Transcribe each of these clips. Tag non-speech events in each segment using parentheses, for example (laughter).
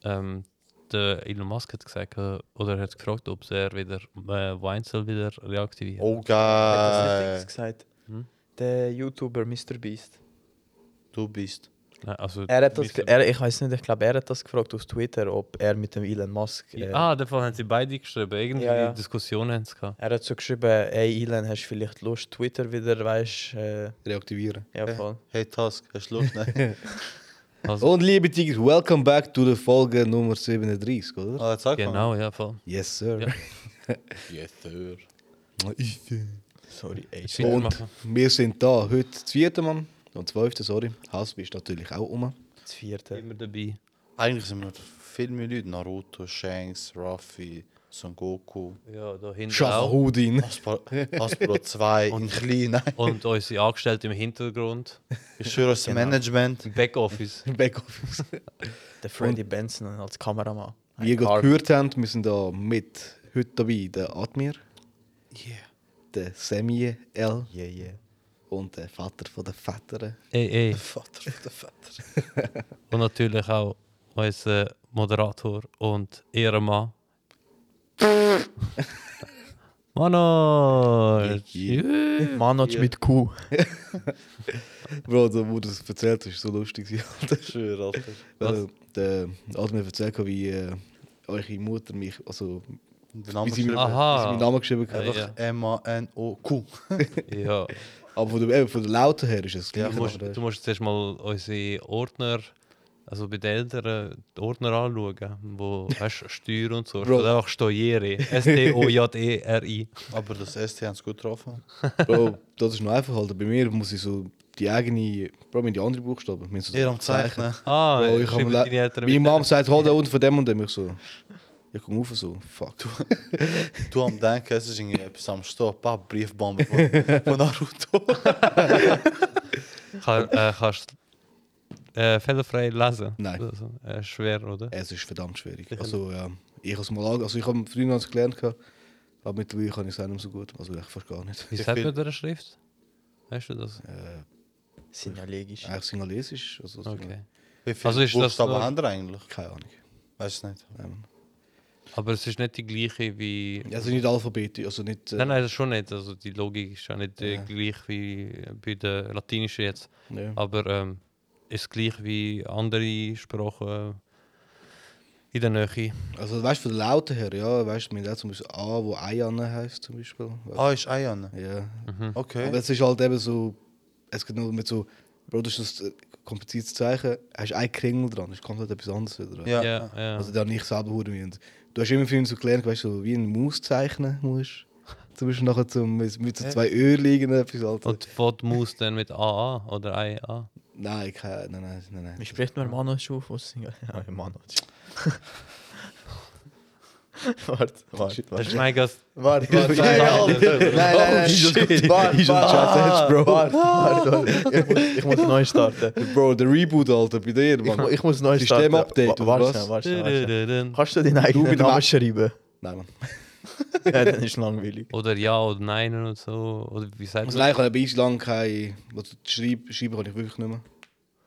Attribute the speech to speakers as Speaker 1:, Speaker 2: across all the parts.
Speaker 1: ehm, de Elon Musk heeft gezegd, eh, oder heeft gevraagd ob er wieder äh, Weinzel wieder reaktiviert.
Speaker 2: Oh,
Speaker 3: Hat
Speaker 1: Äh.
Speaker 3: das
Speaker 2: geil.
Speaker 3: richtig gesagt?
Speaker 1: Hm?
Speaker 3: Der YouTuber Mr. Beast.
Speaker 2: Du bist.
Speaker 1: Nein, also,
Speaker 3: Er hat das,
Speaker 1: Mr.
Speaker 3: ge- er, ich weiß nicht, ich glaube, er hat das gefragt auf Twitter, ob er mit dem Elon Musk. Äh,
Speaker 1: Ah, davon haben sie beide geschrieben. Irgendwie
Speaker 3: Ja, ja.
Speaker 1: Diskussionen haben sie gehabt.
Speaker 3: Er hat so geschrieben, hey Elon, hast du vielleicht Lust, Twitter wieder, weißt äh,
Speaker 4: Reactivieren.
Speaker 3: ja
Speaker 2: Äh.
Speaker 3: voll.
Speaker 2: Hey, Task, hast du (laughs) Lust? Nein.
Speaker 1: Also,
Speaker 4: Und liebe Tigers, welcome back to the Folge Nummer 37, oder?
Speaker 2: Ah, jetzt auch
Speaker 1: genau, ja, voll.
Speaker 4: Yes, sir. Ah,
Speaker 1: Ja.
Speaker 2: Yes, sir.
Speaker 3: Sorry, ey.
Speaker 1: Weiter
Speaker 4: Und
Speaker 1: machen.
Speaker 4: wir sind da. Heute das vierte Mann. Und das fünfte, sorry. Hasbi ist natürlich auch um.
Speaker 3: Das vierte.
Speaker 1: Immer dabei.
Speaker 2: Eigentlich sind wir noch viel mehr Leute. Naruto, Shanks, Ruffy, Son Goku.
Speaker 1: Ja, da hinten auch.
Speaker 4: Shahudin.
Speaker 2: (laughs) Hasbro, Hasbro 2 in klein. (laughs) Nein.
Speaker 1: Und unsere Angestellten im Hintergrund.
Speaker 2: Ich schwöre, das Management.
Speaker 1: Im
Speaker 4: (laughs)
Speaker 1: Backoffice.
Speaker 4: Backoffice.
Speaker 3: Der Freddy Benson als Kameramann.
Speaker 4: Wie ihr gerade
Speaker 3: Carl.
Speaker 4: gehört habt, wir sind da mit heute dabei der Admir,
Speaker 2: Yeah.
Speaker 4: der Semie L
Speaker 2: Yeah, yeah.
Speaker 4: und der Vater von der Vetteren.
Speaker 1: Ey, ey.
Speaker 2: Vater von der Vater.
Speaker 1: Und natürlich auch unser Moderator und Ehrenmann. Mano!
Speaker 3: Manoj mit Q.
Speaker 4: Bro, da, wo du das erzählt hast, ist so lustig. (laughs) Alter.
Speaker 2: Ich schwöre, Alter.
Speaker 1: Was?
Speaker 4: Weil Der Admir erzählt hat, wie äh, eure Mutter mich, also
Speaker 2: Den
Speaker 4: wie
Speaker 2: Namen
Speaker 4: sie,
Speaker 2: schreiben.
Speaker 4: mir- wie sie meinen
Speaker 1: Aha!
Speaker 4: Namen geschrieben hat.
Speaker 2: Einfach
Speaker 1: Ja.
Speaker 2: M-A-N-O-Q.
Speaker 1: Ja,
Speaker 4: Aber von der, eben, von der Laute her ist es
Speaker 2: Ja,
Speaker 4: gleich. äh,
Speaker 1: du musst, du musst zuerst mal unsere Ordner, also bei den Eltern, die Ordner anschauen, wo hast du Steuer und so.
Speaker 4: Bro.
Speaker 1: Bro. Einfach Steuere. E S-T-O-J-E-R-I.
Speaker 2: Aber das ST haben sie gut getroffen.
Speaker 4: (laughs) Bro, das ist noch einfach. Alter. Bei mir muss ich so die eigene, Bro, wir haben die andere Buchstaben. Wir haben so
Speaker 2: Ihr am Zeichnen.
Speaker 1: Ah,
Speaker 4: Bro, ich
Speaker 1: schreiben
Speaker 4: habe
Speaker 1: deine Eltern
Speaker 4: Meine
Speaker 1: mit.
Speaker 4: Mom sagt, hol da unten von dem und dem. Ich so, ich komme auf und so, fuck.
Speaker 2: Du am Denken, es ist irgendwie etwas am Stopp. Ah, Briefbombe (laughs) von, von Naruto.
Speaker 1: Kann, äh, kannst äh, fehlerfrei lesen?
Speaker 4: Nein.
Speaker 1: Also, äh, schwer, oder?
Speaker 4: Es ist verdammt schwierig. Also, ja, ich habe mal ange- also ich habe früher noch gelernt, gehabt, aber mittlerweile kann ich es auch nicht mehr so gut. Also ich fast gar nicht.
Speaker 1: Wie
Speaker 2: Ich
Speaker 1: sagt
Speaker 2: bin-
Speaker 1: man der Schrift? Weißt du das?
Speaker 4: Äh,
Speaker 3: Signalegisch.
Speaker 4: eigentlich Singalesisch, also
Speaker 1: Okay.
Speaker 2: Wie viele
Speaker 1: Also ist das
Speaker 2: Buchstaben
Speaker 1: nur-
Speaker 2: haben wir eigentlich?
Speaker 4: keine Ahnung.
Speaker 2: Weiß nicht.
Speaker 4: Ähm,
Speaker 1: Aber es ist nicht die gleiche wie.
Speaker 4: also nicht alphabetisch, also nicht... Äh,
Speaker 1: Nein, nein, das schon nicht. Also die Logik ist ja nicht äh,
Speaker 4: Ja.
Speaker 1: gleich wie bei der Latinischen jetzt.
Speaker 4: Ja.
Speaker 1: Aber ähm, ist gleich wie andere Sprachen in der Nähe.
Speaker 4: Also weißt du, von der Laute her, ja, weißt du, wir haben auch zum Beispiel A, wo Eianne heisst zum Beispiel.
Speaker 2: Ah, ist Eian.
Speaker 4: Ja. Aber
Speaker 2: Okay.
Speaker 4: es ist halt eben so, es geht nur mit so, Bro, das ist ein kompliziertes Zeichen, hast du einen Kringel dus dran, das ist komplett etwas anderes wieder.
Speaker 2: Ja.
Speaker 1: Ja, ja.
Speaker 4: Also da nicht selber hure und Du hast immer viel so gelernt, weißt du, so wie ein Maus zeichnen musst. Zum Beispiel nachher zum, mit mit so zwei Öhrchen irgendetwas. Alter.
Speaker 1: Und fährt Maus dann mit AA oder IA?
Speaker 4: nein, keine, nein, nein, nein, nein.
Speaker 3: Wie spricht man Manoj auf? aus (laughs) Singal- Ah, Manoj. Warte, warte,
Speaker 1: Das ist
Speaker 3: warte.
Speaker 1: mega.
Speaker 4: (laughs)
Speaker 3: Warte, warte,
Speaker 2: nein,
Speaker 3: warte.
Speaker 2: nein, nein,
Speaker 3: nein.
Speaker 4: shit.
Speaker 3: Warte,
Speaker 4: Oh, Jesus
Speaker 3: warte.
Speaker 4: Christ, jetzt, Bro.
Speaker 3: Warte, warte, warte. Ich muss- Ich muss neu starten.
Speaker 4: Bro, der Reboot, Alter, bei dir,
Speaker 3: Ich,
Speaker 4: Mann.
Speaker 3: mu- ich muss neu starten.
Speaker 4: Systemupdate,
Speaker 3: Wa-
Speaker 4: oder
Speaker 3: warte
Speaker 4: was?
Speaker 3: schnell, warte schnell, warte schnell.
Speaker 1: Dü-dü-dü-dün.
Speaker 3: Kannst du deinen eigenen
Speaker 4: mit dem
Speaker 3: Namen
Speaker 4: Ab-
Speaker 3: schreiben?
Speaker 4: (laughs) Nein, Mann.
Speaker 3: ja, dann ist langweilig.
Speaker 1: Oder ja oder nein und so. Oder wie sagt
Speaker 4: Also
Speaker 1: man?
Speaker 4: nein, ich habe bis lang keine... Also, schreiben, schreiben kann ich wirklich nicht mehr.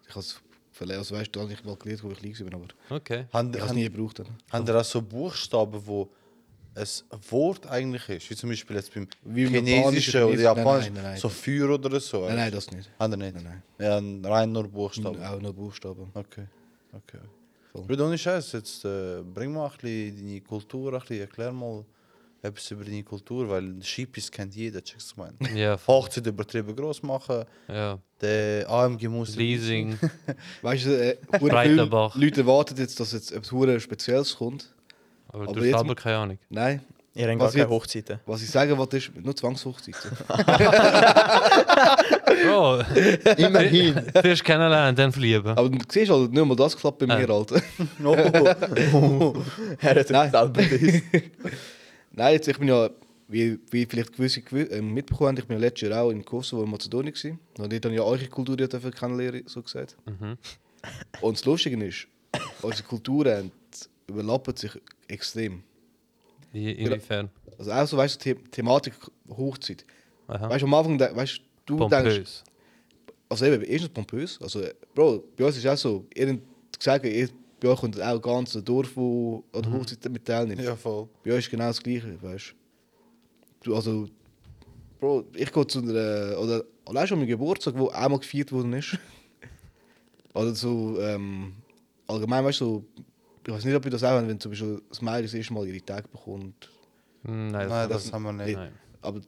Speaker 4: Ich habe es verlernt, also weißt du, da habe ich mal gelernt, wo ich klein war, aber
Speaker 1: Okay.
Speaker 2: Haben,
Speaker 4: ich habe es
Speaker 2: haben,
Speaker 4: nie gebraucht. Dann.
Speaker 2: haben da auch so Buchstaben, wo ein Wort eigentlich ist? Wie zum Beispiel jetzt beim
Speaker 4: Wie im
Speaker 2: Chinesischen
Speaker 4: Japanischen,
Speaker 2: oder
Speaker 4: Chinesischen. Nein,
Speaker 2: Japanischen.
Speaker 4: nein, nein, nein.
Speaker 2: So Feuer oder so.
Speaker 4: Nein, nein, das nicht.
Speaker 2: Haben die nicht?
Speaker 4: Nein, nein.
Speaker 2: Ja, ein rein nur Buchstaben.
Speaker 4: Auch noch Buchstaben.
Speaker 2: Okay. Okay.
Speaker 4: Voll.
Speaker 2: Bruder, ohne Scheiß, jetzt äh, bring mal ein bisschen deine Kultur, ein bisschen, erklär mal etwas über deine Kultur, weil Schiebis kennt jeder, checkst du
Speaker 4: (laughs)
Speaker 2: meinen.
Speaker 1: Ja, voll.
Speaker 2: Hochzeit übertrieben groß machen,
Speaker 1: ja.
Speaker 2: der AMG muss.
Speaker 1: Leasing.
Speaker 4: Weißt du, äh, hure viele
Speaker 1: Breitenbach.
Speaker 4: Leute warten jetzt, dass jetzt etwas hure Spezielles kommt.
Speaker 1: Aber,
Speaker 4: Aber
Speaker 1: du
Speaker 4: jetzt
Speaker 1: hast aber
Speaker 4: mit-
Speaker 1: keine Ahnung.
Speaker 4: Nein,
Speaker 3: Ihr habt gar
Speaker 4: Was
Speaker 3: keine (laughs)
Speaker 4: jetzt?
Speaker 3: Hochzeiten.
Speaker 4: was ich sagen wollte, ist nur Zwangshochzeiten.
Speaker 1: Bro,
Speaker 3: Immerhin.
Speaker 1: zuerst kennenlernen, dann verlieben.
Speaker 4: Aber du siehst halt, nicht mal das klappt bei mir, Alter.
Speaker 2: No.
Speaker 3: Er hat
Speaker 4: Nein.
Speaker 3: sich selber gedisst.
Speaker 4: (laughs) Nein, jetzt, ich bin ja, wie, wie vielleicht gewisse gewi- äh, mitbekommen haben, ich bin ja letztes Jahr auch in Kosovo in Mazedonien gewesen. Und dort habe ich ja eure Kultur ja dürfen kennenlernen, so gesagt. Und das Lustige ist, unsere Kulturen überlappen sich extrem.
Speaker 1: I- Inwiefern?
Speaker 4: Also auch so, weißt du, The Thematik Hochzeit.
Speaker 1: Aha.
Speaker 4: Weißt du, am Anfang, de- weißt du, du denkst...
Speaker 1: Pompös.
Speaker 4: Also eben, erstens pompös. Also, Bro, bei uns ist es auch so, ihr habt gesagt, ihr, bei bei euch kommt auch ganz ein Dorf, wo an der Hochzeit mit teilnimmt.
Speaker 2: Ja, voll.
Speaker 4: Bei euch ist genau das Gleiche, weißt du? Also, Bro, ich gehe zu einer. Oder allein schon meinem Geburtstag, wo einmal gefeiert worden ist. (laughs) oder so, ähm, allgemein, weißt du, so, ich weiß nicht, ob ich das auch, wenn zum Beispiel das Mädchen das erste Mal ihre Tage bekommt.
Speaker 1: Nein, das,
Speaker 4: Also
Speaker 2: Nein, das haben wir nicht.
Speaker 1: nein.
Speaker 4: Aber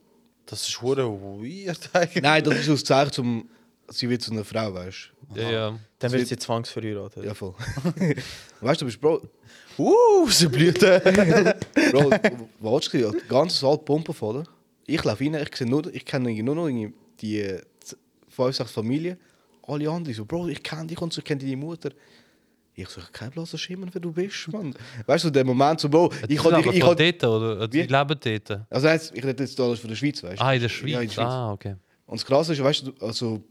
Speaker 2: Das ist hure weird (laughs) eigentlich.
Speaker 4: nein, das ist so ein Zeichen, zum, sie wird zu einer Frau, weißt du?
Speaker 1: Ja, ja.
Speaker 3: Dann wird sie zwangsverheiratet.
Speaker 4: Ja, voll. (laughs) weißt du, du bist, Bro,
Speaker 2: Uh, sie blüht.
Speaker 4: (laughs) Bro, was du gesagt? Ganzes Saal pumpen voll. Ich laufe rein, ich, sehe nur, ich kenne nur noch irgendwie die äh, z- fünf, sechs Familien. Alle anderen so, Bro, ich kenne dich und so, ich kenne deine Mutter. Ich so, ich hab keinen blassen Schimmer, wer du bist, Mann. Weißt du, der Moment so, Bro,
Speaker 1: Die
Speaker 4: ich kann
Speaker 1: sind
Speaker 4: dich,
Speaker 1: aber
Speaker 4: ich
Speaker 1: von
Speaker 4: kann...
Speaker 1: dort, oder? Die
Speaker 4: Wie?
Speaker 1: leben dort.
Speaker 4: Also jetzt, ich rede jetzt alles von der Schweiz, weißt du.
Speaker 1: Ah, in der Schweiz.
Speaker 4: Ja, in der Schweiz.
Speaker 1: Ah, okay.
Speaker 4: Und das Krasse ist, weißt du, also...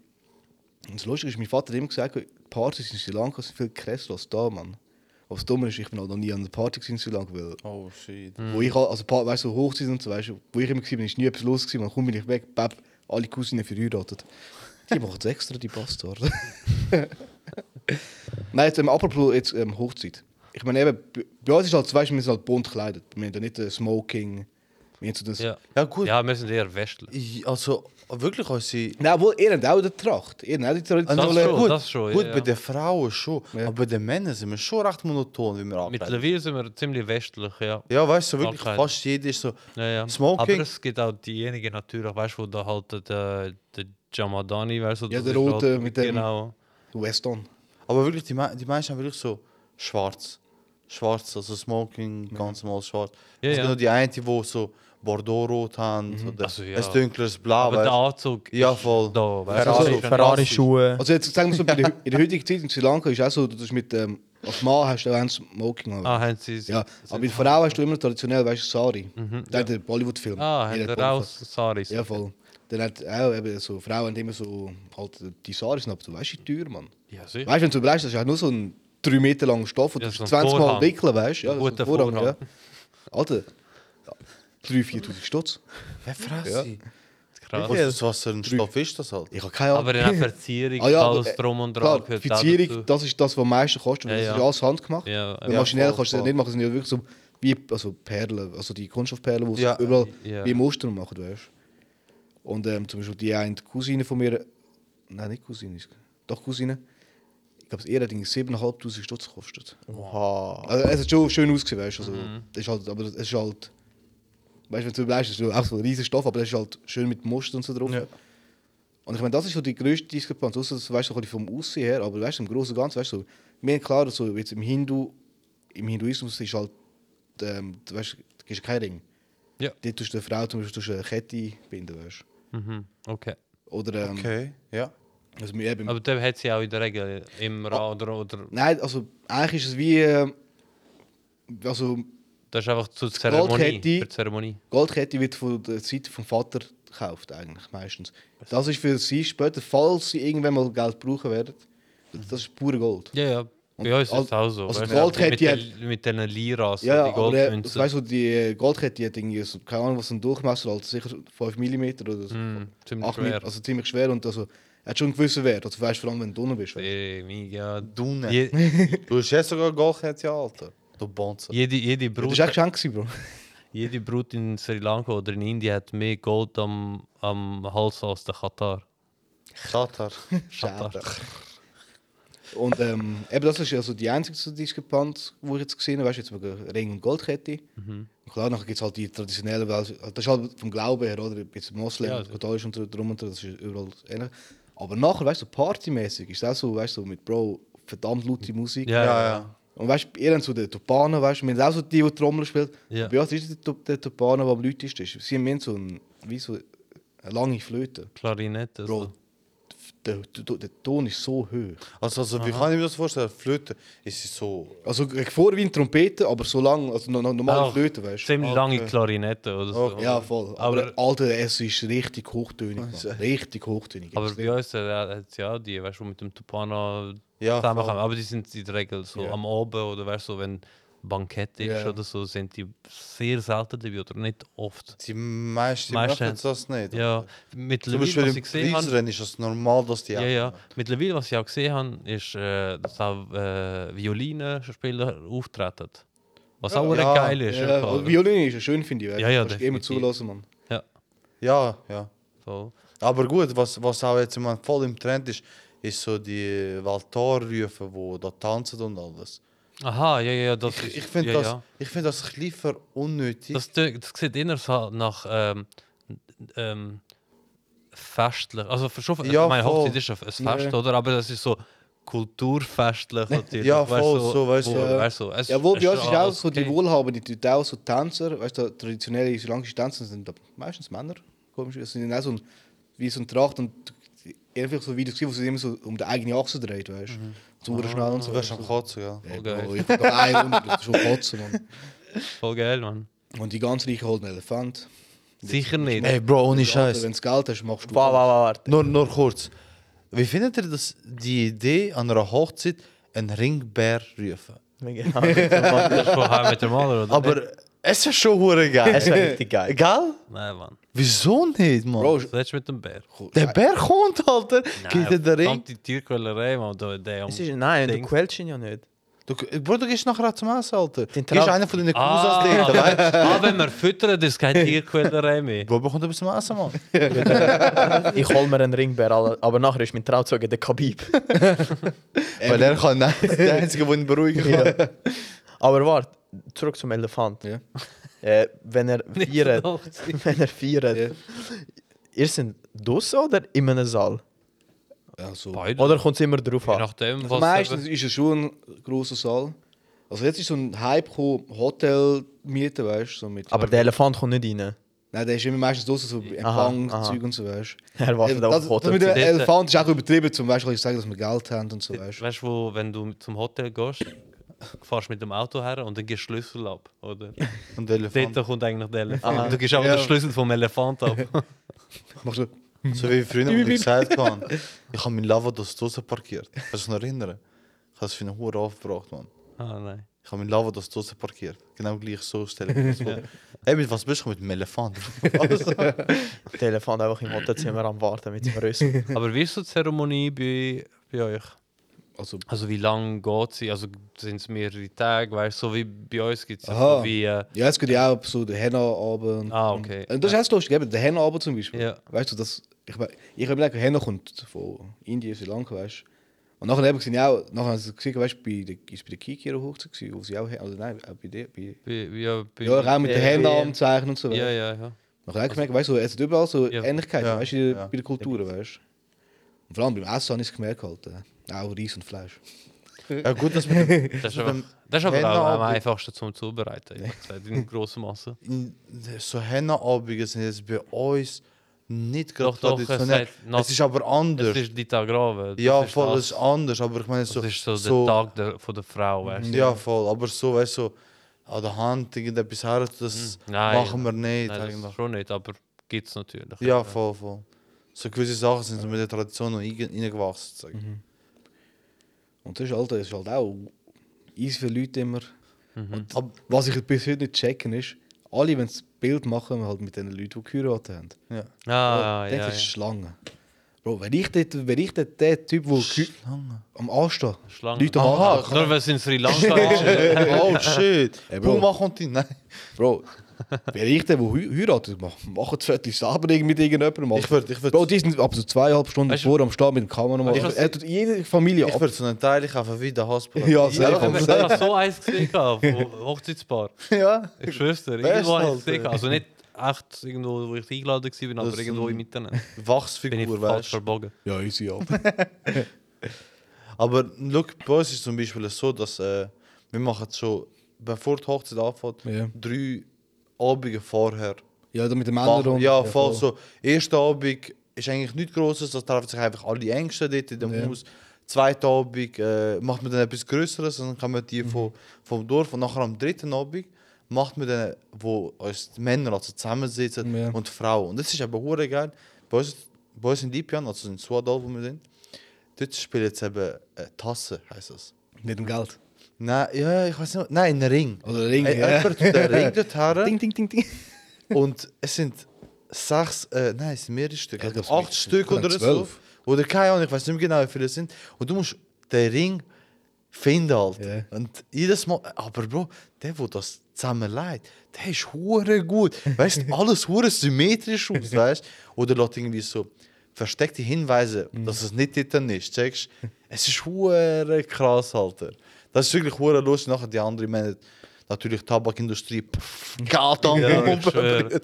Speaker 4: Und das Lustige ist, mein Vater hat immer gesagt, die Partys in Sri Lanka sind viel krasser als da, Mann. Aber das Dumme ist, ich bin auch noch nie an einer Party gewesen in Sri Lanka, weil...
Speaker 2: Oh shit.
Speaker 4: Wo ich, al- also, pa- weißt du, so Hochzeiten und so, weißt du, wo ich immer war, ist nie etwas los gewesen, man kommt ich weg, bap, alle Cousinen verheiratet. Die machen es extra, die Bastarde. (laughs) Nein, jetzt, ähm, apropos jetzt, ähm, Hochzeit. Ich meine eben, bei- bei uns ist halt, weißt du, wir sind halt bunt gekleidet. Wir haben da nicht äh, Smoking, wir haben so das...
Speaker 1: Ja.
Speaker 2: Ja, gut.
Speaker 1: Ja, wir sind eher Westler.
Speaker 2: Ich- Also wirklich, als sie.
Speaker 4: Nein, wohl, ihr habt auch die Tracht, ihr habt auch die Tradition.
Speaker 1: Das schon,
Speaker 2: gut,
Speaker 1: das schon, ja,
Speaker 2: gut
Speaker 1: ja.
Speaker 2: bei den Frauen schon.
Speaker 4: Ja.
Speaker 2: Aber bei den Männern sind wir schon recht monoton, wie wir abkleiden.
Speaker 1: Mittlerweile sind wir ziemlich westlich, ja.
Speaker 2: Ja, weißt du, wirklich
Speaker 1: Abkleiden.
Speaker 2: fast jeder ist so.
Speaker 1: ja, ja.
Speaker 2: Smoking.
Speaker 1: Aber es gibt auch diejenigen natürlich, weißt du, wo da halt äh, der, der Jamadani, weißt du,
Speaker 4: Ja,
Speaker 1: das
Speaker 4: der
Speaker 1: ist halt-
Speaker 4: Rote mit dem-
Speaker 1: Genau.
Speaker 4: Weston.
Speaker 2: Aber wirklich, die, Me- die meisten haben wirklich so schwarz. Schwarz, also Smoking, ganz normal schwarz.
Speaker 1: Ja,
Speaker 2: es gibt
Speaker 1: ja.
Speaker 2: nur die eine, die so Bordeaux-Rot haben, oder
Speaker 1: Also, ja.
Speaker 2: ein dunkles
Speaker 4: Ah,
Speaker 2: Blau.
Speaker 1: Aber der
Speaker 2: weißt
Speaker 1: Anzug
Speaker 2: Ja,
Speaker 1: ist
Speaker 2: voll.
Speaker 1: da, weißt du.
Speaker 2: Ferrari-
Speaker 1: das ist schon-
Speaker 3: Ferrari-Schuhe.
Speaker 4: Also jetzt sagen wir so, bei der, in der heutigen Zeit in Sri Lanka ist auch so, dass du mit, ähm, als Mann hast du auch ein Smoking an.
Speaker 1: Ah, haben sie
Speaker 4: Ja, aber bei der Frau hast du immer traditionell, weißt du, Sari. der hat den Bollywood-Film.
Speaker 1: Mhm, Ah, haben
Speaker 4: Jeder
Speaker 1: sie
Speaker 4: hat
Speaker 1: auch
Speaker 4: Bollywood.
Speaker 1: Saris.
Speaker 4: Ja, voll. Dann hat auch eben so Frauen haben immer so halt die Saris ab. Du weißt, wie teuer, Mann.
Speaker 1: Ja, sicher.
Speaker 4: Weißt du, wenn du überlegst, das ist halt nur so ein 3 Meter langer Stoff und
Speaker 1: Ja,
Speaker 4: du
Speaker 1: so ein
Speaker 4: 20
Speaker 1: Vorhang.
Speaker 4: Mal wickeln, weißt du? Ja,
Speaker 1: Ein
Speaker 4: so ein
Speaker 1: guter
Speaker 4: ja.
Speaker 1: Vorhang.
Speaker 4: Alter, 3.000, 4.000 Stutz.
Speaker 2: Wer frisst
Speaker 1: Krass.
Speaker 2: Was, was für ein Stoff ist das halt?
Speaker 4: Ich habe keine Ahnung.
Speaker 1: Aber dann auch Verzierung,
Speaker 4: Ah ja, aber,
Speaker 1: alles
Speaker 4: äh,
Speaker 1: drum und dran.
Speaker 4: Klar,
Speaker 1: gehört auch dazu.
Speaker 4: Verzierung, das ist das, was am meisten kostet. weil
Speaker 1: Ja,
Speaker 4: das
Speaker 1: ja.
Speaker 4: ist alles handgemacht.
Speaker 1: Ja, ja.
Speaker 4: Weil
Speaker 1: Ja,
Speaker 4: maschinell
Speaker 2: voll,
Speaker 4: kannst du das
Speaker 2: voll.
Speaker 4: nicht machen. Das sind ja wirklich so wie also Perlen, also die Kunststoffperlen, die sie
Speaker 2: Ja,
Speaker 4: überall
Speaker 1: ja.
Speaker 4: wie Muster machen, weißt du. Und ähm, zum Beispiel die eine Cousine von mir, nein, nicht Cousine, ist- doch Cousine, ich glaube, das Ehrending 7.500 Stutz gekostet.
Speaker 2: Oha.
Speaker 4: Also, es hat schon schön ausgesehen, weißt du. Also, das ist halt, aber es ist halt, weißt du, wenn du überlegst, das ist auch so ein riesen Stoff, aber das ist halt schön mit Muster und so drauf.
Speaker 2: Ja.
Speaker 4: Und ich meine, das ist so die größte Diskrepanz, außer dass, weißt du, so ein bisschen vom Aussehen her, aber weißt du, im Großen und Ganzen, weißt du, so, mir ist klar, so, jetzt im Hindu, im Hinduismus ist halt, ähm, du weißt, du gibst keinen Ring.
Speaker 1: Ja.
Speaker 4: Dort tust du der Frau zum Beispiel tust du eine Kette binden, weißt du.
Speaker 1: Mhm, okay.
Speaker 4: Oder, ähm,
Speaker 2: Okay, ja.
Speaker 4: also, wir eben,
Speaker 1: Aber dann hat sie auch in der Regel im
Speaker 4: Ah.
Speaker 1: Rad oder, oder.
Speaker 4: nein, also, eigentlich ist es wie, ähm, also,
Speaker 1: Das ist einfach zur Zeremonie.
Speaker 4: Goldkette.
Speaker 1: Für die Zeremonie.
Speaker 4: Goldkette wird von der Seite vom Vater gekauft eigentlich meistens. Das ist für sie später, falls sie irgendwann mal Geld brauchen werden, das ist pure Gold.
Speaker 1: Ja, ja. Bei uns ist es
Speaker 4: al-
Speaker 1: auch so.
Speaker 4: also
Speaker 1: weißt
Speaker 4: die
Speaker 1: du,
Speaker 4: Goldkette
Speaker 1: mit, den- mit den Liras, Also die
Speaker 4: Ja, ja aber äh,
Speaker 1: Goldmünzen.
Speaker 4: weißt du, die Goldkette hat irgendwie, so, keine Ahnung, was ein Durchmesser hat, sicher 5 mm oder so.
Speaker 1: Hm, ziemlich
Speaker 4: 8
Speaker 1: schwer.
Speaker 4: schwer. Also ziemlich schwer und also, hat schon einen gewissen Wert. Also, weißt du, vor allem, wenn du unten bist. Weißt.
Speaker 1: Eh, mega.
Speaker 2: Dunne.
Speaker 1: Je,
Speaker 2: Du hast jetzt sogar Golchett, ja, Alter. Du Bonzer.
Speaker 1: jede, jede,
Speaker 4: du. Das
Speaker 1: Brut,
Speaker 4: war echt geschenkt, gewesen, Bro.
Speaker 1: jede Brut in Sri Lanka oder in Indien hat mehr Gold am, am Hals als der Katar.
Speaker 2: Katar.
Speaker 1: Katar.
Speaker 4: Und ähm, eben das ist also die einzige so Diskrepanz, die ich jetzt gesehen habe. Weißt du, jetzt wegen Ring und Goldkette.
Speaker 1: Mhm.
Speaker 4: Und klar, nachher gibt es halt die traditionellen, weil das ist halt vom Glauben her, oder? Jetzt Moslem,
Speaker 1: Ja,
Speaker 4: ja, katholisch und so drum und dran, das ist überall ähnlich. Aber nachher, weißt du, partymäßig ist das so, weißt du, mit Bro, verdammt laute Musik.
Speaker 1: Ja, ja,
Speaker 2: ja.
Speaker 4: Und weißt du, ihr habt so den Topano, weißt du, wir haben auch so die, die Trommel spielt.
Speaker 1: Ja.
Speaker 4: Und Bei uns ist der, Top- der Topano, der am lautesten ist. Sie haben so, ein, wie so eine lange Flöte.
Speaker 1: Klarinette.
Speaker 4: Bro,
Speaker 1: Also.
Speaker 4: der, der, der Ton ist so hoch.
Speaker 2: Also, also wie kann ich mir das vorstellen? Flöte ist sie so.
Speaker 4: Also ich vor wie eine Trompete, aber so lang, also no- no- normale
Speaker 1: Ah,
Speaker 4: Flöte, weißt du?
Speaker 1: Ziemlich lange Klarinette oder so.
Speaker 4: Ja, voll. Aber,
Speaker 1: Aber-
Speaker 4: Alter, es ist richtig hochtönig, Mann. Richtig hochtönig.
Speaker 1: Aber
Speaker 4: Extrem.
Speaker 1: bei uns äh, hat ja auch die, weißt du, die mit dem Tupana
Speaker 2: Ja,
Speaker 1: zusammenkommen.
Speaker 2: voll.
Speaker 1: Aber die sind in der Regel so
Speaker 2: Ja.
Speaker 1: am Abend oder weißt du, wenn Bankett ist
Speaker 4: Ja.
Speaker 1: oder so, sind die sehr selten dabei oder nicht oft.
Speaker 2: Die meisten
Speaker 1: Meisten-
Speaker 2: machen das nicht.
Speaker 1: Ja, mittlerweile,
Speaker 2: Zum
Speaker 1: was
Speaker 2: Beispiel im
Speaker 1: ich gesehen habe,
Speaker 2: Preisrennen ist es normal, dass die
Speaker 1: Ja,
Speaker 2: auch-
Speaker 1: ja. Mittlerweile, was ich auch gesehen habe, ist, äh, dass auch äh, Violinenspieler auftreten. Was auch
Speaker 2: Ja,
Speaker 1: recht geil ist.
Speaker 4: Ja,
Speaker 1: einfach.
Speaker 4: und Violine ist ja schön, finde ich.
Speaker 1: Ja, ja,
Speaker 4: Kannst du immer
Speaker 1: definitiv.
Speaker 4: zulassen, Mann.
Speaker 1: ja,
Speaker 2: Ja, ja.
Speaker 1: voll.
Speaker 2: Aber gut, was, was auch jetzt im Moment voll im Trend ist, ist so die Valtarrufe, wo da tanzen und alles.
Speaker 1: Aha, ja, ja, das
Speaker 2: Ich,
Speaker 1: ist-
Speaker 2: ich finde
Speaker 1: ja,
Speaker 2: das,
Speaker 1: ja.
Speaker 2: ich find das ein bisschen verunnötig.
Speaker 1: Das, tö- das sieht eher so nach ähm, ähm, festlich. Also schon,
Speaker 2: Ja,
Speaker 1: meine
Speaker 2: voll.
Speaker 1: Hochzeit ist ein ein Fest,
Speaker 4: Ja.
Speaker 1: oder? Aber das ist so kulturfestlich natürlich.
Speaker 2: Ja,
Speaker 1: Weißt
Speaker 2: voll,
Speaker 1: du,
Speaker 2: so, weißt du,
Speaker 1: wo-
Speaker 2: ja.
Speaker 1: weißt du, es-
Speaker 4: Jawohl,
Speaker 1: es
Speaker 4: bei uns ist
Speaker 1: schon
Speaker 4: auch
Speaker 1: alles
Speaker 4: so die
Speaker 1: okay.
Speaker 4: Wohlhabenden, die tun auch so Tänzer, weißt du, traditionelle islamische Tänzer sind meistens Männer, komisch, das sind auch so ein, wie so ein Tracht und einfach so Videos gesehen, wo sie immer so um die eigene Achse dreht, weißt
Speaker 1: Mhm.
Speaker 4: du, zu schnell und so.
Speaker 1: Ah,
Speaker 2: Also, Du wirst am Kotzen, ja.
Speaker 4: Ja,
Speaker 1: Okay.
Speaker 4: Bro, ich bin da ein Wunder, das ist schon kotzen, Mann.
Speaker 1: Voll geil, Mann.
Speaker 4: Und die ganz Reichen holen einen Elefant.
Speaker 1: Sicher nicht.
Speaker 2: Ey, Bro, ohne
Speaker 4: Die anderen,
Speaker 2: Scheiß.
Speaker 4: Wenn du Geld hast, machst du
Speaker 3: Warte, warte,
Speaker 2: (laughs)
Speaker 3: warte.
Speaker 2: Nur, nur kurz. Wie findet ihr das, die Idee, an einer Hochzeit einen Ringbär rufen?
Speaker 4: (laughs)
Speaker 2: (laughs)
Speaker 3: Genau.
Speaker 1: Das ist von Heim mit dem Maler, oder?
Speaker 2: Aber es ist schon hure geil.
Speaker 3: Es wäre
Speaker 2: (laughs)
Speaker 3: richtig geil.
Speaker 2: Geil?
Speaker 1: Nein, Mann.
Speaker 2: Wieso nicht, Mann?
Speaker 4: Bro,
Speaker 1: Was willst du mit dem Bär?
Speaker 2: der Bär kommt, Alter. Geht er den Ring?
Speaker 1: Die Tierquälerei, Mann. Da, der am
Speaker 3: Es ist, nein, du
Speaker 1: Ding.
Speaker 3: quälst ihn ja nicht.
Speaker 2: Du, Bro, du gehst nachher zum Essen, Alter. Du
Speaker 3: Den
Speaker 2: gehst
Speaker 3: Tra-
Speaker 2: einer von deinen Cousins
Speaker 1: Ah, (laughs)
Speaker 2: daten, weißt du?
Speaker 1: ah, wenn wir füttern, ist keine Tierquälerei
Speaker 2: (laughs)
Speaker 1: mehr.
Speaker 2: Bro, bekommt ein bisschen Essen, (laughs) Mann. (laughs)
Speaker 3: Ich hol mir einen Ringbär, Alter, aber nachher ist mein Trauzeuge der Khabib.
Speaker 2: Weil er kann, nein, der Einzige, der ihn (laughs) beruhigen kann.
Speaker 3: Ja. Aber warte, zurück zum Elefant.
Speaker 4: Ja.
Speaker 3: Äh, wenn er
Speaker 1: Nicht
Speaker 3: viert,
Speaker 1: so hochziehen.
Speaker 3: wenn er viert,
Speaker 4: Ja.
Speaker 3: ihr seid draussen oder in einem Saal?
Speaker 4: Also,
Speaker 1: Beide.
Speaker 3: Oder kommt es immer drauf
Speaker 1: Je
Speaker 3: an?
Speaker 1: nachdem,
Speaker 4: Also
Speaker 1: was
Speaker 4: meistens
Speaker 1: eben-
Speaker 4: ist es schon ein großer Saal. Also jetzt ist so ein Hype gekommen, Hotel mieten, weißt du, so mit.
Speaker 3: Aber der Ah, Elefant kommt nicht rein.
Speaker 4: Nein, der ist immer meistens draußen so
Speaker 3: Aha,
Speaker 4: Empfang,
Speaker 3: aha.
Speaker 4: Zeug und so, weißt du.
Speaker 3: Er wartet auf
Speaker 4: das,
Speaker 3: das
Speaker 4: das mit dem
Speaker 3: Hotel.
Speaker 1: Dort-
Speaker 4: Elefant ist auch übertrieben, zum Beispiel ich sage, dass wir Geld haben und so, weißt du.
Speaker 1: Weißt du, wo, wenn du zum Hotel gehst, fährst mit dem Auto her und dann gehst du Schlüssel ab. Oder? Ah,
Speaker 2: Und der Elefant.
Speaker 1: Dort kommt eigentlich der
Speaker 3: Aha.
Speaker 1: Elefant. Du gibst aber
Speaker 4: Ja.
Speaker 1: den Schlüssel vom Elefant ab.
Speaker 4: Machst du
Speaker 2: So wie früher, als ich (laughs) gesagt habe, ich habe meinen Lava das draußen parkiert. Kannst du dich noch erinnern? Ich habe es für eine Hure aufgebracht, Mann.
Speaker 1: (laughs) ah, nein.
Speaker 2: Ich habe meinen Lava das draußen parkiert. Genau gleich so stelle (laughs) ich mir das vor. Ey, mit was bist du mit dem (laughs) Elefant?
Speaker 3: (laughs)
Speaker 2: Also,
Speaker 3: Der Elefant einfach im Hotelzimmer am Warten mit seinem Rüssel.
Speaker 1: Aber wie ist so die Zeremonie bei, bei euch?
Speaker 4: also
Speaker 1: Also wie lange geht sie? Also sind es mehrere Tage? Weißt du, so wie bei uns gibt es
Speaker 4: Aha.
Speaker 1: so wie... Äh,
Speaker 4: ja, es geht ja auch so der Henna abend.
Speaker 1: ah, okay.
Speaker 4: Und das ist auch lustig, eben der Henna abend zum Beispiel.
Speaker 1: Ja.
Speaker 4: Weißt du, das ich mein- ich habe gedacht, Henna kommt von Indien, Sri Lanka, weißt du. Und nachher eben gesehen auch, nachher haben sie gesehen, weißt du, bei der ist bei der Kiki ihre Hochzeit gewesen, wo sie auch Henna- also nein, auch bei der bei
Speaker 1: Bei- ja, bei-
Speaker 4: Ja, auch mit den
Speaker 3: Ja,
Speaker 4: Händen
Speaker 3: ja.
Speaker 4: am Zeichen und so.
Speaker 1: ja,
Speaker 4: Ja, ja.
Speaker 1: ja, ja.
Speaker 4: Man hat auch gemerkt, weißt du, es hat überall so
Speaker 1: Ja.
Speaker 4: Ähnlichkeiten,
Speaker 2: Ja,
Speaker 4: weißt du,
Speaker 2: ja.
Speaker 4: bei der Kultur, weißt du. Und vor allem beim Essen habe ich es gemerkt halt. äh, Auch Reis und Fleisch.
Speaker 2: ja, gut, dass wir.
Speaker 1: Das ist, einfach, das ist aber
Speaker 2: Henna
Speaker 1: auch am
Speaker 2: ab-
Speaker 1: einfachsten zum Zubereiten, ehrlich gesagt, in grossen Massen.
Speaker 2: in- so Henna-Abende sind jetzt bei uns nicht gerade
Speaker 1: Doch, doch, es
Speaker 2: traditionell.
Speaker 1: hat noch-
Speaker 2: es ist aber anders.
Speaker 1: Das ist die Tagrave. das
Speaker 2: ja,
Speaker 1: ist
Speaker 2: voll,
Speaker 1: das.
Speaker 2: es ist anders, aber ich meine so.
Speaker 1: Das ist so, der Tag der, von der Frau, weißt du?
Speaker 2: Ja, voll, aber so, weißt du, so an der Hand irgendetwas her, das
Speaker 1: Mhm. Nein,
Speaker 2: machen wir
Speaker 1: Nein,
Speaker 2: nicht.
Speaker 1: das
Speaker 2: eigentlich.
Speaker 1: schon nicht, aber gibt es natürlich.
Speaker 2: Ja, voll, voll. So gewisse Sachen sind so mit der Tradition noch einge- reingewachsen. sag ich.
Speaker 4: Mhm. Und das ist halt, das ist halt auch easy für Leute immer.
Speaker 1: Mhm.
Speaker 4: Und
Speaker 2: Ab-
Speaker 4: was ich bis heute nicht checken ist, alle, wenn sie ein Bild machen, halt mit den Leuten, die geheiratet haben.
Speaker 2: Ja. Oh,
Speaker 1: Ah, ja,
Speaker 4: das
Speaker 1: ja.
Speaker 4: ist
Speaker 2: dus
Speaker 4: Schlange. Bro, wenn ich, dort, wenn ich dort der Typ,
Speaker 2: Oh,
Speaker 4: der gehü-
Speaker 2: Schlange.
Speaker 4: am Anstehen,
Speaker 1: Schlange.
Speaker 4: Leute am
Speaker 2: Aha,
Speaker 1: (laughs)
Speaker 4: Anstehen,
Speaker 1: Nur weil es Ah, in Sri Lanka
Speaker 2: (laughs)
Speaker 1: ist.
Speaker 2: oh
Speaker 4: (laughs)
Speaker 2: shit.
Speaker 4: Ey, Bro.
Speaker 2: Puma kommt hin. Nein.
Speaker 4: Bro, wenn ich der, der heu- heiratet, mach, mach das Viertel selber irgendwie mit irgendjemandem. Alter.
Speaker 2: Ich würde ich würd,
Speaker 4: Bro, die sind ab so zweieinhalb Stunden
Speaker 1: Weißt du-
Speaker 4: vor am Start mit dem Kameramann.
Speaker 1: Weißt du, was-
Speaker 4: er tut jede Familie
Speaker 2: ich
Speaker 4: ab.
Speaker 2: würd so einen Teil kaufen wie der Hospital.
Speaker 4: Ja,
Speaker 1: Ich
Speaker 4: safe.
Speaker 1: habe ich hab so eins gesehen, gehabt, wo- Hochzeitspaar.
Speaker 4: ja.
Speaker 1: Ich schwör's dir, irgendwo
Speaker 2: Best,
Speaker 1: habe ich es gesehen.
Speaker 2: Alter.
Speaker 1: gehabt. Also nicht echt irgendwo, wo ich eingeladen war, aber
Speaker 2: Das
Speaker 1: irgendwo
Speaker 2: sind-
Speaker 1: im Internet.
Speaker 2: (laughs)
Speaker 1: Bin ich
Speaker 2: Wachsfigur,
Speaker 1: falsch
Speaker 2: weißt du. (laughs)
Speaker 1: verbogen.
Speaker 4: Ja, easy ab.
Speaker 2: Aber look, bei uns ist zum Beispiel so, dass äh, wir machen so, bevor die Hochzeit anfängt,
Speaker 4: Ja.
Speaker 2: drei Abende vorher.
Speaker 4: ja, dann mit den Männern
Speaker 2: Machen.
Speaker 4: und...
Speaker 2: Ja, voll so. Erster Abend ist eigentlich nichts Grosses, da treffen sich einfach alle Ängste dort in dem
Speaker 4: Ja.
Speaker 2: Haus. Zweiter Abend äh, macht man dann etwas Größeres, dann kann man die
Speaker 4: Mhm.
Speaker 2: vom, vom Dorf. Und nachher am dritten Abend macht man dann, wo uns die Männer also zusammensitzen
Speaker 4: Ja.
Speaker 2: und die Frauen. Und das ist aber hure geil. Bei uns, bei uns in Lipian, also in Suadal, wo wir sind, dort spielen jetzt eben äh, Tasse, heißt das.
Speaker 4: Mit dem Geld.
Speaker 2: Nein, ja, ich weiß nicht. Nein, ein Ring.
Speaker 4: Oder Ring,
Speaker 2: Ey,
Speaker 4: ja.
Speaker 2: Jemand tut den Ring dort her
Speaker 4: (laughs) Ding, ding, ding, ding.
Speaker 2: und es sind sechs, äh, nein, es sind mehrere Stücke.
Speaker 4: Ja, das
Speaker 2: acht
Speaker 4: sind-
Speaker 2: Stück
Speaker 4: können
Speaker 2: oder so.
Speaker 4: zwölf.
Speaker 2: Oder keine Ahnung, ich weiß nicht mehr genau, wie viele es sind. Und du musst den Ring finden halt.
Speaker 4: Ja.
Speaker 2: Und jedes Mal, aber Bro, der, der das zusammenlegt, der ist hure gut.
Speaker 4: (laughs)
Speaker 2: Weißt du, alles hure symmetrisch aus, weißt du? Oder lässt irgendwie so versteckte Hinweise,
Speaker 4: Mhm.
Speaker 2: dass es nicht dort ist, checkst Es ist hure krass, Alter. Das ist wirklich hure los. Nachher die anderen, ich meine, natürlich Tabakindustrie, pff, Gatan,
Speaker 1: Ja,
Speaker 2: Bombe,
Speaker 1: ich schwör.
Speaker 2: Bruder.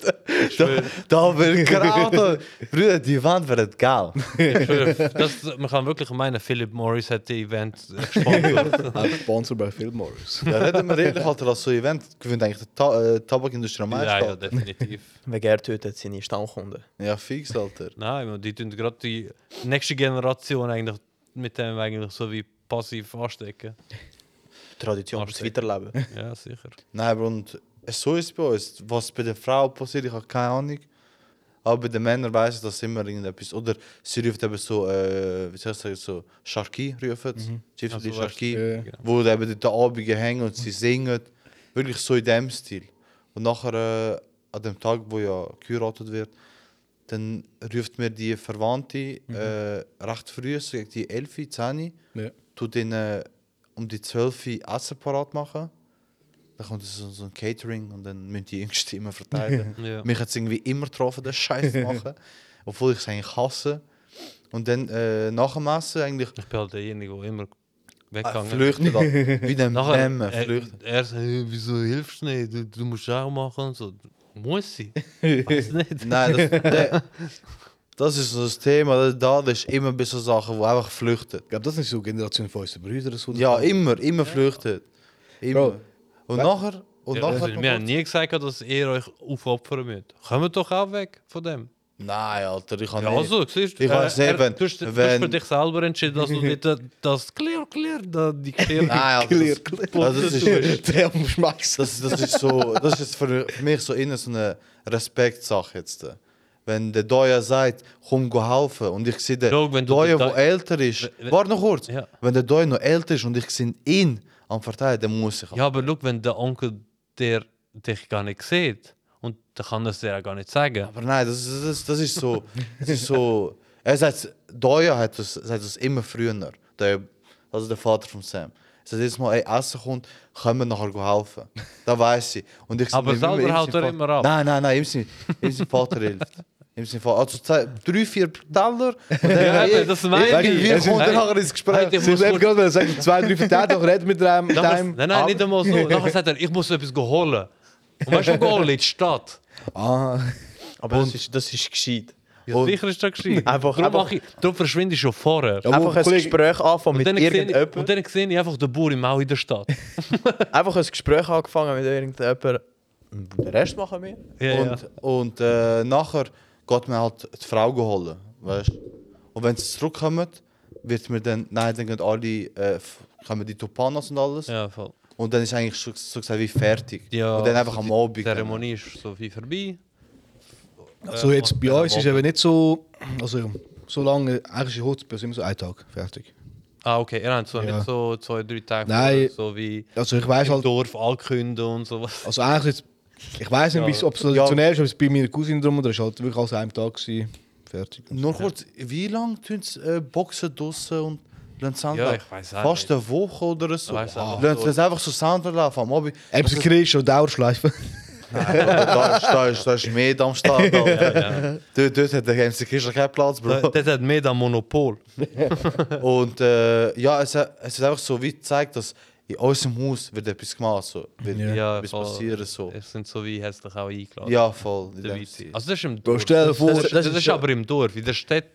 Speaker 2: Da, da wird gerade, Bruder, die Wand wird geil.
Speaker 1: Ich schwöre, das, man kann wirklich meinen, eh, Philip Morris hat die Event äh,
Speaker 2: (laughs)
Speaker 1: gesponsert.
Speaker 4: Sponsored by Phil Morris.
Speaker 2: Ja, reden wir ehrlich, Alter, als so Event gewinnt eigentlich die Ta äh, Tabakindustrie am meisten.
Speaker 1: ja, ja,
Speaker 2: Alter.
Speaker 1: definitiv.
Speaker 3: Wegen er tötet seine Stammkunden.
Speaker 2: Ja, fix, Alter.
Speaker 1: Nein, man, Nou, die tun gerade die nächste Generation eigentlich mit dem eigentlich so wie passiv anstecken.
Speaker 3: Tradition muss
Speaker 1: Verstehe.
Speaker 3: weiterleben.
Speaker 1: Ja, sicher.
Speaker 2: Nein, Bro, und so ist es bei uns. Was bei der Frau passiert, ich habe keine Ahnung. Aber bei den Männern weiß ich, dass immer irgendetwas. Oder sie ruft eben so, äh, wie soll ich sagen, so Sharky rufen. Chips
Speaker 1: Also
Speaker 2: also,
Speaker 1: weißt-
Speaker 2: Sharky.
Speaker 4: Ja, ja.
Speaker 2: Wo die eben dort Abend hängen und sie singen. Wirklich so in dem Stil. Und nachher, äh, an dem Tag, wo ja geheiratet wird, dann ruft mir die Verwandte
Speaker 1: Mhm.
Speaker 2: äh, recht früh, so gegen die 11, 10
Speaker 4: Ja.
Speaker 2: tut ihnen um die 12 Uhr Essen parat machen. Dann kommt so, so ein Catering und dann müssen die Jüngsten immer verteilen.
Speaker 1: (laughs) Ja.
Speaker 2: Mich hat es irgendwie immer getroffen, das Scheiß
Speaker 1: (laughs)
Speaker 2: zu machen. Obwohl ich es eigentlich hasse. Und dann äh, nach dem Essen eigentlich
Speaker 1: Ich bin halt derjenige, der immer
Speaker 2: äh,
Speaker 1: weggegangen (laughs)
Speaker 2: flüchtet. halt. Wie dem
Speaker 1: Nachher,
Speaker 2: Nehmen,
Speaker 1: äh,
Speaker 2: flüchtet.
Speaker 1: er sagt, hey, wieso hilfst du nicht? Du, du musst auch machen. und So, muss ich? Weiß nicht.
Speaker 2: Nein,
Speaker 4: (laughs)
Speaker 2: das, der, das ist so das dus Thema. Da da ist immer bei so Sachen, wo einfach flüchtet.
Speaker 4: Ich glaube, das ist so Generation von unseren Brüdern. So
Speaker 2: Ja, immer, immer flüchtet. Immer.
Speaker 4: Bro,
Speaker 2: und
Speaker 4: wa-
Speaker 2: nachher. Und
Speaker 1: Ja, dus also,
Speaker 2: nachher
Speaker 1: wir haben nie gesagt, dass ihr euch aufopfern müsst. Kommt doch auch weg von dem.
Speaker 2: Nein, Alter, ich kann
Speaker 1: Ja,
Speaker 2: nicht.
Speaker 1: also, siehst
Speaker 2: Ich weiß
Speaker 1: eh, er-
Speaker 2: eben,
Speaker 1: Du hast du hast
Speaker 2: wenn-
Speaker 1: für dich selber entschieden, dass du nicht äh, das clear, clear, da, die (laughs) clear.
Speaker 2: Nein, Alter,
Speaker 4: Clear,
Speaker 2: das, Also, das ist,
Speaker 4: (laughs) Der am Schmeiß.
Speaker 2: das, das ist so, das ist für für mich so innen so eine Respektsache jetzt. äh. Wenn der Doja sagt, komm, go helfen, und ich sehe den
Speaker 1: Schau, wenn du
Speaker 2: Doja,
Speaker 1: den
Speaker 2: der
Speaker 1: Doi-
Speaker 2: älter ist,
Speaker 1: Wenn- wenn-
Speaker 2: warte noch kurz,
Speaker 1: Ja.
Speaker 2: wenn der Doja noch älter ist und ich sehe ihn am Verteilen, dann muss ich.
Speaker 1: Ja, aber schau, wenn der Onkel der dich gar nicht sieht, und dann kann das dir auch gar nicht sagen.
Speaker 2: Aber nein, das, ist- das, ist- das ist so, das ist so, (laughs) er sagt, Doja hat das, sagt das immer früher, der, also der Vater von Sam. Er sagt jedes Mal, ey, Essen kommt, können wir nachher go helfen. Da weiß ich. Und ich
Speaker 1: Aber
Speaker 2: sag ihm
Speaker 1: selber
Speaker 2: ihm
Speaker 1: haut
Speaker 2: sein
Speaker 1: er
Speaker 2: Vater-
Speaker 1: immer ab.
Speaker 2: Nein, nein, nein, ihm sein, ihm sein Vater hilft. Ihm sein Vater, also zwei, drei, vier Teller. Und
Speaker 1: (laughs)
Speaker 2: dann,
Speaker 1: Ja, eben, das meine ich.
Speaker 2: irgendwie
Speaker 1: Es ist-
Speaker 2: kommt er
Speaker 1: Hey,
Speaker 2: nachher ins Gespräch.
Speaker 1: hey, ich
Speaker 4: Sie
Speaker 1: muss
Speaker 4: haben
Speaker 1: kurz-
Speaker 4: gerade gesagt, zwei, drei Verteidiger, doch red mit dem. mit
Speaker 1: Nachher-
Speaker 4: dem.
Speaker 1: Nein, nein, nicht einmal so. Nachher sagt er, ich muss etwas holen. Und weißt du, wo holen? In die Stadt.
Speaker 4: Ah,
Speaker 3: Aber das ist, das ist gescheit.
Speaker 1: Ja,
Speaker 2: Und-
Speaker 1: sicher ist das gescheit.
Speaker 3: Einfach-
Speaker 1: darum,
Speaker 3: einfach-
Speaker 1: mach ich, darum verschwinde ich schon vorher.
Speaker 4: Ja,
Speaker 3: einfach ein
Speaker 4: Kollege-
Speaker 3: Gespräch anfangen
Speaker 1: und,
Speaker 3: mit
Speaker 1: dann sehe ich, und
Speaker 3: irgendjemandem.
Speaker 1: dann sehe ich einfach den Bauer im Mau in der Stadt.
Speaker 3: Einfach ein Gespräch angefangen mit irgendjemandem. Den Rest machen wir.
Speaker 1: Ja, ja.
Speaker 2: Und, und äh, nachher geht man halt die Frau holen, weißt Und wenn sie zurückkommen, wird mir dann, nein, dann gehen alle, äh, f- kommen die Topanas und alles.
Speaker 1: ja, voll.
Speaker 2: Und dann ist eigentlich so, so gesagt wie fertig.
Speaker 1: Ja,
Speaker 2: und dann
Speaker 1: also
Speaker 2: einfach am Abend.
Speaker 1: Die Zeremonie ist so viel vorbei.
Speaker 4: so jetzt bei uns ist eben nicht so, also so lange, eigentlich ist Hotspur immer so ein Tag, fertig.
Speaker 1: Ah, okay, ihr habt so
Speaker 4: Ja.
Speaker 1: nicht so zwei, drei Tage vorher,
Speaker 4: Nein.
Speaker 1: so wie
Speaker 4: Also ich weiß
Speaker 1: im
Speaker 4: halt,
Speaker 1: Dorf ankünden und sowas.
Speaker 4: also eigentlich jetzt, ich weiß nicht, wie's- ob es traditionell ist, aber es bei meiner Cousine drum oder ist halt wirklich alles an einem Tag gewesen, fertig.
Speaker 2: Nur kurz, wie lange tun sie äh, Boxen draussen und lassen Sound
Speaker 1: Ja,
Speaker 2: laufen?
Speaker 1: ich weiss auch
Speaker 2: Fast
Speaker 1: nicht.
Speaker 2: eine Woche oder so.
Speaker 1: Weiss auch
Speaker 2: Wow.
Speaker 1: nicht.
Speaker 2: Lassen sie einfach so Sound laufen
Speaker 1: (laughs)
Speaker 2: am Abend.
Speaker 4: Eben so Krieg und Dauerschleife.
Speaker 2: da, ist, da, ist, da ist mehr am Start. Alter.
Speaker 1: Ja.
Speaker 2: Dort, dort hat der MC Kirchner keinen Platz, Bro.
Speaker 1: Da- Das hat mehr das Monopol.
Speaker 2: Und äh, ja, es, hat- es hat einfach so wie gezeigt, dass in unserem Haus wird etwas gemacht, so. wird
Speaker 4: Ja.
Speaker 2: etwas passieren. So.
Speaker 1: Es sind so wie herzlich auch eingeladen.
Speaker 2: Ja, voll. in
Speaker 1: Der
Speaker 2: dem
Speaker 1: Weizen.
Speaker 2: Sinn.
Speaker 1: Also das ist im
Speaker 4: Bro,
Speaker 1: Dorf.
Speaker 4: stell dir
Speaker 1: Das-
Speaker 4: vor,
Speaker 1: das,
Speaker 4: das
Speaker 1: das
Speaker 4: ist
Speaker 1: ist
Speaker 4: ja-
Speaker 1: aber im Dorf. In der Stadt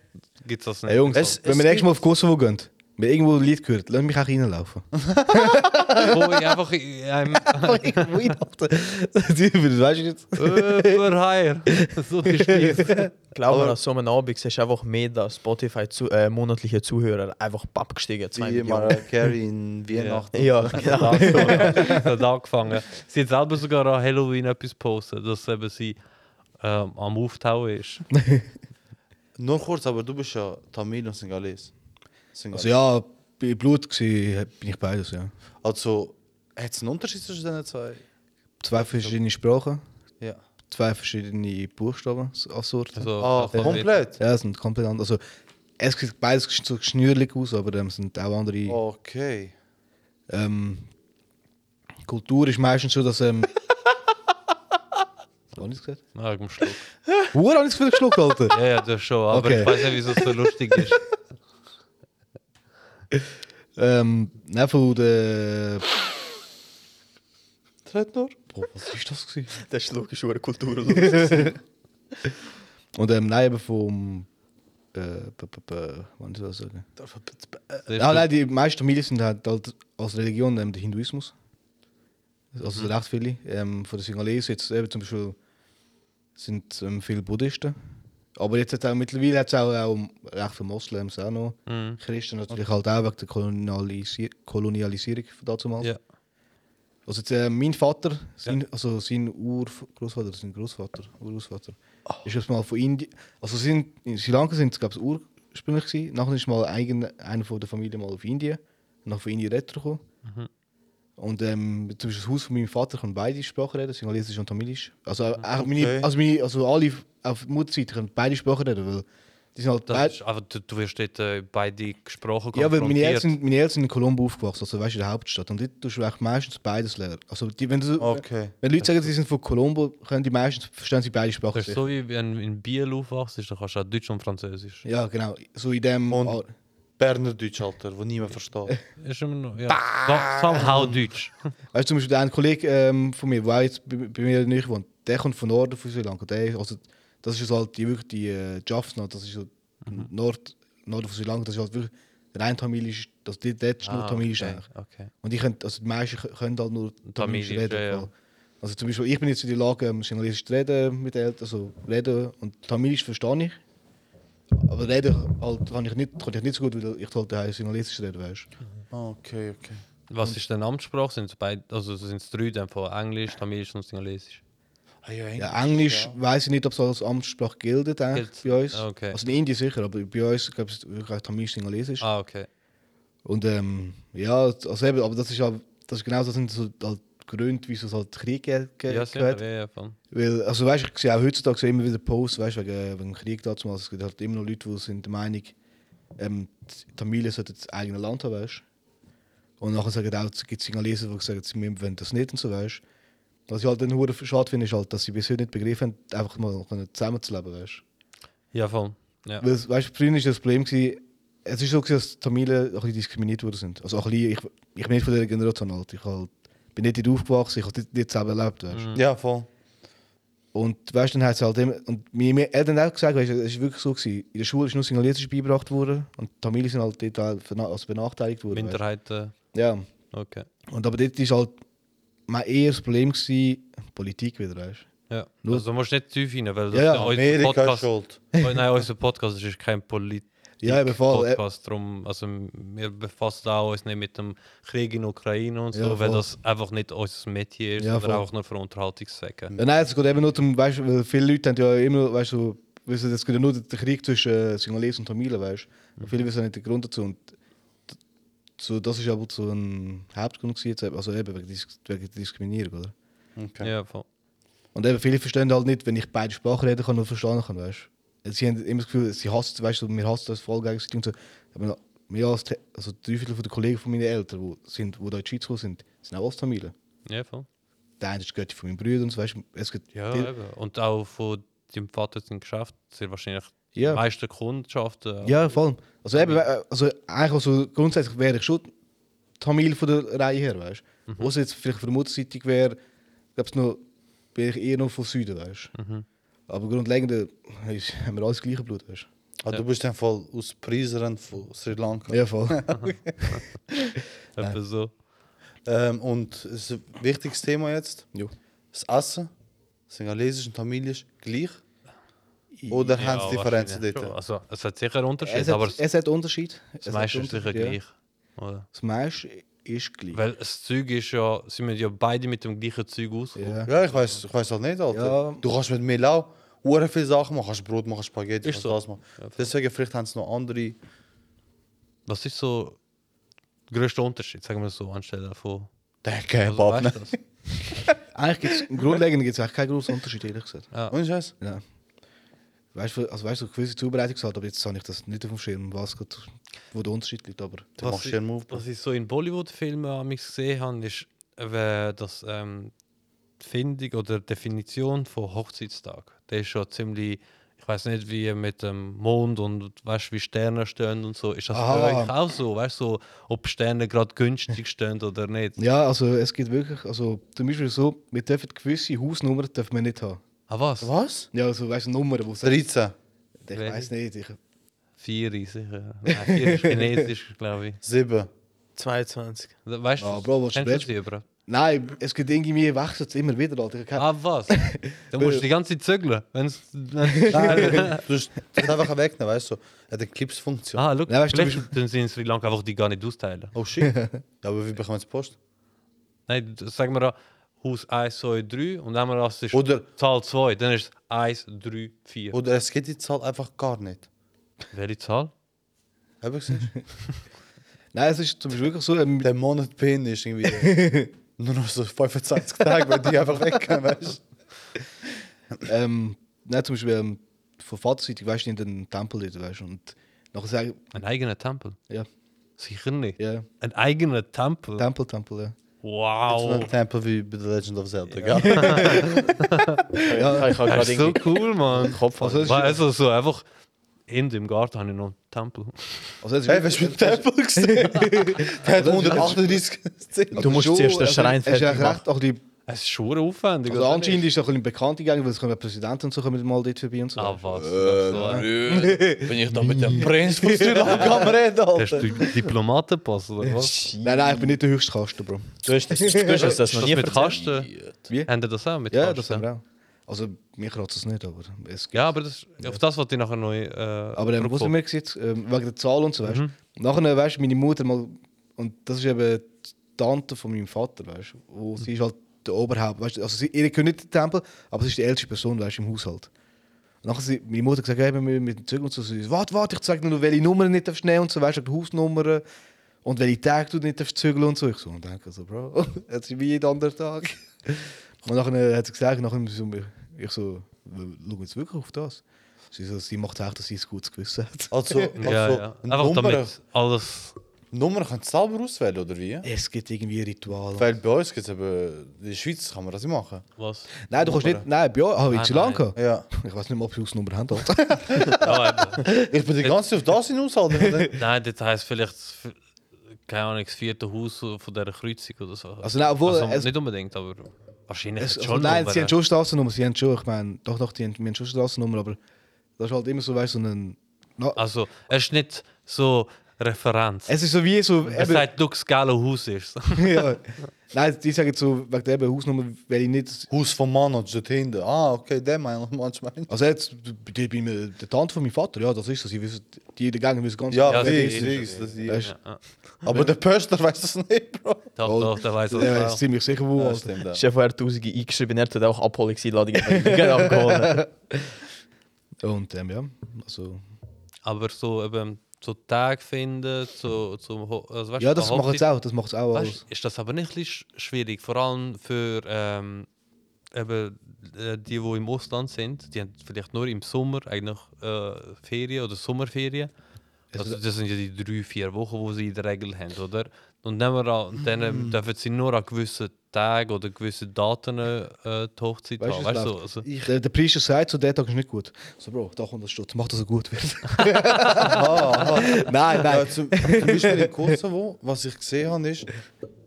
Speaker 1: gibt es das nicht. Also,
Speaker 4: Hey Jungs,
Speaker 2: Es-
Speaker 4: wenn
Speaker 2: es
Speaker 4: wir nächstes Mal
Speaker 2: gibt-
Speaker 4: auf Kosovo gehen, wenn ihr irgendwo ein Lied gehört, lasst mich
Speaker 2: (laughs)
Speaker 4: auch reinlaufen. (laughs)
Speaker 1: Wo ich einfach in einem
Speaker 2: Also,
Speaker 4: irgendwo reinlaufen. Das weißt du jetzt. (laughs)
Speaker 1: Überheier. So gestiegen.
Speaker 3: Glaub mir, nach so einem Abend siehst du einfach mehr, dass Spotify zu, äh, monatliche Zuhörer einfach abgestiegen. 2
Speaker 2: wie
Speaker 3: Millionen.
Speaker 2: Mariah Carey in Weihnachten.
Speaker 3: (laughs) Ja, genau.
Speaker 1: Das hat angefangen. Sie hat selber sogar an Halloween etwas gepostet, dass eben sie ähm, am Auftauen ist.
Speaker 2: Nur kurz, aber du bist ja Tamil und Singales. Singales.
Speaker 4: Also ja, bei Blut gesehen bin ich beides, ja.
Speaker 2: Also, hat es einen Unterschied zwischen den zwei?
Speaker 4: Zwei verschiedene Sprachen,
Speaker 2: Ja.
Speaker 4: zwei verschiedene Buchstaben s- als Sorte.
Speaker 1: Also,
Speaker 2: Ah,
Speaker 1: Alphabet.
Speaker 2: komplett?
Speaker 4: ja, es sind komplett anders. Also, es sieht beides so schnürlich aus, aber ähm, es sind auch andere.
Speaker 2: Oh. Okay.
Speaker 4: Ähm, Kultur ist meistens so, dass. Ähm, Hab ich nichts gesagt?
Speaker 1: Ah, ich muss schlucken.
Speaker 4: Huren habe ich viel geschluckt, Alter.
Speaker 1: (laughs) Ja, ja, das schon, aber
Speaker 4: Okay.
Speaker 1: ich weiß nicht, wieso es so lustig
Speaker 4: (laughs)
Speaker 1: ist.
Speaker 4: ähm, nein, von der.
Speaker 2: Tretnor?
Speaker 4: Boah, was ist das? Gewesen?
Speaker 3: Der Schluck ist eine Kultur. Oder?
Speaker 4: (laughs) Und ähm, nein, eben vom. Äh, b- b- b- wann soll ich das sagen? Ah, nein, die meisten Familien sind halt, halt als Religion ähm, der Hinduismus. Also recht viele. Ähm, von den Singalesen jetzt eben zum Beispiel sind ähm, viele Buddhisten. Aber jetzt hat auch mittlerweile hat es auch, auch recht viele Moslems auch noch.
Speaker 1: Hm. Mhm.
Speaker 4: Christen natürlich halt auch wegen der Kolonialisi Kolonialisierung von damals.
Speaker 1: Ja.
Speaker 4: Also jetzt, äh, mein Vater, sein, also sein Urgroßvater, sein Großvater, Urgroßvater,
Speaker 1: Ah.
Speaker 4: ist jetzt mal von Indien. Also sind, in Sri Lanka sind es, glaube ich, ursprünglich gewesen. Nachher ist mal eigen, einer von der Familie mal auf Indien, nach von Indien retro
Speaker 1: Mhm.
Speaker 4: Und ähm, zum Beispiel das Haus von meinem Vater kann beide Sprachen reden, Singalesisch und Tamilisch. Also, äh, auch meine, also, meine, also alle auf Mutterseite können beide Sprachen reden, weil die sind halt
Speaker 1: Das
Speaker 4: beid-
Speaker 1: ist, aber du, du wirst dort äh, beide Sprachen
Speaker 4: ja, weil meine
Speaker 1: konfrontiert.
Speaker 4: Eltern, meine Eltern sind in Colombo aufgewachsen, also weißt du, in der Hauptstadt. Und dort tust du eigentlich meistens beides lernen. Also, die, wenn, du,
Speaker 2: Okay.
Speaker 4: wenn Leute sagen, sie sind von Colombo, können die meistens verstehen sie beide Sprachen.
Speaker 1: Das ist so wie wenn du in Biel aufwachst, dann kannst du auch Deutsch und Französisch.
Speaker 4: sicher. Ja, genau. So in dem.
Speaker 2: Und-
Speaker 4: Ah,
Speaker 2: Berner Deutsch, Alter, wo niemand versteht. (laughs)
Speaker 1: Ist immer noch, ja. So- Somehow Deutsch.
Speaker 4: weißt du, zum Beispiel der eine Kollege ähm, von mir, der auch jetzt bei, bei mir nicht wohnt, der kommt von Norden von Sri Lanka. Der, also, das ist so halt die, wirklich die äh, Jaffna, das ist so
Speaker 1: Mhm.
Speaker 4: Nord, Norden von Sri Lanka, das ist halt wirklich rein tamilisch, das, das, das ist nur
Speaker 1: Ah,
Speaker 4: tamilisch
Speaker 1: okay,
Speaker 4: eigentlich.
Speaker 1: okay.
Speaker 4: Und ich könnte, also die meisten kö- können halt nur
Speaker 1: Tamilisch,
Speaker 4: Tamilisch reden.
Speaker 1: ja, ja.
Speaker 4: voll. Also zum Beispiel, ich bin jetzt in der Lage, ähm, Singalesisch zu reden mit den Eltern, also reden und Tamilisch verstehe ich. Aber reden halt, kann, ich nicht, kann ich nicht so gut, weil ich halt daheim Singalesisch reden weiß.
Speaker 2: Ah, Okay, okay.
Speaker 1: Was ist denn Amtssprache? Sind es beide, also sind es drei dann von Englisch, Tamilisch und Singalesisch?
Speaker 2: Ah, ja, Englisch.
Speaker 4: Ja, Englisch weiss ich nicht, ob es als Amtssprache gilt eigentlich
Speaker 1: Gilt- Ah,
Speaker 4: bei uns.
Speaker 1: okay.
Speaker 4: Also in Indien sicher, aber bei uns glaube ich wirklich auch Tamilisch, Singalesisch.
Speaker 1: Ah, okay.
Speaker 4: Und ähm, ja, also eben, aber das ist ja, das ist genau das sind so halt Gründe, wieso es halt Krieg ge ge
Speaker 1: Ja,
Speaker 4: gegeben
Speaker 1: sicher,
Speaker 4: hat.
Speaker 1: ja, ja, voll.
Speaker 4: Weil, also weißt, ich sehe auch heutzutage immer wieder Posts, weißt, wegen, wegen Krieg dazu. Also, es gibt halt immer noch Leute, die sind der Meinung, ähm, die Tamilen sollten das eigene Land haben, weißt Und nachher sagen auch, es gibt Singalesen, die sagen, sie wollen das nicht und so, weißt Was ich halt dann hure schade finde, ist halt, dass sie bis heute nicht begriffen haben, einfach mal können zusammenzuleben, weißt
Speaker 1: Ja, voll. Ja.
Speaker 4: Weil, weißt früher war das Problem, gewesen, es ist so, gewesen, dass die Tamilen ein bisschen diskriminiert worden sind. Also, ein bisschen, ich, ich bin nicht von dieser Generation alt. Ich halt, bin nicht dort aufgewachsen, ich habe nicht, nicht selber erlebt, weißt
Speaker 2: Ja, voll.
Speaker 4: Und weißt, dann hat es halt immer, und meine Eltern haben auch gesagt, weißt, es ist wirklich so gewesen, in der Schule ist nur Singalesisch beigebracht worden und die Tamile sind halt dort halt verna- also benachteiligt worden. weisst.
Speaker 1: Minderheiten,
Speaker 4: Ja,
Speaker 1: okay.
Speaker 4: und aber dort ist halt mein eher das Problem gewesen, Politik wieder, weißt
Speaker 1: Ja.
Speaker 4: Nur-
Speaker 1: Also du musst nicht tief rein, weil das
Speaker 4: Ja, ja,
Speaker 1: ist unser
Speaker 2: Amerika ist
Speaker 1: Podcast.
Speaker 2: schuld.
Speaker 1: (laughs) Oh, nein, unser Podcast ist kein
Speaker 4: Ja, eben voll, äh.
Speaker 1: Politik-Podcast. Drum, also, wir befassen auch uns nicht mit dem Krieg in Ukraine und so,
Speaker 4: Ja,
Speaker 1: weil
Speaker 4: voll.
Speaker 1: das einfach nicht unser Metier ist,
Speaker 4: Ja,
Speaker 1: sondern
Speaker 4: voll.
Speaker 1: auch nur für Unterhaltungszwecke.
Speaker 4: Ja, nein, es geht eben nur darum, weißt, weil viele Leute haben ja immer, weißt du, wissen, es geht ja nur den Krieg zwischen äh, Singalesen und Tamilen, weißt du. Viele wissen nicht den Grund dazu. Und d- so, das ist aber so ein Hauptgrund gewesen, jetzt eben, also eben wegen, Dis wegen der Diskriminierung, oder?
Speaker 2: Okay.
Speaker 1: Ja, voll.
Speaker 4: Und eben, viele verstehen halt nicht, wenn ich beide Sprachen reden kann und verstehen kann, weißt du. Sie haben immer das Gefühl, sie hassen, weißt du, wir hassen das voll gegenseitig und so. Aber mehr als die- also drei Viertel von den Kollegen von meinen Eltern, die sind, wo da in die Schweiz gekommen sind, sind auch Osttamilen.
Speaker 1: Ja, voll.
Speaker 4: Der eine ist Götti von meinen Brüdern und so, weißt du, es gibt
Speaker 1: Ja,
Speaker 4: viel-
Speaker 1: eben. Und auch von deinem Vater sein Geschäft sind wahrscheinlich
Speaker 4: Ja.
Speaker 1: die meisten Kundschaften.
Speaker 4: ja, voll. Also eben, äh, also eigentlich also grundsätzlich wäre ich schon Tamil von der Reihe her, weißt
Speaker 1: Mhm.
Speaker 4: du. Außer jetzt vielleicht von der Mutterseitig wäre, glaube ich noch, wäre ich eher noch von Süden, weißt du.
Speaker 1: Mhm.
Speaker 4: Aber grundlegend äh, (laughs) ist- haben wir alles das gleiche Blut, weißt du.
Speaker 2: Ah, du bist dann voll aus Priseren von Sri Lanka.
Speaker 4: Ja, voll.
Speaker 1: (laughs) Etwa so.
Speaker 2: Ähm, und es ist ein wichtiges Thema jetzt.
Speaker 4: Ja.
Speaker 2: Das Essen, Singalesisch und Tamilisch gleich. Oder
Speaker 1: Ja,
Speaker 2: haben sie Differenzen
Speaker 1: wahrscheinlich
Speaker 2: dort?
Speaker 1: schon. Also, es hat sicher einen Unterschied,
Speaker 4: Es
Speaker 1: aber
Speaker 4: hat,
Speaker 1: das
Speaker 4: es hat Unterschied. Es hat
Speaker 1: meiste ist sicher
Speaker 4: Unterschied, ja.
Speaker 1: gleich. Oder?
Speaker 4: Das meiste ist gleich.
Speaker 1: Weil das Zeug ist ja, sie müssen ja beide mit dem gleichen Zeug auskommen.
Speaker 4: ja.
Speaker 2: Ja, ich weiß, ich weiß halt nicht, Alter.
Speaker 4: Ja.
Speaker 2: Du kannst mit Mehl auch hure viel Sachen machen. Kannst Brot machen, Spaghetti,
Speaker 1: Ist
Speaker 2: kannst
Speaker 1: so.
Speaker 2: das machen. Deswegen vielleicht haben sie noch andere.
Speaker 1: Was ist so größte Unterschied, sagen wir so, anstelle von.
Speaker 2: Der Kebab,
Speaker 1: Also,
Speaker 2: ne?
Speaker 1: weißt du das?
Speaker 4: Eigentlich gibt's, im Grundlegenden gibt es eigentlich keinen großen Unterschied, ehrlich gesagt.
Speaker 1: Ja.
Speaker 2: Ohne Scheiß.
Speaker 4: Ja. Weißt du, also weißt du, gewisse Zubereitungsart, aber jetzt habe ich das nicht auf dem Schirm, was grad, wo der Unterschied liegt, aber
Speaker 2: Du machst
Speaker 1: was, ich,
Speaker 2: hier einen Move, Bro.
Speaker 1: was ich so in Bollywood-Filmen an mich gesehen habe, ist, äh, dass ähm, die Findung oder Definition von Hochzeitstag, der ist schon ziemlich, ich weiß nicht, wie mit dem Mond und weißt, wie Sterne stehen und so. Ist das bei
Speaker 4: Aha.
Speaker 1: euch auch so? Weißt du, so, ob Sterne gerade günstig stehen oder nicht?
Speaker 4: ja, also es gibt wirklich, also zum Beispiel so, wir dürfen gewisse Hausnummern dürfen wir nicht haben.
Speaker 1: Ah, was?
Speaker 2: Was?
Speaker 4: Ja, also weißt du, Nummern, wo es-
Speaker 2: 13.
Speaker 4: ich weiß nicht, ich,
Speaker 1: Vier sicher. Nein, vier ist chinesisch, glaube ich.
Speaker 2: 7.
Speaker 1: (laughs)
Speaker 3: 22.
Speaker 1: Weißt du,
Speaker 4: Ah, Bro, was
Speaker 1: kennst du
Speaker 4: sprichst
Speaker 1: sie über?
Speaker 4: Nein, es gibt irgendwie mir wechselt es immer wieder, Alter. Ich hab keine-
Speaker 1: Ah, was? Dann musst du die ganze Zeit zügeln. Wenn's, (laughs) wenn's,
Speaker 2: Nein, du hast das einfach wegnehmen, weißt du. Er hat eine Clips-Funktion.
Speaker 1: ah, schau,
Speaker 4: Nein, weißt du,
Speaker 1: vielleicht tun sie in Sri Lanka einfach die gar nicht austeilen.
Speaker 2: Oh shit. ja, aber wie bekommen wir die Post?
Speaker 1: Nein, d- sagen wir da, Haus 1, 2, 3 und dann haben wir das ist
Speaker 2: Oder-
Speaker 1: Zahl 2, dann ist es 1, 3, 4.
Speaker 2: Oder es geht die Zahl einfach gar nicht.
Speaker 1: Welche Zahl?
Speaker 2: Hab ich (laughs) gesehen?
Speaker 4: Nein, es ist zum Beispiel wirklich so, ähm,
Speaker 2: Der Monat PIN ist irgendwie nur noch so 25 Tage, weil die einfach wegkommen, weißt du?
Speaker 4: ähm, nein, zum Beispiel ähm, von Vaterseite, weißt du, in den Tempel dort, weißt du, und nachher sagen,
Speaker 1: Ein eigener Tempel?
Speaker 4: ja,
Speaker 1: Sicher nicht.
Speaker 4: ja,
Speaker 1: Ein eigener Tempel?
Speaker 4: Tempel, Tempel, ja.
Speaker 2: So
Speaker 1: wow.
Speaker 2: ein Tempel wie bei The Legend of
Speaker 1: (laughs)
Speaker 2: Zelda, gell?
Speaker 3: Ja, ich habe
Speaker 1: Das
Speaker 3: gerade
Speaker 1: ist so
Speaker 3: irgendwie
Speaker 1: cool, Mann.
Speaker 3: Kopf.
Speaker 4: Also, es ist,
Speaker 1: Weißt du, so einfach in dem Garten habe ich noch einen Tempel.
Speaker 4: also es ist
Speaker 2: Hey, was
Speaker 4: wirklich,
Speaker 2: für ein Tempel gesehen? Der hat 138 Szenen.
Speaker 3: Du musst zuerst den Schrein
Speaker 4: fertig
Speaker 3: fertig machen.
Speaker 4: recht, auch die,
Speaker 1: Es ist schon aufwendig.
Speaker 4: also
Speaker 1: oder
Speaker 4: anscheinend
Speaker 1: nicht?
Speaker 4: ist es auch ein bisschen bekannt gegangen, weil es kommen Präsidenten und so kommen mal dort vorbei und so.
Speaker 1: Ah, was? Das so ein-
Speaker 2: Äh, Bin ich da mit dem Prinz von Sri Lanka am Reden,
Speaker 1: Hast
Speaker 2: Alter?
Speaker 1: du Diplomatenpass oder was?
Speaker 4: nein, nein, ich bin nicht der höchste Kasten, Bro.
Speaker 3: Du hast, du hast uns das noch
Speaker 1: Äh, das
Speaker 3: nie
Speaker 1: mit
Speaker 3: erzählt.
Speaker 1: Kasten?
Speaker 4: Wie?
Speaker 1: Haben ihr das auch mit
Speaker 4: Ja,
Speaker 1: Kasten?
Speaker 4: das haben wir auch. Also, mir kratzt es nicht, aber es gibt.
Speaker 1: Ja, aber das, auf das wollte ich nachher neu. Äh,
Speaker 4: Aber dann muss
Speaker 1: zurückkommen.
Speaker 4: man mir jetzt, ähm, wegen der Zahl und so, weißt du. Nachher, weißt du, meine Mutter mal, und das ist eben die Tante von meinem Vater, weißt du. wo Sie ist halt der Oberhaupt, weißt du. Also, sie, ihr könnt nicht den Tempel, aber sie ist die älteste Person, weißt du, im Haushalt. Und nachher sie, meine Mutter gesagt, hey, wir müssen mit dem Zug und so. Sie sagt, warte, warte, ich zeig dir nur, welche Nummern nicht darfst nehmen und so, weißt du, die Hausnummern. Und welche Tage du nicht darfst zügeln und so. Ich so, und denke so, Bro, (laughs) es ist wie jeder andere Tag. Und nachher hat sie gesagt, nachher so, ich so, wir schauen jetzt wirklich auf das. Sie, so, sie macht auch, dass sie ein gutes Gewissen hat.
Speaker 2: Also, also
Speaker 1: Ja, ja.
Speaker 2: eine
Speaker 1: Einfach
Speaker 2: Nummer,
Speaker 1: damit alles.
Speaker 2: Nummer kannst du selber auswählen, oder wie?
Speaker 4: (laughs) Es gibt irgendwie Rituale.
Speaker 2: Weil bei uns gibt es eben, in der Schweiz kann man das nicht machen.
Speaker 1: Was?
Speaker 4: Nein, du kannst nicht. Nein, bei ah, in
Speaker 1: Ah,
Speaker 4: Sri Lanka.
Speaker 2: Ja.
Speaker 4: Ich weiß nicht mal, ob sie Hausnummer haben. Alter.
Speaker 1: Ja, eben.
Speaker 2: Ich bin die ganze Zeit auf das hinaus, Alter.
Speaker 1: (laughs) Nein, das heisst vielleicht, f- keine Ahnung, das vierte Haus von dieser Kreuzung oder so.
Speaker 4: Also, nein, obwohl.
Speaker 1: Also,
Speaker 4: es,
Speaker 1: nicht unbedingt, aber wahrscheinlich
Speaker 4: (laughs) es,
Speaker 1: hat's
Speaker 4: also, nein,
Speaker 1: Nummern.
Speaker 4: sie haben schon Straßennummer. Sie haben schon, ich meine, doch, doch, die haben, wir haben schon Straßennummer, aber das ist halt immer so, weißt du, so ein. Na,
Speaker 1: Also, es ist nicht so Referenz.
Speaker 4: es ist so wie so.
Speaker 1: Er
Speaker 4: eben-
Speaker 1: sagt, du, das geile Haus ist.
Speaker 4: (laughs) ja. Nein, die sagen jetzt so, wegen der eben Hausnummer, weil ich nicht.
Speaker 2: Haus vom Mann und dort hinten. Ah, okay, der meint manchmal.
Speaker 4: Also jetzt, die bei mir, der Tante von meinem Vater, ja, das ist so. Sie wissen, die in der Gang wissen ganz genau,
Speaker 2: Ja,
Speaker 1: Ja,
Speaker 2: ja
Speaker 1: das
Speaker 2: fix,
Speaker 1: ist-
Speaker 2: fix. Das ist,
Speaker 1: (laughs)
Speaker 4: Weißt,
Speaker 1: ja.
Speaker 2: aber der Pöster weiß das nicht, dus Bro.
Speaker 1: Doch,
Speaker 4: Oh,
Speaker 1: doch, der weiß
Speaker 4: du,
Speaker 1: das
Speaker 4: der
Speaker 1: auch. genau.
Speaker 4: weiß ziemlich sicher, wo. halt.
Speaker 2: Ja,
Speaker 4: Alter.
Speaker 2: stimmt, ja.
Speaker 3: Ich habe vorher Tausende eingeschrieben, er hat auch Abholungseinladungen von Liga abgeholt.
Speaker 4: Und ähm, ja, also.
Speaker 1: Aber so eben so Tag finden, so zum Ho- also, weißt,
Speaker 4: Ja,
Speaker 1: du,
Speaker 4: das
Speaker 1: an
Speaker 4: macht es
Speaker 1: Hochzeit-
Speaker 4: auch, das macht es auch alles.
Speaker 1: Weißt, ist das aber nicht ein bisschen sch- schwierig, vor allem für ähm, eben, äh, die, die im Ausland sind, die haben vielleicht nur im Sommer eigentlich äh, Ferien oder Sommerferien. Also das sind ja die drei, vier Wochen, wo sie in der Regel haben, oder? Und nehmen wir an, dann mm. dürfen sie nur an gewissen Tagen oder gewissen Daten äh, die Hochzeit
Speaker 4: Weißt,
Speaker 1: haben.
Speaker 4: es
Speaker 1: Weißt du,
Speaker 4: läuft.
Speaker 1: also,
Speaker 4: der, der Priester sagt, so der Tag ist nicht gut. So, Bro, da kommt das Stutz, mach, dass er gut wird. (laughs) nein,
Speaker 2: Ja,
Speaker 4: nein.
Speaker 2: zum, zum Beispiel in Kosovo, was ich gesehen habe, ist,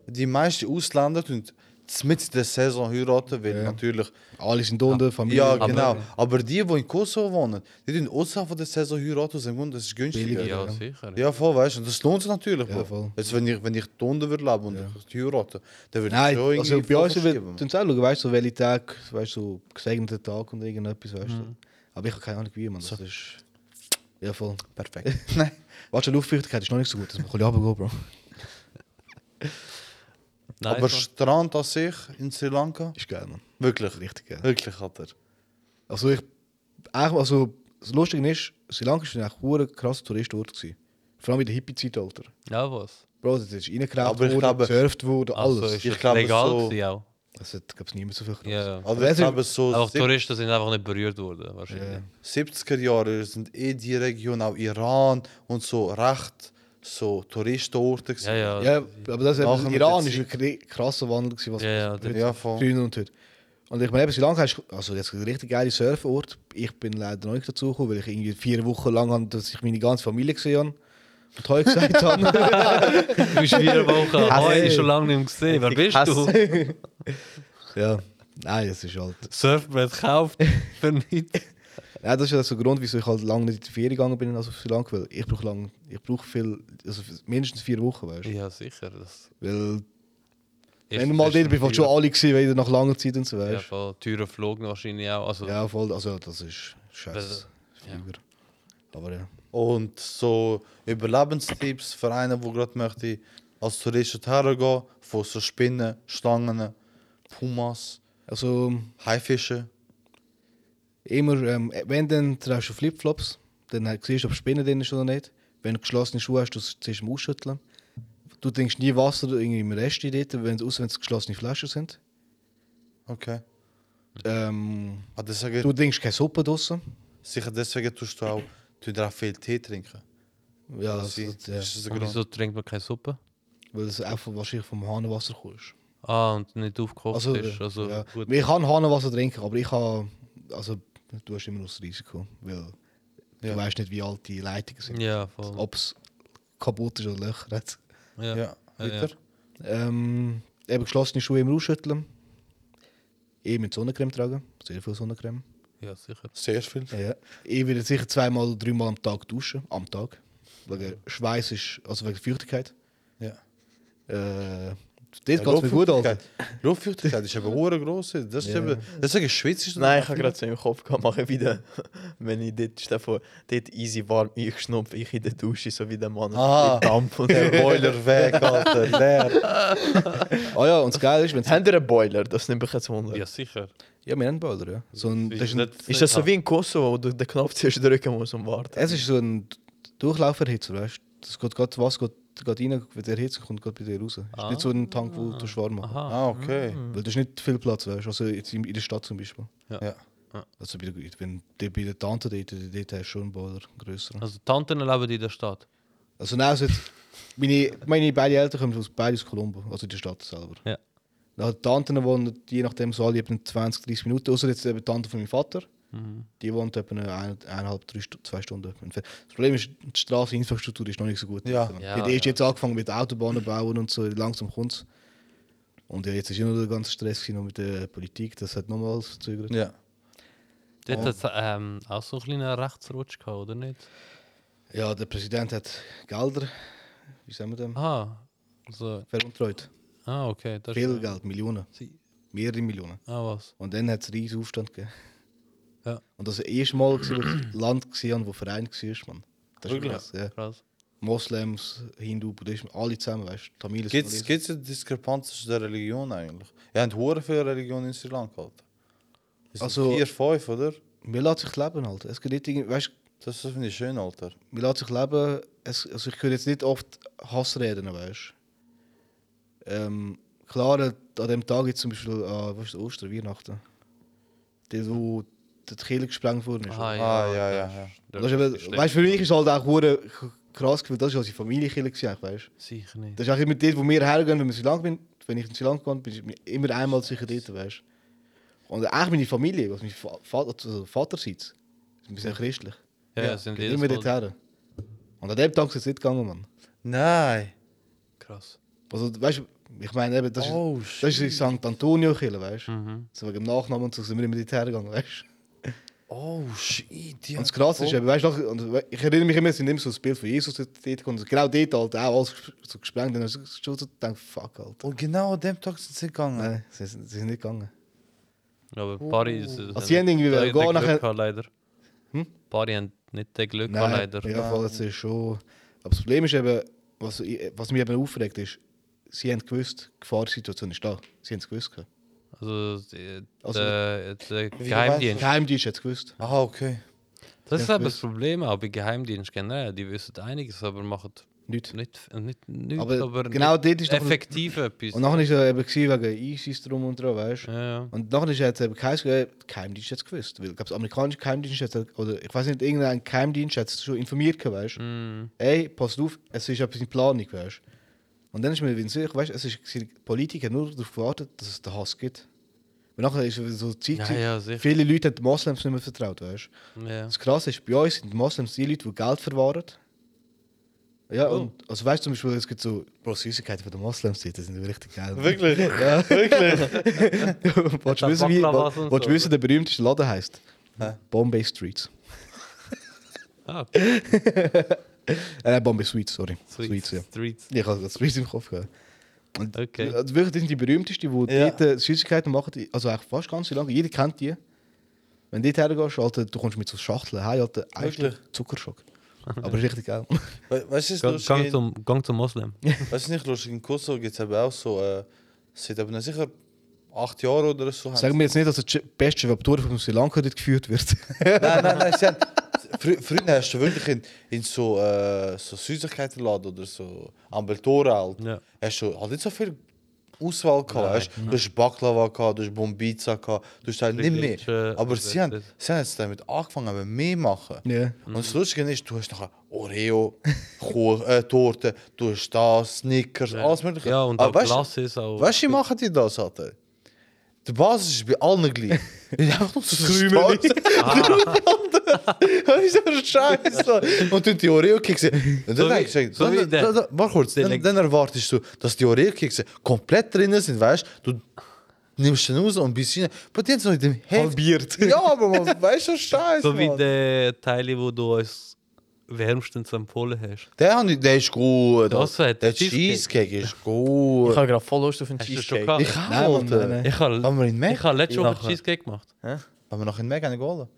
Speaker 2: die meisten Ausländer tun mit der Saison heiraten, weil natürlich.
Speaker 4: Alle sind unten, Familie.
Speaker 2: Ja,
Speaker 1: Aber-
Speaker 2: genau. Aber die, die in Kosovo wohnen, die tun außerhalb von der Saison heiraten, aus dem Grund, das ist günstiger.
Speaker 4: Billiger.
Speaker 1: ja,
Speaker 4: ja.
Speaker 1: sicher.
Speaker 2: Ja, voll, weißt du, und das lohnt sich natürlich.
Speaker 4: Ja,
Speaker 2: Bro.
Speaker 4: voll.
Speaker 2: Jetzt, wenn ich, wenn ich da unten würde leben und ich heirate, dann würde ich
Speaker 4: Nein,
Speaker 2: schon irgendwie
Speaker 4: also bei
Speaker 2: voll
Speaker 4: uns
Speaker 2: verschieben.
Speaker 4: wird uns auch schauen, weißt du, so welche Tag, weißt du, so gesegneter Tag und irgendetwas, weißt du.
Speaker 2: Mhm.
Speaker 4: Aber ich habe keine Ahnung, wie man das ist. Ja, voll.
Speaker 2: Perfekt.
Speaker 4: (laughs) Warte, Luftfeuchtigkeit ist noch nicht so gut, das muss ich runtergehen, Bro.
Speaker 2: (laughs)
Speaker 1: Nein,
Speaker 2: Aber
Speaker 1: so-
Speaker 2: Strand an sich in Sri Lanka,
Speaker 4: Ist geil, Mann.
Speaker 2: wirklich.
Speaker 4: Richtig geil.
Speaker 2: Wirklich hat er.
Speaker 4: Also ich, eigentlich- also das Lustige ist, Sri Lanka war ein verdammt krasser Touristort. gewesen. Vor allem in der Hippie-Zeitalter.
Speaker 1: Ja, was?
Speaker 4: Bro, das ist reingekraut
Speaker 2: Aber ich
Speaker 4: worden,
Speaker 2: glaube-
Speaker 4: gesurft worden,
Speaker 1: Also
Speaker 4: alles.
Speaker 1: ist
Speaker 2: Ich
Speaker 1: das
Speaker 2: glaube,
Speaker 1: legal
Speaker 2: so-
Speaker 1: gewesen auch.
Speaker 4: Also, da gab es niemand so viel Krass.
Speaker 1: Ja, ja.
Speaker 2: Also
Speaker 4: Weißt
Speaker 2: ich
Speaker 4: du-
Speaker 2: glaube so
Speaker 1: Auch
Speaker 2: sieb-
Speaker 1: Touristen sind einfach nicht berührt worden, wahrscheinlich.
Speaker 4: Ja.
Speaker 2: 70er Jahre sind eh die Region auch Iran und so recht so Touristenorte.
Speaker 1: Ja, ja.
Speaker 4: Ja, aber das
Speaker 2: Nachher
Speaker 4: eben,
Speaker 2: mit
Speaker 4: Iran
Speaker 2: der
Speaker 4: ist ein kri- krasser Wandel, gewesen, was
Speaker 1: Ja, ja,
Speaker 4: heute-
Speaker 2: ja, voll.
Speaker 4: früher und heute. Und ich meine, eben, solange hast du- also jetzt ein richtig geiler Surfort. Ich bin leider noch nicht dazu gekommen, weil ich irgendwie vier Wochen lang, habe, dass ich meine ganze Familie gesehen habe. Und heute gesagt habe,
Speaker 1: Du bist vier Wochen. Ah,
Speaker 3: Hey.
Speaker 1: ich schon lange nicht mehr gesehen. Wer bist
Speaker 3: Hass.
Speaker 1: du?
Speaker 4: ja, nein, das ist halt.
Speaker 1: Surfbrett gekauft für nichts.
Speaker 4: Nein, das ist ja so ein Grund, wieso ich halt lange nicht in die Ferien gegangen bin, also so lange, weil ich brauche lang, ich brauche viel, also mindestens vier Wochen, weißt du?
Speaker 1: Ja, sicher. Das
Speaker 4: Weil
Speaker 1: ist-
Speaker 4: wenn du mal
Speaker 1: ist
Speaker 4: dort
Speaker 1: ein
Speaker 4: bist, willst du schon
Speaker 1: teurer-
Speaker 4: alle gesehen, weil nach langer Zeit und so,
Speaker 1: Ja,
Speaker 4: weißt
Speaker 1: voll. Teurer Flogen wahrscheinlich auch. Also,
Speaker 4: du? Ja, voll, also das ist scheiße.
Speaker 1: Das- ja.
Speaker 4: Aber ja.
Speaker 2: Und so Überlebenstipps für einen, der gerade möchte, als Tourist dorthin gehen, von so Spinnen, Schlangen, Pumas,
Speaker 4: Also
Speaker 2: Haifische.
Speaker 4: immer, ähm, wenn dann trägst du Flipflops, dann halt siehst du, ob Spinnen drin ist oder nicht. Wenn du geschlossene Schuhe hast, du ziehst du ausschütteln. Du trinkst nie Wasser irgendwie im Rest dort, wenn außer wenn es geschlossene Flaschen sind.
Speaker 2: Okay.
Speaker 4: Ähm,
Speaker 2: Ah, deswegen,
Speaker 4: du trinkst keine Suppe draussen.
Speaker 2: sicher deswegen tust du auch, tust du auch viel Tee trinken.
Speaker 4: Ja,
Speaker 2: Das
Speaker 4: das,
Speaker 2: ist,
Speaker 4: ja.
Speaker 2: das ist der
Speaker 1: und
Speaker 2: Grund.
Speaker 1: wieso trinkt man keine Suppe?
Speaker 4: Weil es auch von, wahrscheinlich vom Hahnenwasser kommst.
Speaker 1: Ah, und nicht aufgekocht
Speaker 4: Also,
Speaker 1: ist. Also,
Speaker 4: ja.
Speaker 1: gut.
Speaker 4: Ich kann Hahnenwasser trinken, aber ich habe. Also, du hast immer noch das Risiko. Weil
Speaker 2: Ja.
Speaker 4: du weißt nicht, wie alt die Leitungen sind.
Speaker 1: Ja, voll.
Speaker 4: Ob es kaputt ist oder Löcher hat.
Speaker 1: Ja.
Speaker 2: Ja,
Speaker 1: Ja, ja.
Speaker 2: weiter.
Speaker 4: Ähm, eben geschlossene Schuhe immer ausschütteln. Ich mit Sonnencreme tragen. Sehr viel Sonnencreme.
Speaker 1: Ja, sicher.
Speaker 2: Sehr viel.
Speaker 4: Ja. Ich werde sicher zweimal, dreimal am Tag duschen. Am Tag. Wegen Schweiß ist. Also wegen Feuchtigkeit.
Speaker 2: Ja.
Speaker 4: Äh, das geht mir gut, Alter.
Speaker 2: Luftfeuchtigkeit. Luftfeuchtigkeit ist aber hoher groß. Das ist
Speaker 4: Ja.
Speaker 2: eben, deswegen schwitzt du.
Speaker 3: (laughs) Nein, ich habe gerade so im Kopf gehabt, mache ich wieder, (laughs) wenn ich dort stehe, vor, dort easy warm eingeschnupft, ich in der Dusche, so wie der Mann.
Speaker 2: Ah.
Speaker 3: mit Dampf und (laughs)
Speaker 2: Der (laughs)
Speaker 3: so.
Speaker 2: Boiler weg, Alter. Leer.
Speaker 4: Ah ja, und das Geile ist, wenn
Speaker 3: Habt ihr einen Boiler? Das nimmt mich jetzt Wunder.
Speaker 1: Ja, sicher.
Speaker 4: Ja, wir haben Boiler, ja. So ein, das ist ein,
Speaker 3: Ist das so wie in Kosovo, wo du den Knopf zuerst drücken musst und warten?
Speaker 4: es ist so ein Durchlauferhitzer, weißt du? Das geht grad, was geht, geht rein, wenn der Hitze kommt, geht bei dir raus. Ist nicht so ein Tank, wo du warm machst.
Speaker 1: Aha.
Speaker 2: Ah, okay.
Speaker 4: Weil da ist nicht viel Platz, weißt du? Also jetzt in, in der Stadt zum Beispiel.
Speaker 2: Ja.
Speaker 4: Also bei der, wenn du bei der Tante dort, dort hast du schon einen Boiler, einen grösseren.
Speaker 1: Also, Tanten leben in der Stadt.
Speaker 4: Also nein, also jetzt, meine, meine beiden Eltern kommen aus, beide aus Colombo, also in der Stadt selber.
Speaker 1: Ja.
Speaker 4: Dann die Tanten wohnen, je nachdem, so alle etwa 20, 30 Minuten. Außer jetzt eben die Tante von meinem Vater.
Speaker 1: Mhm.
Speaker 4: Die wohnt etwa eine, eine, eineinhalb, drei, Stu- zwei Stunden. entfernt. Das Problem ist, die Straßeninfrastruktur ist noch nicht so gut. Also,
Speaker 2: Ja.
Speaker 4: Die
Speaker 1: Ja,
Speaker 4: hat erst
Speaker 1: ja.
Speaker 4: jetzt angefangen mit Autobahnen bauen und so, langsam kommt es. Und ja, jetzt ist immer der ganze Stress gewesen noch mit der Politik, das hat nochmals verzögert.
Speaker 2: Ja.
Speaker 1: Dort
Speaker 4: Oh.
Speaker 1: hat es ähm, auch so einen kleinen Rechtsrutsch gehabt, oder nicht?
Speaker 4: Ja, der Präsident hat Gelder, wie sagen wir dem,
Speaker 1: Ah, so.
Speaker 4: veruntreut.
Speaker 1: Ah, okay. Das
Speaker 4: Viel Geld, Millionen,
Speaker 1: Sie-
Speaker 4: mehrere Millionen.
Speaker 1: Ah, was?
Speaker 4: Und dann hat es einen riesen Aufstand gegeben.
Speaker 1: Ja.
Speaker 4: Und das war das erste Mal, gewesen, wo ich Land gesehen habe, wo Verein war, Mann. Das ist
Speaker 2: Wirklich?
Speaker 4: krass, ja.
Speaker 1: Krass.
Speaker 4: Moslems, Hindu, Buddhisten, alle zusammen, weißt du, Tamilen.
Speaker 2: Gibt es
Speaker 4: Sinhalesen.
Speaker 2: eine Diskrepanz zwischen der Religion eigentlich? Ihr habt hohe viele Religionen in Sri Lanka, Alter. Es sind
Speaker 4: Also-
Speaker 2: vier, fünf, oder?
Speaker 4: Man lässt sich leben halt. Es geht nicht, irgendwie- weißt, du,
Speaker 2: Das finde ich schön, Alter.
Speaker 4: man lässt sich leben. Es, also ich höre jetzt nicht oft Hassreden, weißt du. Ähm, klar, äh, an dem Tag jetzt zum Beispiel, äh, was ist Ostern, Weihnachten, der wo die Kirche gesprengt worden ist.
Speaker 1: Aha,
Speaker 2: Ah, ja, ja, ja.
Speaker 4: Das ist eben,
Speaker 1: schlecht.
Speaker 4: Also weißt, du, für mich ist halt auch hure krass, weil das ist unsere Familienkirche, weißt du.
Speaker 1: Sicher nicht.
Speaker 4: Das ist auch immer dort, wo wir hergehen, wenn wir so lang bin. Wenn ich in Sri Lanka bin, bin ich immer einmal sicher dort, weißt du. Und eigentlich meine Familie, was mein Va- Vater, also Vaterseits, wir sind christlich.
Speaker 1: Ja, ja, sind
Speaker 4: geht
Speaker 1: jedes
Speaker 4: immer
Speaker 1: Mal-
Speaker 4: dort her. Und an dem Tag ist es nicht gegangen, Mann.
Speaker 2: Nein.
Speaker 1: Krass.
Speaker 4: Also, weißt du, ich meine eben, das
Speaker 2: Oh,
Speaker 4: ist, das ist in St. Antonio Kille, weißt du. So wegen dem Nachnamen und so sind wir immer dort hergegangen, weißt du.
Speaker 2: Oh, shit. Oh. die
Speaker 4: Und das
Speaker 2: haben-
Speaker 4: Krasse ist eben, weißt du, nach- und we- ich erinnere mich immer, sie nimmt so das Bild von Jesus dort, dort kommt. Genau dort halt auch alles gesp- so gesprengt. Dann hast du schon so gedacht, fuck, Alter.
Speaker 2: Und Oh, genau an dem Tag sind sie gegangen.
Speaker 4: Nein, sie sind, sie sind nicht gegangen.
Speaker 1: Aber Pari ist. Also,
Speaker 4: Uh, sie haben irgendwie wollen gehen, nachher- Hm?
Speaker 1: leider. Pari haben nicht den Glück
Speaker 4: Nein,
Speaker 1: gehabt, leider.
Speaker 4: Ja, voll, das ist schon. Aber das Problem ist eben, was, ich- was mich eben aufregt, ist, sie haben gewusst, die Gefahrsituation ist da. Sie haben es gewusst. gehabt.
Speaker 1: Also, die-
Speaker 4: Also-
Speaker 1: der, der
Speaker 2: Wie
Speaker 1: Geheimdienst.
Speaker 4: Geheimdienst hat es gewusst.
Speaker 2: Ah, okay.
Speaker 1: Das ist
Speaker 4: Ja,
Speaker 1: eben das
Speaker 4: gewiss.
Speaker 1: Problem auch bei Geheimdiensten generell. Die wissen einiges, aber machen
Speaker 4: Nichts.
Speaker 1: nicht, nicht, nicht
Speaker 4: Aber
Speaker 1: aber,
Speaker 4: genau
Speaker 1: nicht
Speaker 4: dort ist doch-
Speaker 1: effektiv etwas.
Speaker 4: Und nachher war er eben gewesen wegen ISIS drum und dran, weißt du?
Speaker 1: ja, ja.
Speaker 4: Und nachher ist jetzt eben kein äh, Geheimdienst jetzt gewusst. Weil, glaub, der amerikanische Geheimdienst hat, oder ich weiß nicht, irgendein Geheimdienst hat es schon informiert, gehabt, weißt du?
Speaker 1: Mm.
Speaker 4: Ey, passt auf, es ist etwas in Planung, weißt du? Und dann ist mir wieder sicher, weißt du, es ist, die Politik hat nur darauf gewartet, dass es den Hass gibt. Und nachher ist wieder so eine Zeit,
Speaker 1: Ja,
Speaker 4: gewesen,
Speaker 1: ja, sicher.
Speaker 4: viele Leute haben den Moslems nicht mehr vertraut, weißt du?
Speaker 1: ja.
Speaker 4: Das Krasse ist, bei uns sind die Moslems die Leute, die Geld verwahren. Ja,
Speaker 1: Oh.
Speaker 4: und also weißt du zum Beispiel, es gibt so Bro, Süßigkeiten von den Moslems, die sind richtig geil.
Speaker 3: Wirklich?
Speaker 4: (laughs) Ja.
Speaker 3: Wirklich?
Speaker 4: (laughs) Wolltest du wissen, wie,
Speaker 1: Baklawas und
Speaker 4: wolltest du
Speaker 1: so.
Speaker 4: wissen, der berühmteste Laden heißt? Bombay Streets.
Speaker 1: Ah,
Speaker 4: Äh, Bombay Sweets, sorry.
Speaker 1: Streets.
Speaker 4: Sweets, ja.
Speaker 1: Streets.
Speaker 4: Ich habe das Streets im Kopf gehabt. Und
Speaker 1: Okay.
Speaker 4: also wirklich, das sind die berühmtesten, die
Speaker 3: Ja.
Speaker 4: dort äh, Süßigkeiten machen, die- also eigentlich fast ganz so lange. Jeder kennt die. Wenn du dort hergehst, Alter, du kommst mit so Schachteln heim, Alter, ein
Speaker 2: Wirklich?
Speaker 4: Stück Zuckerschock. Aber ist richtig geil.
Speaker 2: We weißt du, es ist
Speaker 1: Gang,
Speaker 2: lustig?
Speaker 1: gang, zum, gang zum Moslem.
Speaker 2: Weißt du nicht, lustig? In Kosovo gibt es eben auch so, äh, seit eben sicher acht Jahren oder so.
Speaker 4: Sag mir jetzt nicht, dass die beste Schwabtur von Sri Lanka dort geführt wird.
Speaker 2: Nein, nein, nein, sie haben, frü früher hast du wirklich in, in so, äh, so Süßigkeitenladen oder so Ambulatoren halt,
Speaker 1: Ja.
Speaker 2: hast du halt nicht so viel Auswahl gehabt. Weißt? du. Du hast Baklava gehabt, du hast Bombiza gehabt, du hast halt nicht mehr.
Speaker 1: Friedliche
Speaker 2: Aber
Speaker 1: und
Speaker 2: sie haben,
Speaker 1: äh, das-
Speaker 2: sie haben jetzt damit angefangen, aber mehr machen.
Speaker 4: Ja.
Speaker 2: Und das Lustige ist, du hast nachher Oreo, Kuchen, äh, Torte, du hast das, Snickers, alles mögliche.
Speaker 1: Ja,
Speaker 4: Ah,
Speaker 1: und auch
Speaker 2: Aber weisst-
Speaker 1: Glas ist auch.
Speaker 2: Weißt du, wie machen die das, Alter? Die Basis ist bei allen gleich. Die haben noch so Krümel. (laughs) Das ist doch scheiße. Und dann die Oreo-Kekse. Und
Speaker 1: So
Speaker 2: dann
Speaker 1: wie-
Speaker 2: denkst du,
Speaker 1: so wie
Speaker 2: dann-
Speaker 1: der-
Speaker 2: dann- dann- warte kurz,
Speaker 1: der
Speaker 2: dann,
Speaker 1: Lek-
Speaker 2: dann erwartest du, dass die Oreo-Kekse komplett drinnen sind, weißt du? Nimmst den raus und ein bisschen. Aber nou? die haben es noch in dem Heft.
Speaker 4: Halbiert.
Speaker 2: Ja, aber man, weißt du, scheiße.
Speaker 1: So wie
Speaker 2: Mann.
Speaker 1: die Teile, die du uns wärmstens empfohlen hast.
Speaker 2: Der, hab ich- der ist gut.
Speaker 1: Das
Speaker 2: Alter.
Speaker 1: hat
Speaker 2: der
Speaker 1: Cheesecake.
Speaker 2: Cheesecake, ist
Speaker 3: Ich
Speaker 2: gut.
Speaker 3: habe gerade voll Lust auf einen
Speaker 1: Hast du
Speaker 3: Cheesecake.
Speaker 1: schon gehabt?
Speaker 2: Ich
Speaker 4: Nein,
Speaker 2: habe
Speaker 4: Mann, nein, nein.
Speaker 2: Alter.
Speaker 1: Ich habe
Speaker 2: Haben wir ihn Mac?
Speaker 1: hab letzte Woche
Speaker 3: Nachher.
Speaker 1: Cheesecake gemacht.
Speaker 2: Haben wir noch einen Mac geholt?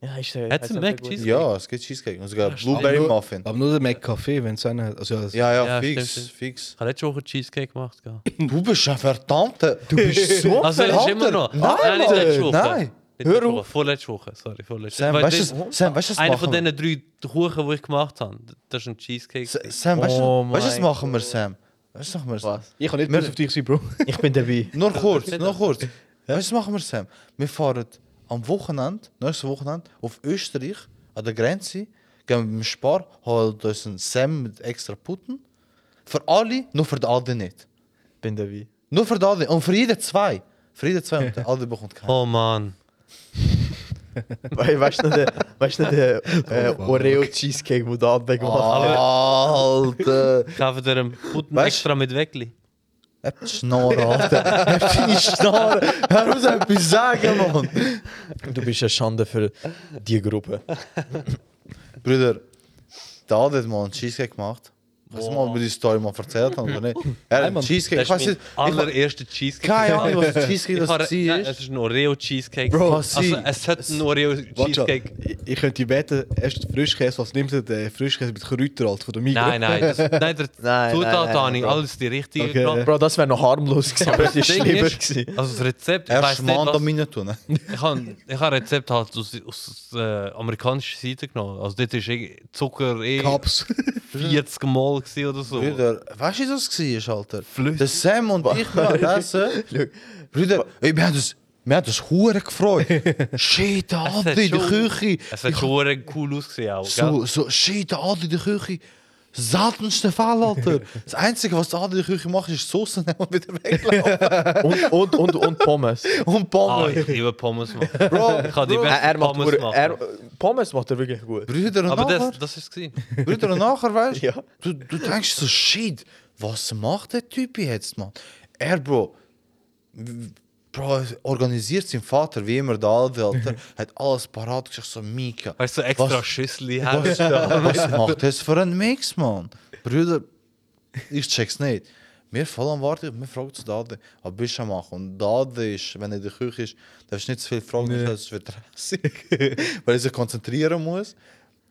Speaker 3: Ja, eh, ist der.
Speaker 1: Hat's einen
Speaker 3: der
Speaker 1: Mac
Speaker 3: gut?
Speaker 1: Cheese?
Speaker 2: Ja, es gibt Cheesecake. Und sogar Blueberry
Speaker 4: Aber nur-
Speaker 2: Muffin.
Speaker 4: Aber nur der McCafe, wenn es einer hat. Also, ja, das-
Speaker 2: Ja, ja,
Speaker 1: Ja,
Speaker 2: fix,
Speaker 1: stimmt,
Speaker 2: (laughs) fix.
Speaker 1: Ich habe letzte Woche Cheesecake gemacht. gell.
Speaker 2: Du bist ein verdammter. (laughs) Du bist so
Speaker 1: Also, das ist immer noch.
Speaker 2: Nein,
Speaker 1: nicht letzte Woche.
Speaker 2: Mann, nein.
Speaker 1: Nicht
Speaker 2: Hör
Speaker 1: letzte Woche,
Speaker 2: auf.
Speaker 1: Vorletzte Woche, sorry, vorletzte
Speaker 2: Sam,
Speaker 1: Weil
Speaker 2: weißt
Speaker 1: das-
Speaker 2: du, Sam, weißt du, was
Speaker 1: Einer von
Speaker 2: machen wir?
Speaker 1: diesen drei Kuchen, die ich gemacht habe, das ist ein Cheesecake.
Speaker 2: S- Sam, weißt du,
Speaker 3: Oh
Speaker 2: weißt du, was
Speaker 3: mein
Speaker 2: machen wir, Sam? Weißt du, was machen wir, Sam?
Speaker 3: Was?
Speaker 4: Ich kann nicht
Speaker 2: Wir-
Speaker 4: böse auf dich sein, Bro.
Speaker 3: Ich bin dabei.
Speaker 2: Nur kurz, nur kurz. Weißt du, was machen wir, Sam? Wir fahren am Wochenende, nächstes Wochenende, auf Österreich, an der Grenze, gehen mit dem Spar, holen uns einen Sam mit extra Putten. Für alle, nur für die Aldi nicht.
Speaker 3: bin dabei.
Speaker 2: (laughs) Nur für die Aldi. Und für jeden zwei. Für jeden zwei und der Aldi bekommt
Speaker 1: (laughs)
Speaker 2: keinen.
Speaker 1: Oh Mann.
Speaker 3: We- Weißt du noch den, weißt du
Speaker 2: (laughs)
Speaker 3: noch den äh,
Speaker 2: Oh,
Speaker 4: fuck.
Speaker 3: Oreo Cheesecake, den der Adbeck
Speaker 2: Ah.
Speaker 3: gemacht hat?
Speaker 2: Alter!
Speaker 1: Kaufen dir einen Putten
Speaker 2: Weißt-
Speaker 1: extra mit Weckli.
Speaker 2: Heb die Schnorren, Alter. Heb deine Schnorren. Hör auf, etwas sagen, Mann.
Speaker 3: Du bist eine Schande für die Gruppe.
Speaker 2: Bruder, der Adi hat mal einen Cheesecake gemacht. Ich weiß nicht mal, ob ich die Story mal erzählt habe oder nicht. Er hat einen Cheesecake. Ich
Speaker 1: Das
Speaker 2: weiß
Speaker 1: ist
Speaker 2: nicht.
Speaker 1: mein allererster Cheesecake.
Speaker 2: Keine Ahnung, was ein Cheesecake das
Speaker 1: Ich habe- nein,
Speaker 2: war.
Speaker 1: es ist ein Oreo-Cheesecake.
Speaker 2: Bro,
Speaker 1: also,
Speaker 2: sie-
Speaker 1: es hat einen Oreo-Cheesecake.
Speaker 4: Ich, ich könnte beten, erst Frischkäse, was nimmt er? Den Frischkäse mit Kräuter, Alter, von der Migros.
Speaker 1: Nein, nein, das, nein, der
Speaker 3: nein,
Speaker 1: Zutat
Speaker 3: nein,
Speaker 1: habe ich
Speaker 3: Bro.
Speaker 1: alles die richtige
Speaker 4: Okay.
Speaker 1: genommen.
Speaker 3: Bro, das wäre noch harmlos gewesen,
Speaker 1: (laughs)
Speaker 3: aber es ist
Speaker 1: Ding
Speaker 3: schlimmer
Speaker 1: ist-
Speaker 3: gewesen.
Speaker 1: Also das Rezept, ich
Speaker 2: Er
Speaker 1: weiß
Speaker 2: ist
Speaker 1: nicht,
Speaker 2: Mann am
Speaker 1: was,
Speaker 2: Minen tun.
Speaker 1: ich habe ich habe Rezept halt aus, aus äh, amerikanischer Seite genommen. Also dort ist eh Zucker eh
Speaker 4: Cups.
Speaker 1: 40 Mal gewesen oder so.
Speaker 2: Bruder, weißt du, was das war, Alter? Der Sam und ich waren essen. Bruder, ey, wir haben das. Wir haben das Huren
Speaker 1: (laughs)
Speaker 2: gefreut. Shit, der
Speaker 1: Es hat
Speaker 2: Adi in der
Speaker 1: schon-
Speaker 2: Küche.
Speaker 1: Es hat schon verdammt cool ausgesehen auch, gell?
Speaker 2: So, so, shit, der Adi in der Küche. Seltenste
Speaker 1: (laughs)
Speaker 2: Fall, Alter. Das Einzige, was der Adi in der Küche macht, ist die Soße nehmen und wieder
Speaker 1: (laughs)
Speaker 2: weglaufen.
Speaker 3: Und, und, und, und Pommes.
Speaker 2: Und
Speaker 1: Ah,
Speaker 2: Pommes.
Speaker 1: ich liebe Pommes machen.
Speaker 2: (laughs) Bro,
Speaker 1: Ich kann die
Speaker 3: Er,
Speaker 1: beste
Speaker 3: er macht
Speaker 1: Pommes
Speaker 3: Pommes,
Speaker 1: machen.
Speaker 3: er, Pommes macht er wirklich gut.
Speaker 2: Brüder und
Speaker 1: Aber
Speaker 2: nachher,
Speaker 1: das, das ist es. gewesen.
Speaker 2: Brüder und nachher, weißt
Speaker 3: Ja.
Speaker 2: du, du denkst so, shit, was macht der Typ jetzt, Mann? Er, Bro, w- Bro, organisiert sein Vater, wie immer der
Speaker 1: (laughs)
Speaker 2: Alte, Alter, hat alles parat gesagt, so, Mika,
Speaker 1: Weißt du, so extra
Speaker 2: Was-
Speaker 1: Schüssel
Speaker 2: was,
Speaker 1: hast.
Speaker 2: (laughs) was macht das für ein Mix, Mann? Brüder, ich check's nicht. Wir voll am Warten, wir fragen zu Dade, was bist du am machen? Und Dade ist, wenn er in der Küche ist, darfst du nicht zu viel fragen, sonst wird (laughs) eh, stressig. Weil er sich konzentrieren muss.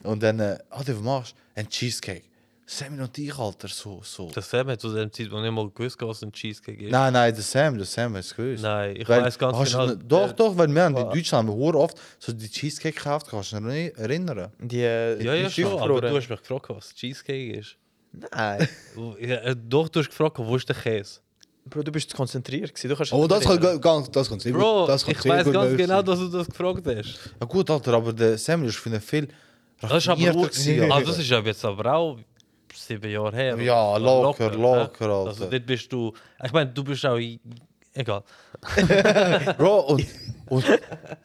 Speaker 2: Und dann, äh, Ade, was machst du? Ein Cheesecake. Sam und ich, Alter, so, so.
Speaker 1: Der Sam hat zu dem Zeitpunkt nicht mal gewusst, was ein Cheesecake ist.
Speaker 2: Nein, nein, der Sam, der Sam ist gewusst.
Speaker 1: Nein, ich
Speaker 2: Weil-
Speaker 1: weiß ganz
Speaker 2: hast du
Speaker 1: genau.
Speaker 2: nicht- doch, doch, weil wir haben
Speaker 1: war-
Speaker 2: in Deutschland haben wir sehr oft so die Cheesecake gekauft, kannst du dich noch nicht erinnern.
Speaker 3: Die, äh,
Speaker 1: Ja, ja,
Speaker 3: die
Speaker 1: schon, aber
Speaker 3: Tiefgefrorene.
Speaker 1: du hast mich gefragt, was Cheesecake ist.
Speaker 3: Nein.
Speaker 1: Ja, äh, doch, du hast gefragt, wo ist der Käse?
Speaker 3: Bro, du bist konzentriert. gewesen, Du kannst
Speaker 4: Oh,
Speaker 3: dich
Speaker 4: das
Speaker 3: nicht
Speaker 4: kann
Speaker 3: erinnern.
Speaker 4: ga- ganz, das kann sehr
Speaker 1: Bro,
Speaker 4: gut. Das kann
Speaker 1: ich
Speaker 4: sehr
Speaker 1: weiß
Speaker 4: gut
Speaker 1: ganz
Speaker 4: möglich
Speaker 1: genau,
Speaker 4: sein.
Speaker 1: dass du das gefragt hast.
Speaker 2: Ja gut, Alter, aber der Sam ist für einen viel
Speaker 1: Das ist aber
Speaker 2: (laughs) raffinierter
Speaker 1: auch,
Speaker 2: gewesen,
Speaker 1: ah,
Speaker 2: Alter.
Speaker 1: das ist ja jetzt aber auch sieben Jahre her.
Speaker 2: Ja,
Speaker 1: Oder
Speaker 2: locker,
Speaker 1: ne?
Speaker 2: locker, Alter.
Speaker 1: Also dort bist du, ich meine, du bist auch, egal.
Speaker 2: Bro, und, und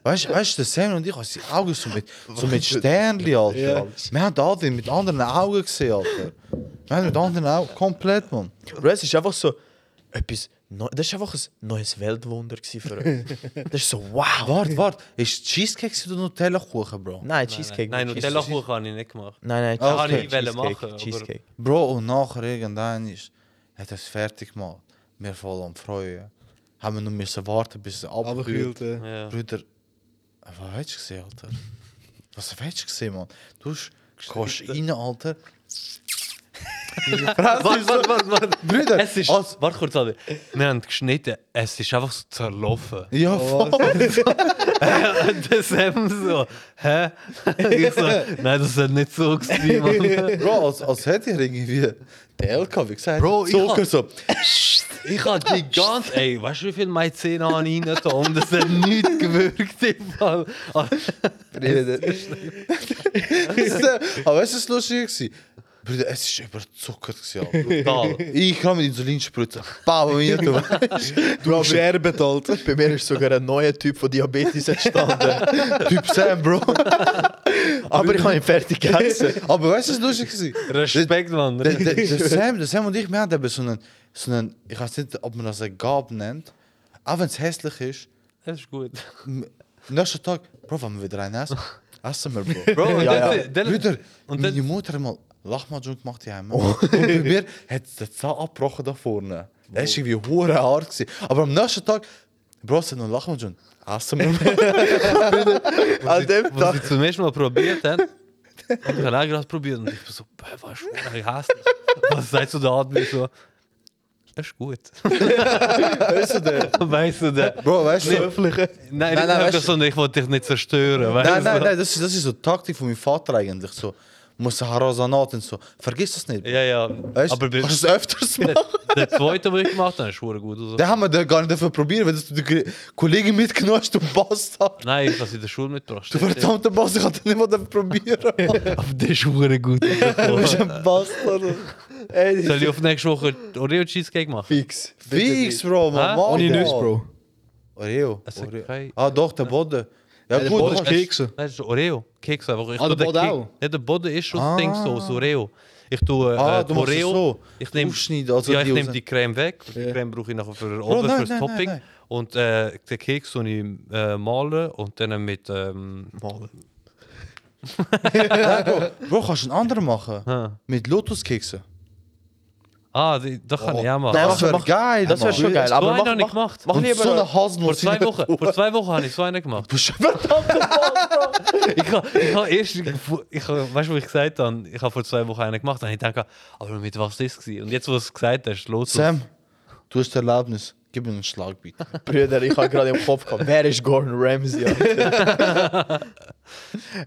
Speaker 2: weißt du, weißt, du, der Sam und ich haben die Augen so mit, so mit Sternli, Alter. Wir haben da den mit anderen Augen gesehen, Alter. Wir haben mit anderen Augen, komplett, Mann.
Speaker 3: Bro, es ist einfach so etwas Neu Das war einfach ein neues Weltwunder gewesen für (laughs) uns. das ist so, wow.
Speaker 2: Warte, warte, ist Cheesecake oder Nutella-Kuchen, Bro?
Speaker 3: Nein, Cheesecake.
Speaker 1: Nein,
Speaker 3: Cheese-
Speaker 1: Nutella-Kuchen habe ich nicht gemacht.
Speaker 3: Nein, nein,
Speaker 2: Ah, okay.
Speaker 3: Cheesecake.
Speaker 1: Kann ich wollen
Speaker 3: Cheesecake,
Speaker 1: machen,
Speaker 3: Cheesecake.
Speaker 2: Bro, und nachher irgendwann ist, hat er es fertig gemacht. Wir voll am Freuen. Haben wir noch müssen warten, bis es
Speaker 4: Aber
Speaker 2: abkühlt.
Speaker 4: kühlt. äh.
Speaker 2: (laughs)
Speaker 1: Ja.
Speaker 2: Brüder, was hast du gesehen, Alter? Was hast du gesehen, Mann? Du hast- gehst rein, Alter.
Speaker 1: Warte, warte, warte, warte.
Speaker 2: Brüder,
Speaker 1: Es ist,
Speaker 2: als-
Speaker 1: warte kurz, Alter. Wir haben geschnitten, es ist einfach so zerlaufen.
Speaker 2: Ja, voll.
Speaker 1: (laughs) Und der Sam so, hä? (laughs) Ich so, nein, das hat nicht so gewesen, Mann.
Speaker 2: Bro, als, als hätte ich irgendwie den LKW gesagt.
Speaker 1: Bro, ich
Speaker 2: Zucker
Speaker 1: hab-
Speaker 2: so. (laughs)
Speaker 1: Ich hab die ganze... Ey, weißt du, wie viel Maizena an ihnen da und das hat nichts gewirkt im Fall. Ah,
Speaker 2: Aber weißt du, was lustig war? Brüder, es war überzuckert. gewesen, Alter.
Speaker 1: Total.
Speaker 2: Ich kann mit Insulinspritzen. Bam, mir (laughs) du.
Speaker 3: Du Scherben, Alter. Bei mir ist sogar ein neuer Typ von Diabetes (laughs) entstanden.
Speaker 2: Typ Sam, Bro.
Speaker 3: Aber ich habe ihn (laughs) fertig gegessen.
Speaker 2: Aber weißt du, was lustig war?
Speaker 1: Respekt, Mann.
Speaker 2: Der, der, der, (laughs) Sam, der Sam und ich, wir hatten eben so einen, so einen, ich weiß nicht, ob man das eine Gabe nennt, auch wenn es hässlich ist,
Speaker 1: Das ist gut.
Speaker 2: m- am nächsten Tag, Bro, wenn wir wieder einen essen, essen wir, Bro.
Speaker 1: Bro, und
Speaker 3: Ja,
Speaker 1: dann-
Speaker 3: ja.
Speaker 1: dann-
Speaker 2: Brüder,
Speaker 1: und
Speaker 2: meine
Speaker 1: dann...
Speaker 2: Mutter hat mal Lachmajun gemacht daheim. Und bei mir hat es den Zahn abgebrochen da vorne. Das war irgendwie hure hart. Gewesen. Aber am nächsten Tag, Bro, es hat noch Lachmajun. Essen wir mal.
Speaker 3: An dem
Speaker 1: Was
Speaker 3: Tag.
Speaker 1: sie zum ersten Mal probiert haben, hab ich allein gerade probiert und ich bin so, "Bäh, was ist das? Ich hasse das. Was sagst du da an mir so? Das ist gut.
Speaker 2: Weißt du, der,
Speaker 1: Weißt du, der...
Speaker 2: Bro, weißt du,
Speaker 1: Nein,
Speaker 2: nein,
Speaker 1: nein, nein,
Speaker 2: weißt du-
Speaker 1: das, sondern ich wollte dich nicht zerstören. Weißt
Speaker 2: Nein,
Speaker 1: du?
Speaker 2: nein, nein, das ist, das ist so die Taktik von meinem Vater eigentlich. So, muss Harazanat und so. Vergiss das nicht.
Speaker 1: Ja, ja.
Speaker 2: Weißt du,
Speaker 1: Aber bei-
Speaker 2: kannst du es öfters machen?
Speaker 1: der zweite, den ich gemacht habe, ist verdammt gut. Also.
Speaker 2: Da haben wir da gar nicht dafür probiert, weil du die Kollegen mitgenommen hast, du Bastard.
Speaker 1: Nein, ich habe sie in der Schule mitgebracht.
Speaker 2: Du (laughs) verdammter Bastard, ich hatte nicht mal dafür probieren. Mann.
Speaker 1: Aber der ist verdammt gut.
Speaker 2: Du bist ein (laughs) Bastard.
Speaker 3: Ey, das
Speaker 1: Soll
Speaker 3: ist
Speaker 1: ich auf nächste Woche Oreo Cheesecake machen?
Speaker 3: fix.
Speaker 2: Fix, Bro,
Speaker 1: Hä?
Speaker 2: man. Mann,
Speaker 4: Ohne
Speaker 2: Mann.
Speaker 4: Nüsse, Bro.
Speaker 2: Oreo.
Speaker 1: Es hat
Speaker 2: Oreo.
Speaker 1: kein-
Speaker 2: Ah, doch, der Boden. Ja,
Speaker 4: der
Speaker 2: gut.
Speaker 4: Boden
Speaker 2: doch.
Speaker 4: ist- Kekse.
Speaker 1: Nein, das ist Oreo. Kekse einfach. Ich
Speaker 4: Ah,
Speaker 1: tue
Speaker 4: der
Speaker 1: den
Speaker 4: Boden
Speaker 1: Kek-
Speaker 4: auch?
Speaker 1: Ja, der Boden ist schon
Speaker 2: Ah.
Speaker 1: das Ding so, das Oreo. Ich tue äh,
Speaker 2: Ah, du
Speaker 1: die
Speaker 2: machst es
Speaker 1: Oreo.
Speaker 2: so.
Speaker 1: Ich nehme
Speaker 2: Aufschneiden, also
Speaker 1: ja, ich
Speaker 2: die
Speaker 1: nehme
Speaker 2: raus-
Speaker 1: die Creme weg. Die
Speaker 4: Ja.
Speaker 1: Creme brauche ich nachher für oben
Speaker 2: nein,
Speaker 1: fürs
Speaker 2: nein, nein,
Speaker 1: Topping.
Speaker 2: nein.
Speaker 1: Und äh, den Keks tue ich äh, malen und dann mit. Ähm,
Speaker 2: Nein, Bro. Bro, kannst du einen anderen machen?
Speaker 1: Ha.
Speaker 2: Mit Lotuskeksen.
Speaker 1: ah, die, das
Speaker 2: Oh.
Speaker 1: kann ich auch machen.
Speaker 3: Nein,
Speaker 2: Das
Speaker 3: mach-
Speaker 2: wäre geil.
Speaker 3: Das wäre
Speaker 2: Mann.
Speaker 3: schon geil.
Speaker 1: so
Speaker 3: Aber
Speaker 1: einen
Speaker 3: mach,
Speaker 1: habe ich
Speaker 3: mach,
Speaker 1: gemacht.
Speaker 3: mach
Speaker 2: Und
Speaker 3: lieber
Speaker 2: so eine
Speaker 1: Vor
Speaker 2: Haselnuss.
Speaker 1: zwei (laughs) Wochen,
Speaker 2: (laughs)
Speaker 1: vor zwei Wochen habe ich so einen gemacht. ich habe ich hab erst, ich hab, weißt du, was ich gesagt habe? Ich habe vor zwei Wochen einen gemacht und ich dachte, aber mit was das war? Und jetzt, wo du es gesagt hast, los.
Speaker 2: Sam, du hast Erlaubnis. Gib mir einen Schlag, bitte.
Speaker 3: Brüder, ich habe gerade im Kopf gehabt, wer ist Gordon (laughs) Ramsay? Alter?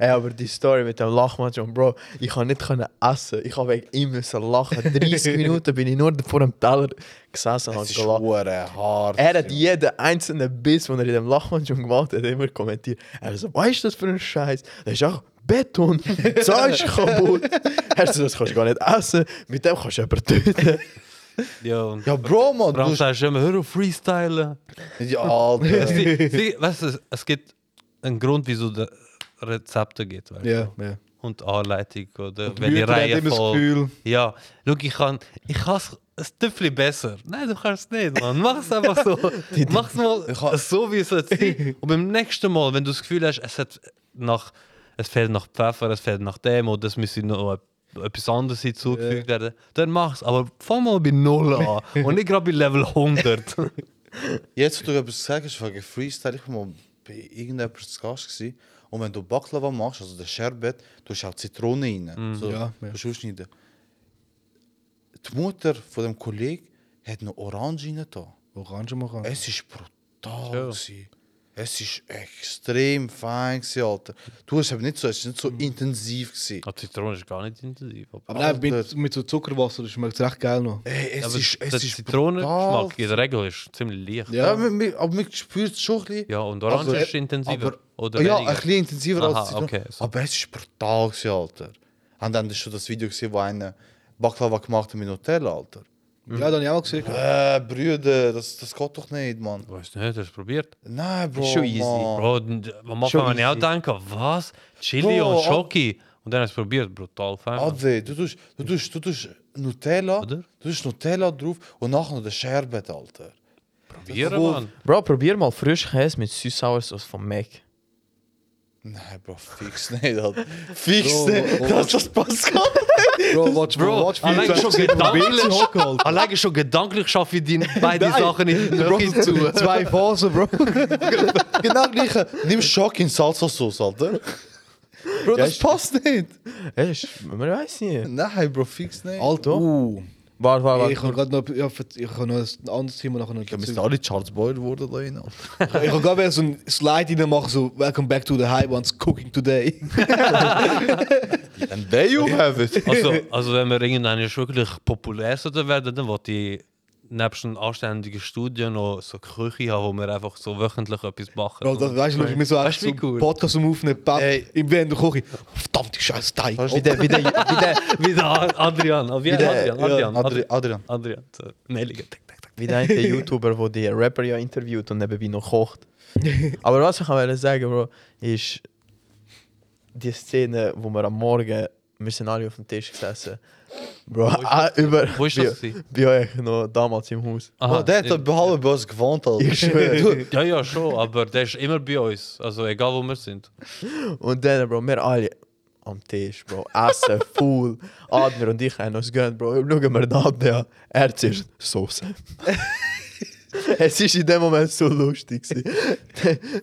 Speaker 3: Ey, aber die Story mit dem Lachmatron, Bro, ich konnte nicht können essen. Ich habe wegen ihm müssen lachen. (laughs) 30 Minuten bin ich nur vor dem Teller gesessen und
Speaker 2: Das ist
Speaker 3: habe gelacht.
Speaker 2: hure hart.
Speaker 3: Er hat jeden einzelnen Biss, den er in dem Lachmatron gemacht hat, immer kommentiert. Er so, was ist das für ein Scheiß? Das ist auch Beton, (laughs) die Zahn ist kaputt. Er so, das kannst du gar nicht essen. Mit dem kannst du jemanden töten.
Speaker 1: Ja, und
Speaker 2: Ja, Bro, dus- Mann. Du
Speaker 1: Bram (laughs)
Speaker 2: hast...
Speaker 1: sagst immer, hör auf freestylen.
Speaker 2: Ja, Alter.
Speaker 1: Sie, sie, weißt du, es gibt einen Grund, wieso es Rezepte gibt. Weißt du?
Speaker 4: Ja, ja.
Speaker 1: Und Anleitung, oder?
Speaker 4: Die Mütter haben immer das Gefühl.
Speaker 1: Ja, schau, ich kann, ich kann es ein Tüffel besser. Nein, du kannst es nicht, Mann. Mach es einfach
Speaker 4: (laughs)
Speaker 1: so. Mach es mal so, wie es jetzt ist. Und beim nächsten Mal, wenn du das Gefühl hast, es, hat nach, es fehlt nach Pfeffer, es fehlt nach dem oder es müsste noch e-, etwas anderes hinzugefügt werden, dann mach es. Aber fang mal bei Null
Speaker 4: (laughs)
Speaker 1: an und nicht gerade bei Level 100.
Speaker 2: Jetzt, wo du etwas gesagt hast, wegen Freestyle, ich war mal bei irgendjemandem zu Gast gewesen. und wenn du
Speaker 1: Mm,
Speaker 2: Baklava machst, also der Sherbet, du hast auch Zitrone rein. so,
Speaker 4: Ja,
Speaker 2: ja,
Speaker 4: ja.
Speaker 2: ja. Ausschneiden. die Mutter von dem Kollegen hat eine Orange rein da.
Speaker 4: Orange machen.
Speaker 2: Es ist brutal.
Speaker 1: Ja.
Speaker 2: gewesen. Es ist extrem fein, gewesen, Alter. Du, es war nicht so, es ist nicht
Speaker 1: Mm.
Speaker 2: so intensiv. Gewesen.
Speaker 1: Aber Ah, Zitrone ist gar nicht intensiv. Aber,
Speaker 4: Aber nein, mit,
Speaker 2: Alter.
Speaker 4: mit so Zuckerwasser, das schmeckt recht geil noch.
Speaker 2: Ey, es
Speaker 1: aber
Speaker 2: ist, es
Speaker 1: der
Speaker 2: ist brutal.
Speaker 1: Zitronengeschmack in der Regel ist ziemlich leicht. Ja,
Speaker 2: Ja, mi- mi- aber man spürt es schon ein bisschen.
Speaker 1: und Orange
Speaker 2: Aber-
Speaker 1: ist intensiver.
Speaker 2: aber-
Speaker 1: oder
Speaker 2: ja, ein
Speaker 1: weniger.
Speaker 2: bisschen intensiver
Speaker 1: Aha,
Speaker 2: als Zitrone.
Speaker 1: okay, so.
Speaker 2: Aber es ist brutal, gewesen, Alter. Und dann ist schon das Video, gesehen, wo einer Baklava gemacht hat mit Nutella, Alter.
Speaker 4: Ja, dann habe ich auch gesehen.
Speaker 2: Äh, Brüder, das, das geht doch nicht, Mann.
Speaker 1: Weißt du nicht, hast du es probiert?
Speaker 2: Nein, Bro.
Speaker 3: Ist schon easy.
Speaker 2: Mann.
Speaker 1: Bro, d- am
Speaker 3: Schon
Speaker 1: Anfang habe ich auch
Speaker 3: easy.
Speaker 1: gedacht, was? Chili
Speaker 2: Bro, ah.
Speaker 1: und
Speaker 2: ab-
Speaker 1: Schoki. Und dann hast du es probiert, brutal fein. Mann.
Speaker 2: Ade, du tust, du tust, du tust Nutella,
Speaker 1: Oder?
Speaker 2: du tust Nutella drauf und nachher noch den Sherbet, Alter.
Speaker 1: Probieren,
Speaker 2: Bro,
Speaker 1: Mann.
Speaker 3: Bro, probier mal Frischkäse mit Süßsauersauce von Mac.
Speaker 2: Nein, Bro, fix nicht,
Speaker 1: (laughs)
Speaker 2: Alter. Fix
Speaker 4: Bro,
Speaker 2: nicht,
Speaker 4: Bro,
Speaker 2: dass das passt gar nicht.
Speaker 4: Bro, watch, bro, watch.
Speaker 1: allein schon
Speaker 4: Mobilen
Speaker 1: gedanklich,
Speaker 4: hochgeholt.
Speaker 1: allein schon gedanklich schaffe ich
Speaker 2: (laughs)
Speaker 1: die beide
Speaker 3: Nein.
Speaker 1: Sachen nicht wirklich zu.
Speaker 3: Zwei Phasen, Bro.
Speaker 2: Genau gleiche. Nimm Schock in Salsa-Sauce, Alter. Bro, das
Speaker 3: ist-
Speaker 2: passt nicht.
Speaker 3: Ey, ist- Man weiß nicht.
Speaker 2: Nein, Bro, fix nicht.
Speaker 4: Alter. Uh.
Speaker 3: Warte, warte,
Speaker 4: Ich
Speaker 3: warte.
Speaker 4: habe gerade noch, ja, ich hab noch ein anderes Thema nachher noch.
Speaker 2: Wir
Speaker 4: dazu.
Speaker 2: müssen alle Charles Boyle worden da hin.
Speaker 4: Ich habe gerade wieder so ein Slide reinmachen, so Welcome back to the high ones
Speaker 1: (laughs)
Speaker 4: cooking today.
Speaker 2: And there you have it. (laughs)
Speaker 1: Also, also wenn wir irgendwann ist wirklich populär sollten werden, dann wollte ich nebst einem anständigen Studio noch so eine Küche haben, wo wir einfach so wöchentlich etwas machen.
Speaker 4: Bro, Also, das, weißt du, schau ich mir so echt
Speaker 1: Weißt du,
Speaker 4: so
Speaker 1: wie cool?
Speaker 4: Podcast um Aufnehmen, Pat,
Speaker 2: Ey.
Speaker 4: im Während der Küche. Verdammte scheiß Teig. Oh.
Speaker 2: Weißt
Speaker 3: Wie der, wie der, wie der,
Speaker 1: Wie der Ad- Adrian. Oh, Wie
Speaker 3: Wie der-
Speaker 1: Adrian, Adrian,
Speaker 2: Ja, Adri-
Speaker 1: Adrian.
Speaker 2: Adrian.
Speaker 1: Adrian. so. Nein, liegen. Tick, tick, tick.
Speaker 3: (laughs) wie der eine (laughs) YouTuber, der die Rapper ja interviewt und nebenbei noch kocht. Aber was ich wollte sagen, Bro, ist die Szene, wo wir am Morgen, wir sind alle auf dem Tisch gesessen. Bro, ah, über...
Speaker 1: Wo ist
Speaker 3: bei-
Speaker 1: das? gewesen?
Speaker 3: Bei euch noch damals im Haus.
Speaker 2: Oh, der hat
Speaker 1: ja,
Speaker 2: halb bei uns gewohnt, Alter.
Speaker 3: Ich schwöre.
Speaker 1: ja, ja, schon, aber der ist immer bei uns. Also egal wo wir sind.
Speaker 3: Und dann, Bro, wir alle am Tisch, Bro, (laughs) essen, full. Adner und ich haben uns gönnt, Bro. Schauen wir den Adner an. Er zuerst (laughs) Soße. es war in dem Moment so lustig. gewesen.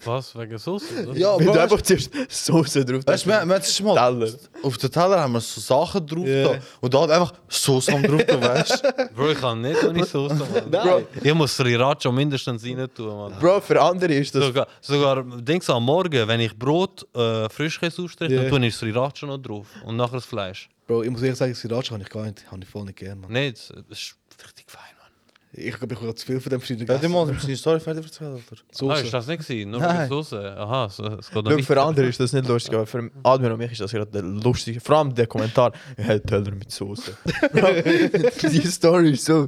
Speaker 1: Was? Wegen Soße? oder?
Speaker 2: Ja,
Speaker 3: Wenn
Speaker 2: Bro,
Speaker 3: du einfach zuerst Soße drauf
Speaker 2: Weißt du, wir, wir hatten mal
Speaker 3: Teller.
Speaker 2: auf den Teller haben wir so Sachen drauf
Speaker 4: Ja.
Speaker 2: da, und da hat einfach Sauce am drauf, da, weißt du?
Speaker 1: Bro, ich kann nicht ohne Soße. Mann.
Speaker 3: Bro.
Speaker 1: Ich muss Sriracha mindestens rein tun, Mann.
Speaker 3: Bro, für andere ist das.
Speaker 1: Sogar, sogar denkst du am Morgen, wenn ich Brot äh, Frischkäse ausstriche,
Speaker 4: Ja.
Speaker 1: dann tue ich Sriracha noch drauf und nachher das Fleisch.
Speaker 4: Bro, ich muss ehrlich sagen, Sriracha habe ich gar nicht, habe ich voll nicht gern, Mann.
Speaker 1: Nein, das das ist richtig fein, Mann.
Speaker 4: Ich glaube, ich habe zu viel von dem verschiedenen
Speaker 2: (laughs) Warte mal, du musst deine Story fertig erzählen, Alter.
Speaker 1: Ah,
Speaker 4: Soße.
Speaker 1: ist das nicht gewesen? Nur
Speaker 2: Nein.
Speaker 1: mit Soße? Aha, so, es geht noch
Speaker 3: Schau,
Speaker 1: nicht.
Speaker 3: für andere ist das nicht lustig, aber für Admir und mich ist das gerade der lustige. Vor allem der Kommentar, (laughs) hey, Teller mit Soße. Bro, (laughs) die Story ist so.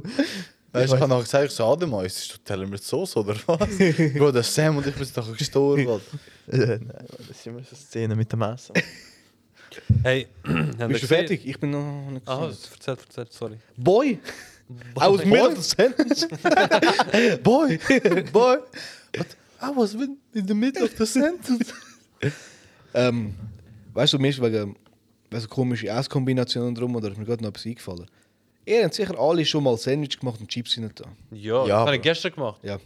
Speaker 2: Weißt du, ich habe nachher gesagt, ich so, ah, Adema, ist das Teller mit Sauce oder was? (laughs) Bro, der Sam und ich sind doch gestorben. Alter.
Speaker 3: Äh, nein, das ist immer so Szene mit dem Essen.
Speaker 1: Hey, (clears throat) haben wir
Speaker 4: Bist du
Speaker 1: gesehen?
Speaker 4: fertig? Ich bin noch nicht
Speaker 1: Aha,
Speaker 4: gesehen.
Speaker 1: erzähl, erzähl, sorry.
Speaker 4: Boy! Aus dem Middle
Speaker 2: (laughs)
Speaker 4: Sentence.
Speaker 2: Boy, boy, but I was in the middle of the sentence.
Speaker 4: Ähm, weißt du, mir ist wegen weißt du, komische Esskombinationen drum oder ist mir gerade noch etwas eingefallen. Ihr habt sicher alle schon mal Sandwich gemacht und Chips hinein. getan.
Speaker 1: Ja,
Speaker 3: Ja,
Speaker 1: das habe
Speaker 3: Bro.
Speaker 1: ich gestern gemacht.
Speaker 4: Ja.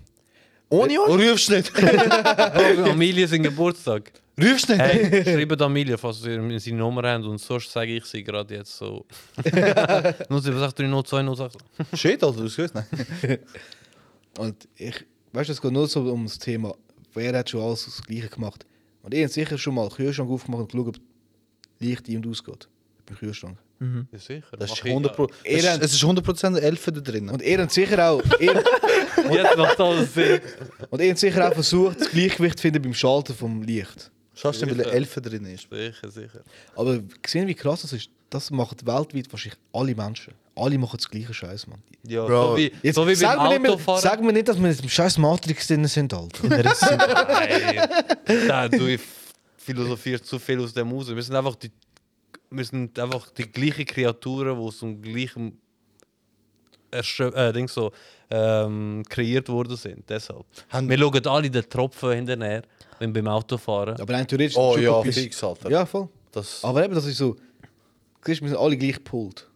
Speaker 3: Ohne euch?
Speaker 2: Rufst
Speaker 1: (laughs)
Speaker 2: nicht,
Speaker 1: Bro, Amelie ist Geburtstag.
Speaker 2: rufst nicht.
Speaker 1: Hey, schreibt Amelie, falls ihr seine Nummer habt und sonst sage ich sie gerade jetzt (laughs) so. 076302028.
Speaker 2: Shit, Alter, du gehört, nein.
Speaker 4: Und ich, weißt du, es geht nur so um das Thema, wer hat schon alles das Gleiche gemacht. Und ihr habt sicher schon mal den Kühlschrank aufgemacht und geschaut, ob Licht ein- und ausgeht. Im Kühlschrank.
Speaker 3: Mhm.
Speaker 1: Ja, sicher.
Speaker 2: Das ist
Speaker 1: mach ich.
Speaker 2: 100%, Pro-
Speaker 4: Ihr
Speaker 2: es ist-
Speaker 4: habt-
Speaker 2: es ist 100% Elfen da drinnen.
Speaker 4: Und ihr habt sicher auch, (laughs) ihr,
Speaker 1: Jetzt macht alles Sinn.
Speaker 4: und ihr habt sicher auch versucht, das Gleichgewicht zu finden beim Schalten vom Licht.
Speaker 2: Schaust du, weil der Elfen drin ist?
Speaker 1: Sicher, sicher.
Speaker 4: Aber gesehen, wie krass das ist, das machen weltweit wahrscheinlich alle Menschen. Alle machen das gleiche Scheiß, Mann.
Speaker 1: Ja,
Speaker 3: Bro,
Speaker 1: so wie, so wie beim
Speaker 4: sag mir nicht mehr-
Speaker 1: Autofahren.
Speaker 4: Sag mir nicht, dass wir in einem scheiß Matrix drin sind,
Speaker 2: (laughs)
Speaker 4: Alter.
Speaker 1: Nein, da, du ich philosophierst zu viel aus dem raus. Wir sind einfach die, wir sind einfach die gleichen Kreaturen, die zum gleichen Erschö äh, Ding so, ähm, kreiert worden sind. Deshalb.
Speaker 2: Haben-
Speaker 1: wir schauen alle den Tropfen hinterher, wenn wir beim Auto fahren.
Speaker 4: Aber rein theoretisch...
Speaker 2: Oh
Speaker 4: schon
Speaker 2: ja,
Speaker 4: kopiert.
Speaker 2: fix, Alter.
Speaker 4: Ja, voll.
Speaker 2: Das,
Speaker 4: Aber eben, das ist so... Siehst, du, wir sind alle gleich gepult.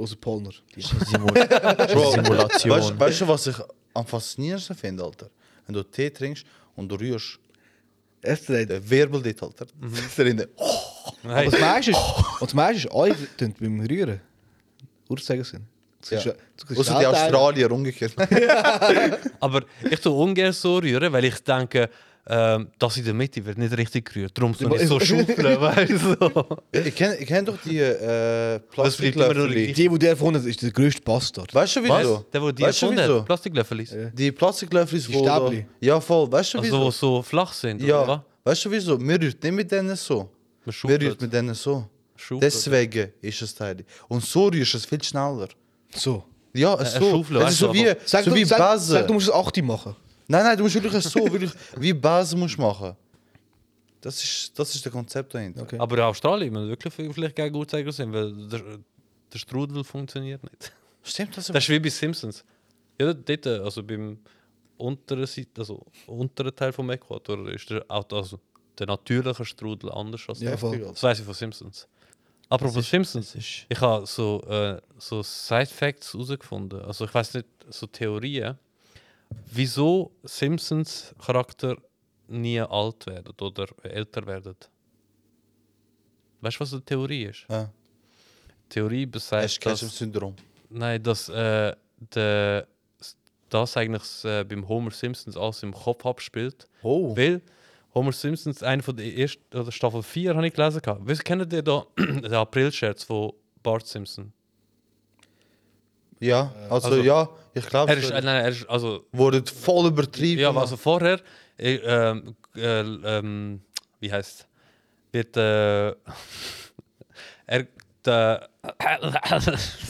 Speaker 4: Außer Polner.
Speaker 2: Bro,
Speaker 3: Simulation.
Speaker 2: Weißt, weißt du, was ich am faszinierendsten finde, Alter? Wenn du Tee trinkst und du rührst
Speaker 4: (laughs) Es dreht
Speaker 2: den Wirbel dort, Alter. Drinnen. Oh,
Speaker 1: Hey,
Speaker 4: Aber das meiste ist, und das meiste ist, alle tun beim Rühren. Uhrzeigersinn. Du siehst-
Speaker 2: Ja.
Speaker 4: du siehst
Speaker 2: Außer die
Speaker 4: Weltteile.
Speaker 2: Australier umgekehrt. (laughs)
Speaker 1: Aber ich tue ungern so rühren, weil ich denke, ähm, das in der Mitte wird nicht richtig gerührt. Darum soll ich so
Speaker 2: (laughs)
Speaker 1: schaufeln, weißt du.
Speaker 2: ich kenne ich kenn doch die äh,
Speaker 1: fliegt immer nur
Speaker 2: Plastiklöffel.
Speaker 1: richtig.
Speaker 4: Die, die der erfunden hat, ist der größte Bastard.
Speaker 2: Weißt du wieso?
Speaker 1: Der, der die
Speaker 2: weißt du
Speaker 1: erfunden
Speaker 2: wieso?
Speaker 1: hat, Plastiklöffel ist.
Speaker 2: Die Plastiklöffel
Speaker 4: Die
Speaker 2: wo da-
Speaker 4: Stäbli.
Speaker 2: Ja, voll. Weißt du
Speaker 1: Also,
Speaker 2: wieso?
Speaker 1: die so flach sind,
Speaker 2: ja.
Speaker 1: oder
Speaker 2: Weißt du wieso? Wir rühren nicht mit denen so.
Speaker 1: was?
Speaker 2: Wir rühren mit denen so.
Speaker 1: Schaufelt.
Speaker 2: Deswegen ist es Teil. Und so rührst du es viel schneller.
Speaker 4: So.
Speaker 2: Ja, es
Speaker 1: Äh,
Speaker 2: so.
Speaker 1: Schaufel,
Speaker 2: es ist so
Speaker 1: einfach.
Speaker 2: wie,
Speaker 4: Sag,
Speaker 2: so
Speaker 4: du,
Speaker 2: wie
Speaker 4: sag,
Speaker 2: Basen.
Speaker 4: sag, du musst es 8 machen. (laughs)
Speaker 2: nein, nein, du musst wirklich es so, wirklich, wie Basen musst du machen. Das ist, das ist das Konzept dahinter.
Speaker 4: Okay.
Speaker 1: Aber in Australien müssen wirklich viel- vielleicht gegen Uhrzeiger sein, weil der, der Strudel funktioniert nicht.
Speaker 2: Stimmt das?
Speaker 1: Das ist wie bei Simpsons. Ja, dort, äh, also beim unteren, Seite, also unteren Teil vom Äquator ist der, Auto- also der natürliche Strudel anders als
Speaker 4: Ja,
Speaker 1: der.
Speaker 4: voll.
Speaker 1: Das weiß ich von Simpsons. Apropos Simpsons, ich habe so, äh, so Side-Facts herausgefunden. Also ich weiß nicht, so Theorien, wieso Simpsons Charakter nie alt werden oder älter werden. Weißt du, was eine Theorie ist?
Speaker 2: Ja.
Speaker 1: Theorie besagt, dass
Speaker 2: Ashcasm-Syndrom.
Speaker 1: Nein, dass äh, de, das eigentlich s- äh, beim Homer Simpsons alles im Kopf abspielt.
Speaker 2: Oh.
Speaker 1: Weil Homer Simpsons, eine von der ersten, oder Staffel 4 habe ich gelesen. Gehabt. Wisst, kennt ihr da (clears throat) den April-Scherz von Bart Simpson?
Speaker 2: Ja, also,
Speaker 1: also-
Speaker 2: ja, ich
Speaker 1: Er ist, äh,
Speaker 2: glaube,
Speaker 1: nein, er ist, also,
Speaker 2: wurde voll übertrieben.
Speaker 1: ja, also vorher, äh, ähm, äh, ähm, wie heißt wird, äh, (laughs) er, der,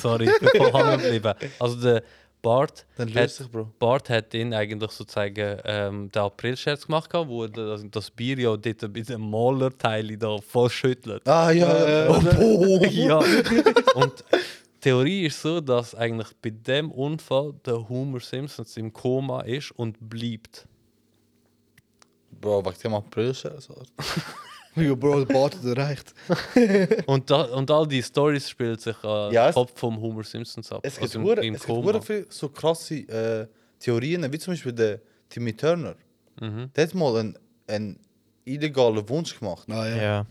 Speaker 1: sorry, (laughs) ich bin voll hängen geblieben. Also der Bart
Speaker 2: Dann
Speaker 1: hat-
Speaker 2: löst sich, Bro.
Speaker 1: Bart hat ihn eigentlich sozusagen ähm, den April-Scherz gemacht, gehabt, wo er das, das Bier ja dort bei den Malerteilen da voll schüttelt.
Speaker 2: Ah, ja, ja. Oh,
Speaker 1: (laughs)
Speaker 2: boah.
Speaker 1: ja. Und die Theorie ist so, dass eigentlich bei dem Unfall der Homer Simpson im Koma ist und bleibt.
Speaker 2: Bro, was dem April-Scherz? Alter.
Speaker 4: Ja, Bro, der Bart hat erreicht.
Speaker 1: Und, da, und all die Stories spielen sich am
Speaker 2: Ja, es-
Speaker 1: Kopf vom Homer Simpsons ab.
Speaker 2: Es gibt
Speaker 1: also im-
Speaker 2: hure-
Speaker 1: im
Speaker 2: es gibt
Speaker 1: Koma.
Speaker 2: hure viele so krasse äh, Theorien, wie zum Beispiel der Timmy Turner. Der hat mal einen, einen illegalen Wunsch gemacht,
Speaker 4: Ah, ja.
Speaker 3: Ja.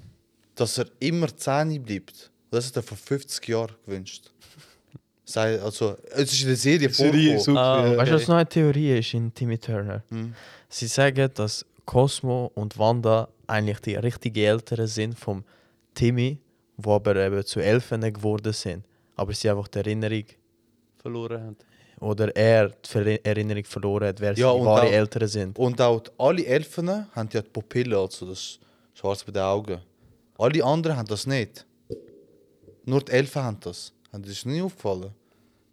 Speaker 2: dass er immer 10 bleibt. Und Das hat er vor 50 Jahren gewünscht. Sei, also, es ist in der Serie
Speaker 4: Serie,
Speaker 2: vorgekommen.
Speaker 4: super.
Speaker 1: Ah,
Speaker 4: ja.
Speaker 3: Weißt du, was
Speaker 1: Okay.
Speaker 3: noch eine Theorie ist in Timmy Turner? Sie sagen, dass Cosmo und Wanda eigentlich die richtigen Eltern sind vom Timmy, die aber eben zu Elfen geworden sind. Aber sie einfach die Erinnerung
Speaker 1: verloren haben.
Speaker 3: oder er die Ver- Erinnerung verloren hat, wer
Speaker 2: Ja,
Speaker 3: seine
Speaker 2: und
Speaker 3: wahre
Speaker 2: auch-
Speaker 3: Eltern sind.
Speaker 2: Und auch die- alle Elfen haben ja die Pupille, also das Schwarz bei den Augen. Alle anderen haben das nicht. Nur die Elfen haben das. Und das ist nie aufgefallen.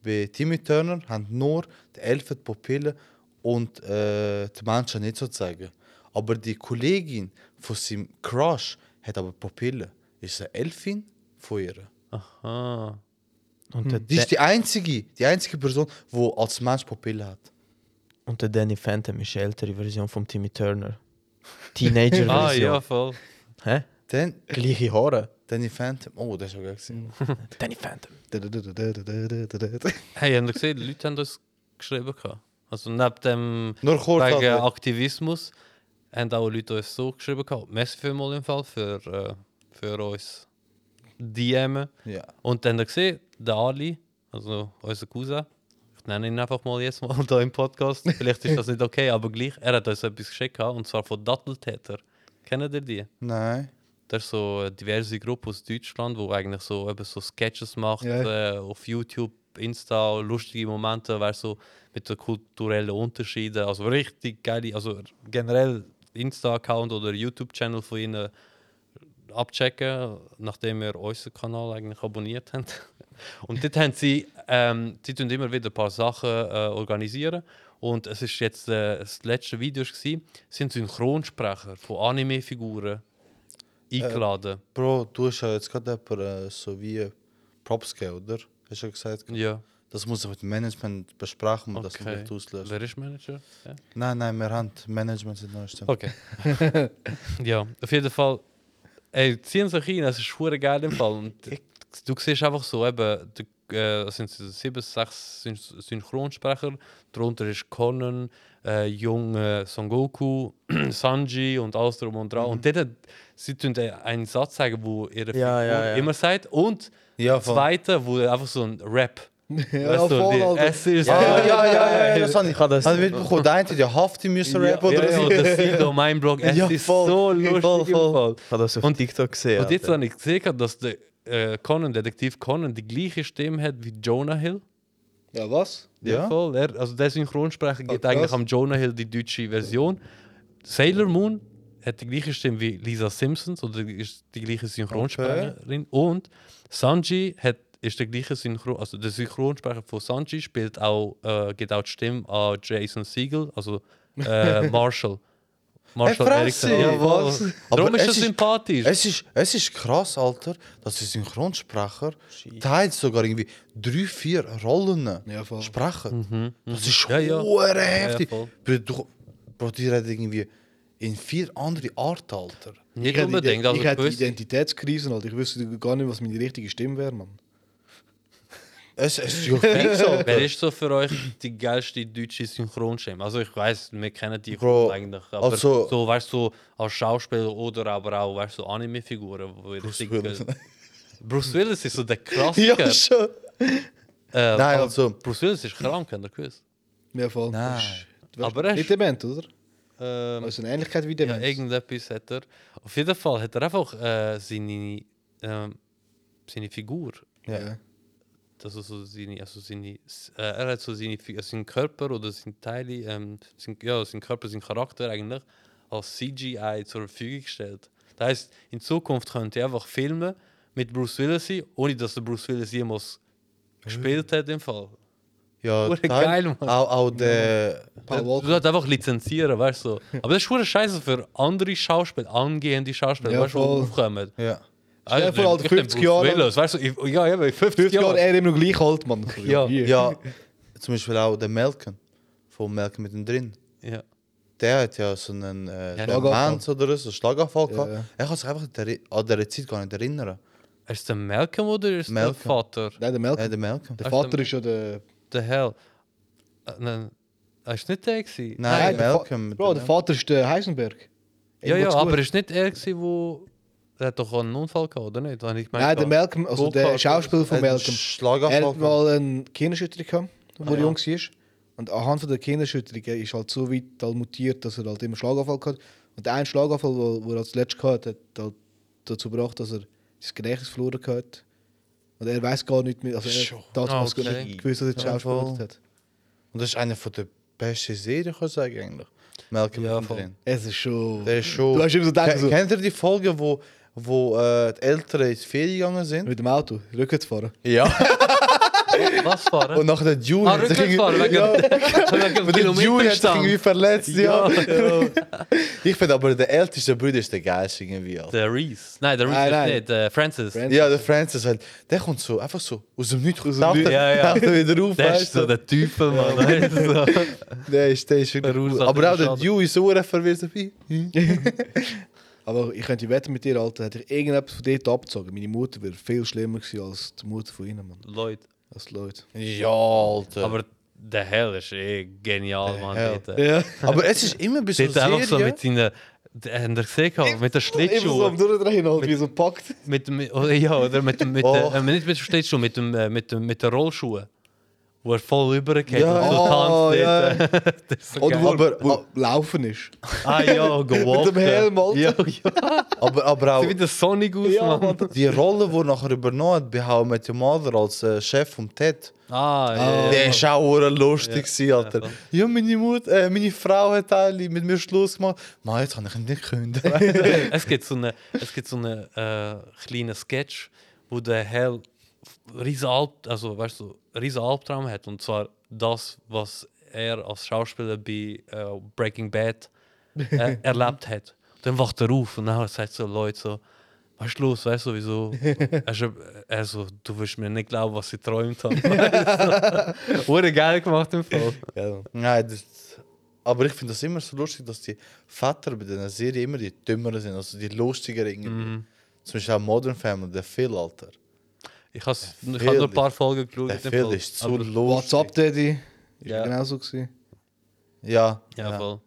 Speaker 2: Bei Timmy Turner haben nur die Elfen die Pupille und äh, die Menschen nicht sozusagen. Aber die Kollegin von seinem Crush hat aber Pupille. Ist eine Elfin von ihr.
Speaker 1: Aha.
Speaker 3: Und, der
Speaker 2: Die
Speaker 3: Da-
Speaker 2: ist die einzige, die einzige Person, die als Mensch Pupille hat.
Speaker 3: und der Danny Phantom ist die ältere Version von Timmy Turner.
Speaker 1: (laughs)
Speaker 3: Teenager-Version.
Speaker 1: Ah, ja, voll.
Speaker 3: Hä?
Speaker 2: Dann
Speaker 3: Gleiche Haare. Mhm.
Speaker 2: Danny Phantom. Oh, das ist ja geil. gewesen.
Speaker 3: Danny Phantom.
Speaker 4: (laughs)
Speaker 1: Hey, habt ihr gesehen, die Leute haben das geschrieben. gehabt. Also neben dem
Speaker 2: Nur kurz.
Speaker 1: wegen
Speaker 2: Adrian.
Speaker 1: Aktivismus haben auch Leute uns so geschrieben. gehabt. Merci vielmals im Fall für, äh, für uns DM.
Speaker 2: Ja.
Speaker 1: Und dann habt ihr gesehen, der Ali, also unser Cousin, ich nenne ihn einfach mal jetzt mal (laughs) da im Podcast, vielleicht ist das nicht okay, aber gleich, er hat uns etwas geschickt, gehabt, und zwar von Datteltäter. Kennen ihr die?
Speaker 2: Nein.
Speaker 1: Das ist so eine diverse Gruppe aus Deutschland, wo eigentlich so, eben so Sketches macht
Speaker 4: Ja.
Speaker 1: äh, auf YouTube, Insta, lustige Momente, weißt so mit den kulturellen Unterschieden. Also richtig geile, also generell Insta-Account oder YouTube-Channel von ihnen abchecken, nachdem ihr unseren Kanal eigentlich abonniert habt. (laughs) Und dort haben sie, ähm, sie tun immer wieder ein paar Sachen äh, organisieren. Und es ist jetzt äh, das letzte Video war, sind Synchronsprecher von Anime-Figuren
Speaker 2: Äh,
Speaker 1: eingeladen.
Speaker 2: Bro, du hast ja jetzt gerade jemanden äh, so wie Props gegeben, oder? Hast du ja gesagt,
Speaker 1: ja.
Speaker 2: das muss ich mit dem Management besprechen, und das
Speaker 1: Okay.
Speaker 2: nicht auslöst.
Speaker 1: Wer ist Manager? Ja.
Speaker 2: Nein, nein, wir haben Management sind neu. stimmt.
Speaker 1: Okay. (laughs) ja, auf jeden Fall. Ey, ziehen sich rein, es ist schwer geil im Fall. Und du siehst einfach so, eben, du, äh, es sind so sieben, sechs Syn Synchronsprecher. Darunter ist Conan, äh, Jung, äh, Son Goku, (clears throat) Sanji und alles drum und
Speaker 2: Mhm.
Speaker 1: dran. Und dort, hat- sie tun äh, einen Satz sagen, wo ihre
Speaker 3: Ja, ja, ja.
Speaker 1: immer sagt. Und
Speaker 2: Ja,
Speaker 1: der
Speaker 2: voll.
Speaker 1: zweite, wo einfach so ein Rap. weißt du, die Es ist.
Speaker 2: Ja, ja, ja, ja, Also, das
Speaker 3: das
Speaker 2: habe
Speaker 3: ich. Kann das
Speaker 2: Dann wird bekommen, der eine hat ja Hafti müssen rappen
Speaker 1: ja,
Speaker 2: oder
Speaker 1: ja,
Speaker 2: so.
Speaker 1: und das sieht auch mein Blog. Es
Speaker 2: Ja,
Speaker 1: ist
Speaker 2: voll.
Speaker 1: so lustig.
Speaker 2: Voll,
Speaker 1: Voll,
Speaker 2: voll.
Speaker 3: Ich habe das auf
Speaker 1: Und-
Speaker 3: TikTok gesehen.
Speaker 1: Und jetzt
Speaker 3: Alter.
Speaker 1: habe ich gesehen, habe, dass der äh, Conan, Detektiv Conan, die gleiche Stimme hat wie Jonah Hill.
Speaker 4: Ja, was?
Speaker 2: Ja. Ah,
Speaker 1: Voll. Er, also der Synchronsprecher gibt
Speaker 4: krass.
Speaker 1: eigentlich am Jonah Hill die deutsche Version. Sailor Moon hat die gleiche Stimme wie Lisa Simpson, so die, ist die gleiche Synchronsprecherin. Und Sanji hat, ist der gleiche Synchron, also der Synchronsprecher von Sanji spielt auch, äh, geht auch die Stimme an Jason Siegel, also
Speaker 2: (laughs)
Speaker 1: äh, Marshall.
Speaker 2: Fresse,
Speaker 1: Ja,
Speaker 2: was?
Speaker 1: voll.
Speaker 2: Aber
Speaker 1: Darum
Speaker 2: es
Speaker 1: ist er
Speaker 2: ist-
Speaker 1: sympathisch.
Speaker 2: Es ist, es ist krass, Alter, dass die Synchronsprecher teils sogar irgendwie drei, vier Rollen eh,
Speaker 4: Ja, voll.
Speaker 2: sprechen. Das ist
Speaker 1: Mhm, Ja, ja.
Speaker 2: hure
Speaker 1: ja,
Speaker 2: heftig.
Speaker 1: voll.
Speaker 2: Bro, du- Bro, die reden irgendwie in vier andere Art, Alter.
Speaker 1: nicht
Speaker 4: hätte
Speaker 1: unbedingt,
Speaker 4: Ident-
Speaker 1: also
Speaker 4: ich hätte
Speaker 1: gewusst-
Speaker 4: Identitätskrisen, Alter. Ich wüsste gar nicht, was meine richtige Stimme wäre, Mann.
Speaker 2: Es, es ist ja
Speaker 1: (laughs)
Speaker 2: fix,
Speaker 1: Wer
Speaker 2: Alter.
Speaker 1: ist so für euch die geilste deutsche Synchronstimme? Also ich weiß, wir kennen die
Speaker 2: Bro,
Speaker 1: eigentlich, aber
Speaker 2: also-
Speaker 1: so weißt du, als Schauspieler oder aber auch weißt du Anime-Figuren, wo ihr richtig
Speaker 2: Willis.
Speaker 1: Bruce Willis ist so
Speaker 2: (laughs)
Speaker 1: der
Speaker 2: Ja,
Speaker 1: Klassiker.
Speaker 2: schon.
Speaker 1: äh,
Speaker 2: Nein,
Speaker 1: aber
Speaker 2: also-
Speaker 1: Bruce Willis ist krank, habt ihr gewusst?
Speaker 4: Mehr Fall.
Speaker 2: Nein.
Speaker 1: Aber
Speaker 4: Aber
Speaker 1: er
Speaker 4: nicht
Speaker 1: ist-
Speaker 4: dement, oder?
Speaker 1: Ähm,
Speaker 4: Also eine Ähnlichkeit wie dement.
Speaker 1: ja, irgendetwas hat er. Auf jeden Fall hat er einfach äh, seine, ähm, seine Figur.
Speaker 4: ja.
Speaker 1: Also, so seine, also seine, äh, er hat so seine, Fi- äh, seinen Körper oder seine Teile, ähm, sein, ja, sein Körper, sein Charakter eigentlich als CGI zur Verfügung gestellt. Das heißt, in Zukunft könnt ihr einfach filmen mit Bruce Willis, sein, ohne dass der Bruce Willis jemals
Speaker 4: Hm.
Speaker 1: gespielt hat im Fall.
Speaker 2: Ja,
Speaker 1: Hure
Speaker 2: teil-
Speaker 1: geil, Mann.
Speaker 2: Auch, auch der.
Speaker 4: Paul
Speaker 1: Du
Speaker 4: Walker.
Speaker 1: sollst einfach lizenzieren, weißt du. Aber das ist schon scheiße für andere Schauspieler, angehende Schauspieler,
Speaker 4: Ja,
Speaker 1: weißt du,
Speaker 4: voll.
Speaker 1: die aufkommen.
Speaker 2: Ja.
Speaker 1: Also,
Speaker 4: vor, Alter,
Speaker 1: ich nehm
Speaker 4: 50
Speaker 1: Bruce
Speaker 4: Jahre-
Speaker 1: Willis, weißt du, ich, ja, eben, 50,
Speaker 4: 50
Speaker 1: Jahre.
Speaker 4: Jahre, er immer noch gleich alt, Mann.
Speaker 1: Ja.
Speaker 4: Hier.
Speaker 2: Ja, zum Beispiel auch der Melken. Von Melken mittendrin.
Speaker 1: Ja.
Speaker 2: Der hat ja so einen äh,
Speaker 1: Ja,
Speaker 2: Demenz oder so, einen Schlaganfall gehabt.
Speaker 4: Ja.
Speaker 2: Er kann sich einfach der, an der Zeit gar nicht erinnern.
Speaker 1: Ist der Malcolm oder ist
Speaker 2: Malcolm.
Speaker 1: der Vater?
Speaker 4: Nein, der Melk.
Speaker 2: Äh, der Melken.
Speaker 4: der Vater ist ja der...
Speaker 1: the hell? Äh, nein, er ist nicht der gewesen.
Speaker 2: Nein,
Speaker 4: der Fa-
Speaker 2: Malcolm.
Speaker 4: Bro, der Vater ist der Heisenberg.
Speaker 1: Ja, ja,
Speaker 4: Irgendwo
Speaker 1: aber
Speaker 4: zu-
Speaker 1: ist nicht er gewesen, wo... Er hat doch einen Unfall gehabt, oder nicht? Habe ich gemeint
Speaker 4: Nein, der
Speaker 1: gehabt.
Speaker 4: Malcolm, also der
Speaker 1: Gotthard.
Speaker 4: Schauspieler von
Speaker 2: Hat einen
Speaker 4: Malcolm. Er
Speaker 2: Schlaganfall
Speaker 4: hat
Speaker 2: gehabt.
Speaker 4: mal eine Kinderschütterung gehabt,
Speaker 2: Ah,
Speaker 4: wo er jung war. Und anhand von der Kinderschütterung er ist halt so weit halt mutiert, dass er halt immer Schlaganfall hat. Und der eine Schlaganfall, den er als letztes hatte, hat halt dazu gebracht, dass er sein Gedächtnis verloren hat. Und er weiß gar nicht mehr, also er hat damals
Speaker 1: Ah, okay.
Speaker 4: gar nicht gewusst, dass er
Speaker 2: Ja,
Speaker 4: Schauspieler
Speaker 2: voll.
Speaker 4: hat.
Speaker 2: Und das ist einer von der besten Serien, kann ich sagen, eigentlich. Malcolm
Speaker 1: Ja,
Speaker 2: mittendrin.
Speaker 4: Es ist schon...
Speaker 2: Der ist schon...
Speaker 4: Du hast immer so gedacht,
Speaker 2: Ke-
Speaker 4: so-
Speaker 2: Kennt ihr die Folge, wo, wo äh, die Eltern ins Ferien gegangen
Speaker 4: (laughs)
Speaker 2: sind?
Speaker 4: Mit dem Auto, rückwärts fahren.
Speaker 2: Ja. (laughs)
Speaker 1: (laughs) Was fahren?
Speaker 2: Und nachher der Dewey...
Speaker 1: ah,
Speaker 2: hat sich
Speaker 1: rückwärts fahren, (laughs) wegen, wegen dem
Speaker 2: irgendwie- Der Dewey hat sich irgendwie
Speaker 1: Kilometerstand.
Speaker 2: verletzt, ja.
Speaker 1: Ja.
Speaker 2: (laughs) Ich finde aber, der älteste Bruder ist der geilste irgendwie. Alter.
Speaker 1: Der Reese. Nein, der Reese
Speaker 4: Nein,
Speaker 1: ist
Speaker 4: nein.
Speaker 1: nicht. Der Francis.
Speaker 4: Francis.
Speaker 2: Ja, der Francis, halt, der kommt so, einfach so, aus dem Nichts, aus
Speaker 1: Nichts. Ja, ja.
Speaker 2: wieder auf,
Speaker 1: Der ist
Speaker 2: weißt du.
Speaker 1: so der Typ, Mann. weißt du, so.
Speaker 2: Der ist, der ist wirklich
Speaker 1: Der
Speaker 2: cool.
Speaker 1: Ursache
Speaker 2: Aber
Speaker 1: der
Speaker 2: auch der
Speaker 1: Schaden.
Speaker 2: Dewey ist so verdammt verwirrt dabei.
Speaker 4: Aber ich könnte wetten mit dir, Alter, hätte ich irgendetwas von dort abgezogen. Meine Mutter wäre viel schlimmer gewesen als die Mutter von ihnen, Mann.
Speaker 1: Leute.
Speaker 4: Als die Leute.
Speaker 2: Ja, Alter. Aber,
Speaker 1: Aber der Hell ist eh genial, Mann.
Speaker 2: Hell.
Speaker 1: dort.
Speaker 2: es ist immer ein bisschen
Speaker 1: Dort einfach so
Speaker 2: Serie.
Speaker 1: mit seinen... Habt ihr gesehen, mit der
Speaker 4: Eben so am
Speaker 1: Schlittschuhe?
Speaker 4: Durchdrehen, halt, wie so packt.
Speaker 1: Mit, dem- oder, ja, oder mit, dem- mit,
Speaker 2: Oh.
Speaker 1: der- äh, nicht mit dem Schlittschuh, mit, dem, äh, mit, dem, mit den Rollschuhen. Wo er voll rübergeht
Speaker 2: Ja.
Speaker 1: und so
Speaker 4: Oh,
Speaker 1: tanzt. (laughs)
Speaker 4: ja.
Speaker 1: dort. das ist so
Speaker 4: Oder
Speaker 1: geil.
Speaker 4: wo,
Speaker 2: Aber-
Speaker 4: wo laufen ist.
Speaker 1: Ah
Speaker 4: (laughs)
Speaker 1: ja, gewalkt.
Speaker 4: Mit dem Helm, Alter.
Speaker 1: Ja, (laughs) ja.
Speaker 2: aber, aber auch
Speaker 1: Wie der Sonic aus,
Speaker 4: Ja,
Speaker 1: Mann.
Speaker 2: die Rolle, die er nachher übernommen hat bei How I Met Your Mother als äh, Chef vom Ted.
Speaker 1: Ah,
Speaker 4: Oh.
Speaker 1: ja.
Speaker 2: Der ist auch verdammt lustig, gewesen, Alter.
Speaker 1: Ja,
Speaker 2: Ja, meine Mutter, äh, meine Frau hat eigentlich mit mir Schluss gemacht. Mann, jetzt kann ich ihn nicht künden.
Speaker 1: Es gibt so einen es gibt so einen äh, kleinen Sketch, wo der Hell riesen Alp, also weißt du, riesen Albtraum hat und zwar das, was er als Schauspieler bei äh, Breaking Bad äh, erlebt hat. Dann wacht er auf und dann sagt so Leute so, was ist los, weißt du wieso? Er, so- er so, du wirst mir nicht glauben, was ich träumt habe. (laughs) Wurde geil gemacht im Fall.
Speaker 2: Nein, das, aber ich finde das immer so lustig, dass die Väter bei dieser Serie immer die Dümmeren sind, also die Lustigeren irgendwie. Zum Beispiel auch Modern Family, der Phil, Alter.
Speaker 1: Ich has- ich
Speaker 2: Phil
Speaker 1: habe nur ein paar Folgen geschaut.
Speaker 2: Der
Speaker 1: im
Speaker 2: Phil
Speaker 1: Fall.
Speaker 2: ist so
Speaker 4: What's
Speaker 2: lustig.
Speaker 4: up, Daddy? Ist
Speaker 1: Ja.
Speaker 4: genau so gewesen.
Speaker 2: Ja,
Speaker 1: Ja,
Speaker 2: ja.
Speaker 1: voll.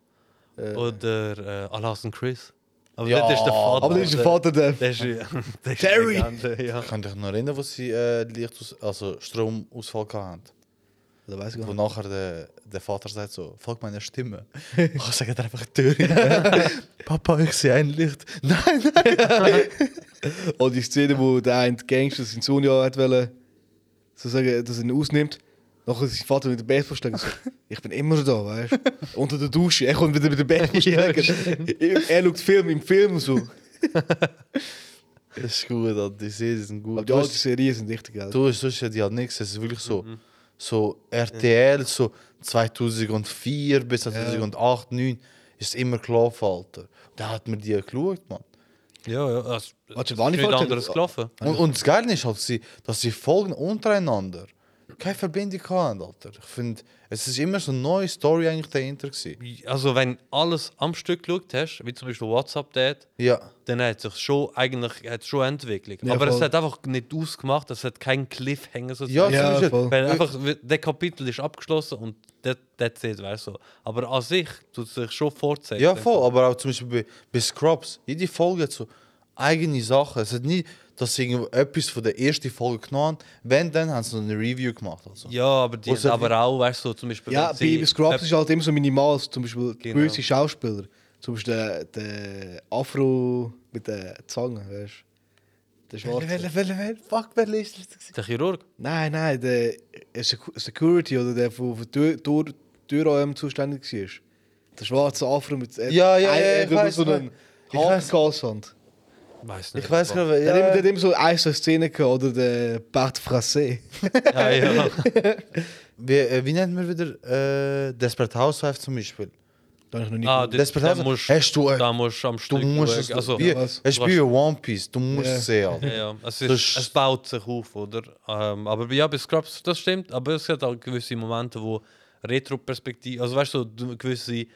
Speaker 1: Oder äh, Alas und Chris. Aber
Speaker 3: Ja,
Speaker 1: das ist der Vater.
Speaker 4: Aber das ist der Vater, der.
Speaker 1: Der (laughs) ist, der ist
Speaker 4: Terry!
Speaker 1: Legende, ja.
Speaker 2: Könnt ihr euch noch erinnern, wo sie äh, Licht aus, also Stromausfall hatten?
Speaker 4: Da weiß ich
Speaker 2: Wo
Speaker 4: gar nicht.
Speaker 2: nachher der, der Vater sagt so, folg meiner Stimme. (laughs) Ich sage dir einfach Tür. (laughs) Papa, ich sehe ein Licht. Nein, nein.
Speaker 4: Und die Szene, wo der ein Gangster seinen Sohn ja hat wollen, so sagen, dass er ihn ausnimmt. Nachher ist sein Vater mit dem Bett (laughs) verstecken. So, ich bin immer da, weißt du? Unter der Dusche. Er kommt wieder mit dem Bett (laughs) verstecken. er schaut Film im Film so.
Speaker 2: Das ist gut, Alter. die Serien sind
Speaker 4: Aber
Speaker 2: gut.
Speaker 4: die
Speaker 2: Du
Speaker 4: alten
Speaker 2: hast,
Speaker 4: Serien sind richtig geil.
Speaker 2: du hast sonst ja die hat nichts. Es ist wirklich so,
Speaker 4: Mhm.
Speaker 2: so RTL, so 2004 bis 2008, 2009 ist immer gelaufen, Alter. Da hat man die geschaut, Mann.
Speaker 1: Ja, ja. Das,
Speaker 4: Warte,
Speaker 1: das
Speaker 4: wann
Speaker 1: ist
Speaker 4: ich
Speaker 1: nicht
Speaker 4: wollte-
Speaker 1: anderes gelaufen.
Speaker 2: Und, und das Geile ist halt, sie- dass sie Folgen untereinander keine Verbindung haben, Alter. Ich finde, es ist immer so eine neue Story eigentlich dahinter gewesen.
Speaker 1: Also, wenn alles am Stück geschaut hast, wie zum Beispiel WhatsApp dort,
Speaker 2: Ja.
Speaker 1: dann hat sich schon eigentlich hat schon entwickelt.
Speaker 4: Ja,
Speaker 1: Aber es
Speaker 4: voll.
Speaker 1: hat einfach nicht ausgemacht, es hat keinen Cliffhanger
Speaker 2: Ja, äh,
Speaker 1: sozusagen.
Speaker 4: Ja,
Speaker 2: ja
Speaker 4: voll.
Speaker 1: Weil einfach, der Kapitel ist abgeschlossen und that- that's it, weißt du. Aber an sich tut es sich schon fortsetzen.
Speaker 2: Ja, voll, aber auch zum Beispiel bei, bei Scrubs, jede Folge hat so eigene Sachen. Es hat nie, dass sie irgendwo etwas von der ersten Folge genommen haben. Wenn, dann haben sie noch eine Review gemacht. Also.
Speaker 1: Ja, aber die
Speaker 2: Und so
Speaker 1: haben aber auch, weißt du, zum Beispiel.
Speaker 4: Ja,
Speaker 1: wenn sie-
Speaker 4: bei Scrubs ist halt immer so minimal. Zum Beispiel
Speaker 1: Genau.
Speaker 4: gewisse Schauspieler. Zum Beispiel der, der Afro mit der Zange, weißt du? Der Schwarze.
Speaker 2: Fuck, wer ist das?
Speaker 1: Der Chirurg.
Speaker 4: Nein, nein, der äh, Secu- Security oder der, der für Tür, Tür, Türräume zuständig war. Der schwarze Afro mit äh,
Speaker 2: Ja, ja,
Speaker 4: ein-
Speaker 2: ja,
Speaker 4: äh,
Speaker 2: ich
Speaker 4: der
Speaker 2: weiß,
Speaker 4: so einen
Speaker 2: ich weiß.
Speaker 4: Hakengalshand.
Speaker 1: Weiß nicht.
Speaker 2: Ich weiß
Speaker 1: aber-
Speaker 2: gar nicht.
Speaker 4: Der hat immer-
Speaker 2: Ja,
Speaker 4: der hat immer so eine so Szene gehabt, oder der Bart Frassé.
Speaker 1: Ja, ja.
Speaker 2: (laughs) wie, äh, wie nennt man wieder äh, Desperate Housewives zum Beispiel?
Speaker 4: Da hab ich noch nie
Speaker 1: Ah,
Speaker 4: gehört.
Speaker 1: das-
Speaker 2: Desperate
Speaker 1: da
Speaker 2: Housewives.
Speaker 1: musst-
Speaker 2: hast du, äh,
Speaker 1: Da musst du am
Speaker 2: du
Speaker 1: Stück
Speaker 2: musst
Speaker 1: schauen.
Speaker 2: es
Speaker 1: also,
Speaker 2: wie,
Speaker 4: Ja, was?
Speaker 2: Es ist wie One Piece, du musst
Speaker 4: Ja.
Speaker 2: es sehen. Alter.
Speaker 1: Ja, ja. Es,
Speaker 2: Das ist-
Speaker 1: ist, es baut sich auf, oder? Ähm, aber ja, bei Scrubs, das stimmt. Aber es gibt auch gewisse Momente, wo Retro-Perspektive, also weißt du, du gewisse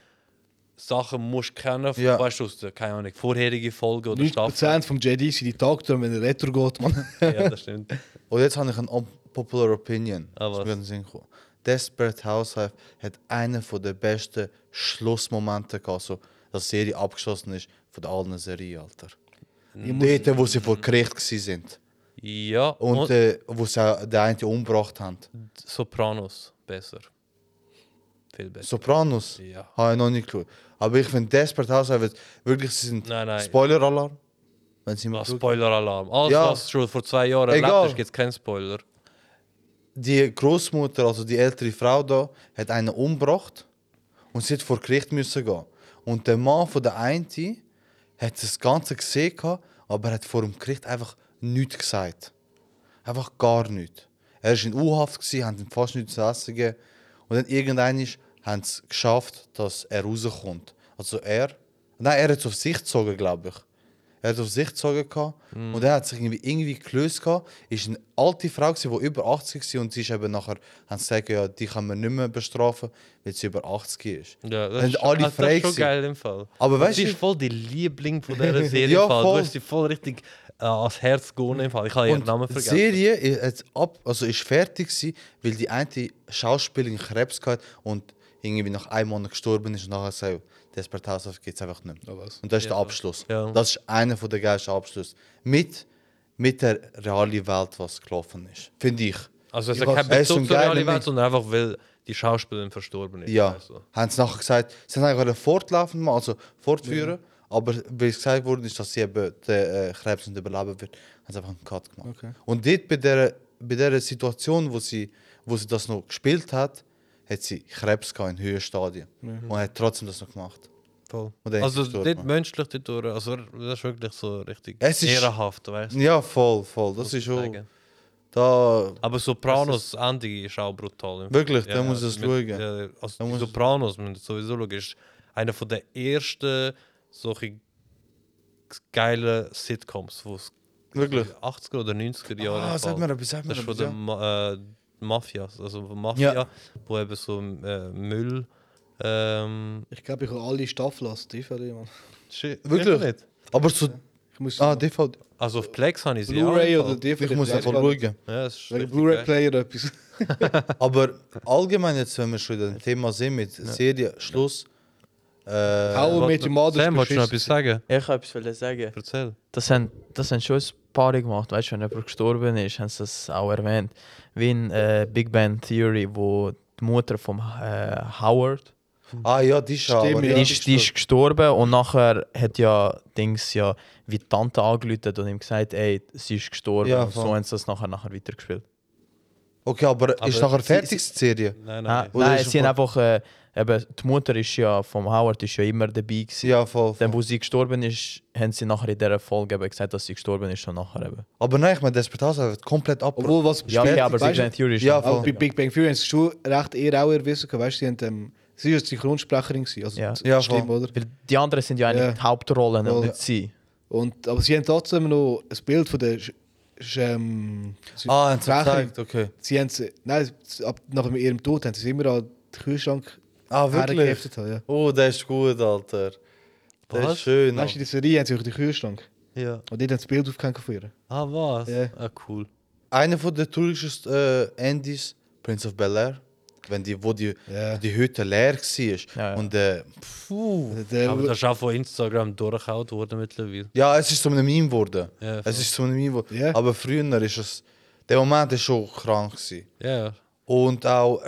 Speaker 1: Sachen musst kennen,
Speaker 2: Ja.
Speaker 1: weißt du, aus der, keine Ahnung, vorherigen Folge oder Staffel.
Speaker 4: 90% vom JD sind die Tagtürme, wenn er retro geht, Mann.
Speaker 1: (laughs)
Speaker 4: (laughs)
Speaker 1: Ja, das stimmt.
Speaker 2: Und jetzt habe ich eine unpopular opinion.
Speaker 1: Ah,
Speaker 2: ist
Speaker 1: was?
Speaker 2: mir in den Sinn gekommen. Desperate Housewife hat einen von der besten Schlussmomente gehabt, so, dass die Serie abgeschlossen ist von der alten Serie, Alter. Dort, wo sie vor Gericht gsi sind.
Speaker 1: Ja,
Speaker 2: Und,
Speaker 1: und,
Speaker 2: äh, wo sie auch den einen umgebracht haben.
Speaker 1: Sopranos besser. Viel besser.
Speaker 2: Sopranos?
Speaker 1: Ja.
Speaker 2: Habe ich noch nicht geschaut. Aber ich finde Desperate Housewife wirklich, sie sind
Speaker 1: Nein, nein.
Speaker 2: Spoiler-Alarm. Wenn sie mal
Speaker 1: Ah, Spoiler-Alarm. Alles,
Speaker 2: Ja.
Speaker 1: was schon vor zwei Jahren
Speaker 2: Egal.
Speaker 1: erlebt ist, gibt es keinen Spoiler.
Speaker 2: die Großmutter, also die ältere Frau da, hat einen umgebracht und sie hat vor Gericht müssen gehen. Und der Mann von der einen hat das Ganze gesehen, gehabt, aber er hat vor dem Gericht einfach nichts gesagt. Einfach gar nichts. Er war in U-Haft, gewesen, haben ihm fast nichts zu essen gegeben. Und dann irgendwann haben sie es geschafft, dass er rauskommt. Also er, nein, er hat es auf sich gezogen, glaube ich. Er hat auf sich gezogen gehabt, und dann hat sich irgendwie, irgendwie gelöst gehabt. Ist eine alte Frau gewesen, die über 80 war und sie ist eben nachher, haben sie gesagt, ja, die kann man nicht mehr bestrafen, weil sie über 80 ist.
Speaker 1: Ja,
Speaker 2: Dann sind alle
Speaker 1: das
Speaker 2: frei
Speaker 1: ist schon
Speaker 2: gewesen.
Speaker 1: geil im Fall.
Speaker 2: Aber
Speaker 1: Und
Speaker 2: weißt
Speaker 1: sie
Speaker 2: du-
Speaker 1: ist voll die Liebling von
Speaker 2: (laughs)
Speaker 1: dieser Serie.
Speaker 2: Ja,
Speaker 1: im Fall.
Speaker 2: voll.
Speaker 1: Du hast sie voll richtig äh, ans Herz gewonnen. Im Fall. Ich habe ihren
Speaker 2: Und
Speaker 1: Namen
Speaker 2: die
Speaker 1: vergessen.
Speaker 2: Serie i- hat ab, also ist fertig gewesen, weil die eine Schauspielerin Krebs gehabt und irgendwie nach einem Monat gestorben ist und nachher sagt, Desperate Housewives gibt es einfach nicht mehr.
Speaker 4: Oh, was?
Speaker 2: und das ist der Abschluss.
Speaker 1: Ja.
Speaker 2: Das ist einer von der geilsten Abschlüsse. Mit, mit der realen Welt, was gelaufen ist. Finde ich.
Speaker 1: Also es
Speaker 4: Ich
Speaker 1: hat
Speaker 4: weiß-
Speaker 1: keinen
Speaker 2: Er ist
Speaker 1: Bezug
Speaker 2: ein
Speaker 1: zur
Speaker 2: geiler
Speaker 1: Realität,
Speaker 2: Mensch.
Speaker 1: sondern einfach, weil die Schauspielerin verstorben ist.
Speaker 2: Ja,
Speaker 1: weißt du.
Speaker 2: haben sie nachher gesagt, sie haben eigentlich fortlaufen, also fortführen, aber weil es gesagt wurde, ist, dass sie eben den äh, Krebs nicht überleben wird, haben sie einfach einen Cut gemacht.
Speaker 4: Okay.
Speaker 2: Und dort bei der, bei der Situation, wo sie, wo sie das noch gespielt hat, hat sie Krebs gehabt in höheren Stadien und hat trotzdem das noch gemacht. Und dann ist
Speaker 1: Also
Speaker 2: sie gestorben.
Speaker 1: nicht menschlich dort durch. Also das ist wirklich so richtig
Speaker 2: Es ist-
Speaker 1: ehrenhaft, weißt du.
Speaker 2: Ja, voll, voll, das ist schon,
Speaker 1: sagen.
Speaker 2: da,
Speaker 1: Aber Sopranos Ende ist auch brutal.
Speaker 2: Wirklich? Dann muss ich das
Speaker 1: mit-
Speaker 2: schauen.
Speaker 1: Ja, also
Speaker 2: Dann
Speaker 1: die
Speaker 2: muss ich-
Speaker 1: Sopranos, man muss sowieso schauen, ist einer von der ersten solche geilen Sitcoms, wo es
Speaker 2: wirklich.
Speaker 1: 80er oder 90er Jahre.
Speaker 2: Ah,
Speaker 1: im
Speaker 2: sag
Speaker 1: Fall.
Speaker 2: mir etwas, sag mir
Speaker 1: Das ist von
Speaker 2: etwas,
Speaker 1: der
Speaker 2: ja.
Speaker 1: Ma äh, Mafia, also von Mafia,
Speaker 2: Ja.
Speaker 1: wo eben so äh, Müll. Ähm,
Speaker 4: Ich glaube, ich habe alle Staffeln als DVD, Mann.
Speaker 2: Wirklich? Aber so,
Speaker 4: Ich muss
Speaker 2: ah, DVD,
Speaker 1: Also auf Plex habe ich sie.
Speaker 4: Blu-ray
Speaker 1: auch im
Speaker 4: oder
Speaker 1: Fall.
Speaker 4: DVD.
Speaker 2: ich muss
Speaker 4: weiß
Speaker 2: einfach
Speaker 4: gar nicht.
Speaker 2: schauen.
Speaker 1: Ja, es ist
Speaker 4: Wegen
Speaker 1: richtig geil.
Speaker 4: Blu-ray-Player oder etwas.
Speaker 2: Aber allgemein jetzt, wenn wir schon in dem Thema sind mit Serie, Schluss, Äh,
Speaker 4: How I Met
Speaker 1: Wat-
Speaker 4: Your Mother
Speaker 1: Sam,
Speaker 4: ist
Speaker 1: wolltest du noch
Speaker 4: beschissen.
Speaker 1: etwas sagen?
Speaker 3: Ich wollte etwas sagen.
Speaker 1: Erzähl.
Speaker 3: Das haben, das haben schon ein paar gemacht. Weißt du, wenn jemand gestorben ist, haben sie das auch erwähnt. Wie in äh, Big Bang Theory, wo die Mutter von äh, Howard
Speaker 2: ah ja, die Schau.
Speaker 4: Stimmt,
Speaker 2: ja.
Speaker 4: ja.
Speaker 3: die ist, die ist gestorben und nachher hat ja Dings ja wie die Tante angelütet und ihm gesagt, ey, sie ist gestorben.
Speaker 2: Ja,
Speaker 3: und so
Speaker 2: voll.
Speaker 3: haben sie das nachher, nachher weitergespielt.
Speaker 2: Okay, aber,
Speaker 1: Aber
Speaker 2: ist nachher
Speaker 1: sie-
Speaker 2: fertig die Serie?
Speaker 1: Nein,
Speaker 3: Nein,
Speaker 1: nein.
Speaker 2: Oder
Speaker 3: nein
Speaker 2: ist
Speaker 3: sie
Speaker 2: er
Speaker 3: haben einfach, äh, eben, die Mutter ist ja vom Howard ist ja immer dabei gewesen.
Speaker 2: Ja, voll. voll.
Speaker 3: Dann, wo sie gestorben ist, haben sie nachher in dieser Folge eben gesagt, dass sie gestorben ist und nachher eben.
Speaker 2: Aber nein, ich meine, Desperate Housewives wird komplett ab.
Speaker 4: Obwohl, was
Speaker 3: Ja,
Speaker 4: später-
Speaker 3: okay, aber Big
Speaker 4: weißt du,
Speaker 3: Bang Theory ist
Speaker 2: Ja,
Speaker 3: noch-
Speaker 2: voll.
Speaker 4: Auch bei Big Bang Theory haben sie schon recht eher auch erwiesen. können, Weißt du, sie haben, ähm, sie war die Synchronsprecherin, gewesen, also
Speaker 3: Ja.
Speaker 4: das
Speaker 2: Ja,
Speaker 4: stimmt,
Speaker 2: voll.
Speaker 4: oder?
Speaker 3: Weil die anderen sind ja eigentlich
Speaker 4: Ja.
Speaker 3: die Hauptrollen und
Speaker 4: Ja.
Speaker 3: nicht sie.
Speaker 4: Und, aber sie haben trotzdem noch ein Bild von der Sch Sch ähm, Sy-
Speaker 2: Ah, haben sie
Speaker 4: Sprecherin.
Speaker 2: gezeigt, okay.
Speaker 4: Sie haben sie, nein, sie- ab, nach ihrem Tod haben sie immer an den Kühlschrank
Speaker 2: Ah, wirklich?
Speaker 4: hergeheftet, Ja.
Speaker 2: Oh, der ist gut, Alter. Der
Speaker 1: Was?
Speaker 2: ist schön.
Speaker 4: Weißt du, in der Serie haben sie auch den Kühlschrank.
Speaker 2: ja.
Speaker 4: Und dort haben sie das Bild aufgehängt von ihr.
Speaker 1: Ah, was?
Speaker 4: Ja.
Speaker 1: Ah, cool.
Speaker 2: Einer von der tourischen äh, Andys, Prince of Bel Air, wenn die, wo die,
Speaker 4: Ja.
Speaker 2: die Hütte leer war.
Speaker 3: Ja, ja.
Speaker 2: Und äh, pfuh.
Speaker 4: Der,
Speaker 1: Aber das ist auch von Instagram durchgehauen worden mittlerweile.
Speaker 2: Ja, es ist zu einem Meme geworden.
Speaker 1: Ja, voll.
Speaker 2: es ist zu einem Meme geworden.
Speaker 4: Ja.
Speaker 2: Aber früher ist es. Der Moment ist schon krank. Gewesen.
Speaker 1: Ja,
Speaker 2: Und auch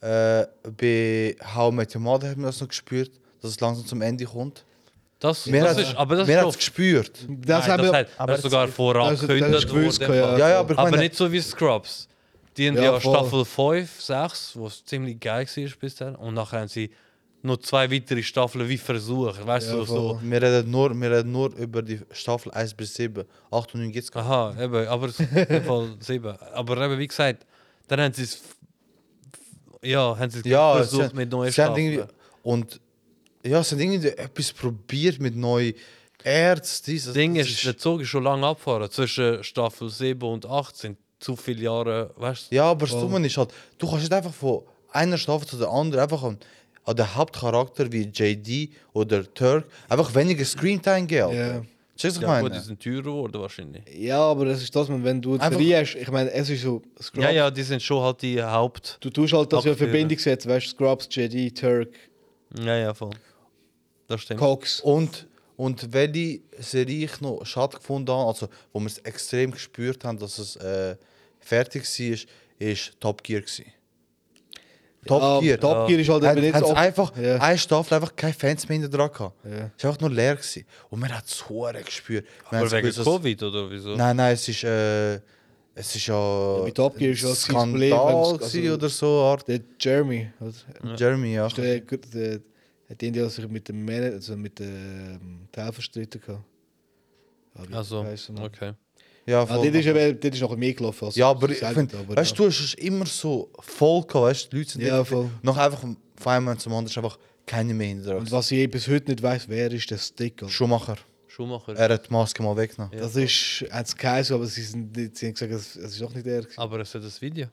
Speaker 2: äh, bei How I Met Your Mother hat man das noch gespürt, dass es langsam zum Ende kommt.
Speaker 1: das,
Speaker 2: Mehr
Speaker 1: das
Speaker 2: hat-
Speaker 1: ist, aber das
Speaker 2: man
Speaker 1: ist
Speaker 2: hat es
Speaker 1: doch,
Speaker 2: gespürt.
Speaker 4: das
Speaker 1: nein,
Speaker 4: haben
Speaker 1: das
Speaker 4: wir.
Speaker 1: hat,
Speaker 3: aber
Speaker 1: das ist sogar
Speaker 4: das- das
Speaker 1: vorangekündigt
Speaker 4: ist gewusst,
Speaker 1: worden.
Speaker 4: ja.
Speaker 2: Ja, ja, aber ich
Speaker 1: aber
Speaker 2: meine,
Speaker 1: nicht so wie Scrubs. Die haben
Speaker 4: Ja,
Speaker 1: ja,
Speaker 4: voll.
Speaker 1: Staffel 5, 6, wo es ziemlich geil war bis dann. Und nachher haben sie noch zwei weitere Staffeln wie versucht. Weißt
Speaker 4: Ja,
Speaker 1: du, so.
Speaker 4: voll.
Speaker 2: äh, wir, reden nur, wir reden nur über die Staffel 1 bis 7. 8 und 9 geht es gar nicht.
Speaker 1: Aha, eben, aber es im
Speaker 2: (laughs)
Speaker 1: Fall sieben. Aber eben, wie gesagt, dann haben sie es. f- f- Ja, haben sie es
Speaker 2: Ja, es
Speaker 1: versucht
Speaker 2: sind-
Speaker 1: mit neuen
Speaker 2: sie haben irgendwie-
Speaker 1: Staffeln.
Speaker 2: Und ja, sie haben irgendwie etwas probiert mit neuen Ärzten. Dieses,
Speaker 1: Das Ding
Speaker 2: das
Speaker 1: ist, der Zug ist schon lange abgefahren. Zwischen Staffel 7 und 8 sind zu viele Jahre, weißt du?
Speaker 2: Ja, aber das Dumme ist halt, du kannst nicht einfach von einer Staffel zu der anderen einfach an, an den Hauptcharakter wie JD oder Turk einfach weniger Screentime geben. Alter.
Speaker 4: Ja.
Speaker 2: Checkst du, was ich
Speaker 1: Ja,
Speaker 2: meine?
Speaker 1: gut, die sind teurer geworden wahrscheinlich.
Speaker 4: Ja, aber das ist das, wenn du eine
Speaker 2: Einfach-
Speaker 4: Serie hast. Ich meine, es ist so. Scrubs.
Speaker 1: Ja, ja, die sind schon halt die Haupt.
Speaker 4: Du tust halt das ja in
Speaker 1: Akteure.
Speaker 4: Verbindung setzen, weißt du? Scrubs, JD, Turk,
Speaker 1: Ja, ja, voll. Das stimmt.
Speaker 4: Cox.
Speaker 2: Und, und welche Serie ich noch schade gefunden habe, also wo wir es extrem gespürt haben, dass es äh, fertig war, ist Top Gear. Gewesen. Top
Speaker 4: Ah,
Speaker 2: Gear.
Speaker 4: Top Gear ist halt
Speaker 2: Hat,
Speaker 4: eben nicht
Speaker 2: hat's
Speaker 4: so.
Speaker 2: einfach,
Speaker 4: Ja.
Speaker 2: eine Staffel einfach keine Fans mehr hinter dran gehabt.
Speaker 4: Ja.
Speaker 2: Es war einfach nur leer. Gewesen. Und man hat es verdammt gespürt. Man
Speaker 1: Aber
Speaker 2: hat's
Speaker 1: wegen
Speaker 2: gewusst, dass-
Speaker 1: Covid oder wieso?
Speaker 2: Nein, nein, es ist, äh, es ist ja.
Speaker 4: mit Top Gear ist ja
Speaker 2: ein
Speaker 4: das
Speaker 2: Skandal
Speaker 4: Problem, wenn es-
Speaker 2: gewesen
Speaker 4: also-
Speaker 2: oder so. Art.
Speaker 4: Der Jeremy. Also,
Speaker 2: Jeremy, ja.
Speaker 4: der, der, hat den, der sich mit dem Manager, also mit dem Teil verstritten gehabt. Aber
Speaker 1: Also,
Speaker 4: weiss ich nicht.
Speaker 1: okay.
Speaker 2: Ja,
Speaker 4: Ah,
Speaker 2: voll.
Speaker 4: dort, ist eben, dort ist noch mehr gelaufen. als
Speaker 2: ja, aber ich
Speaker 4: selber,
Speaker 2: find,
Speaker 4: aber
Speaker 2: weißt
Speaker 4: ja.
Speaker 2: du, es ist immer so voll gehabt, weißt du, die Leute sind
Speaker 4: Ja,
Speaker 2: irgendwie-
Speaker 4: voll.
Speaker 2: noch einfach von einem Moment zum anderen ist einfach keine mehr hinter
Speaker 4: Und
Speaker 2: uns.
Speaker 4: was ich bis heute nicht weiß, wer ist der Stick? Alter.
Speaker 2: Schumacher,
Speaker 1: Schumacher.
Speaker 2: er hat die Maske mal weggenommen.
Speaker 4: Das ist eins geheißen, aber sie, sind, nicht- sie haben gesagt, es es ist doch nicht er. gewesen.
Speaker 1: Aber es hat das Video.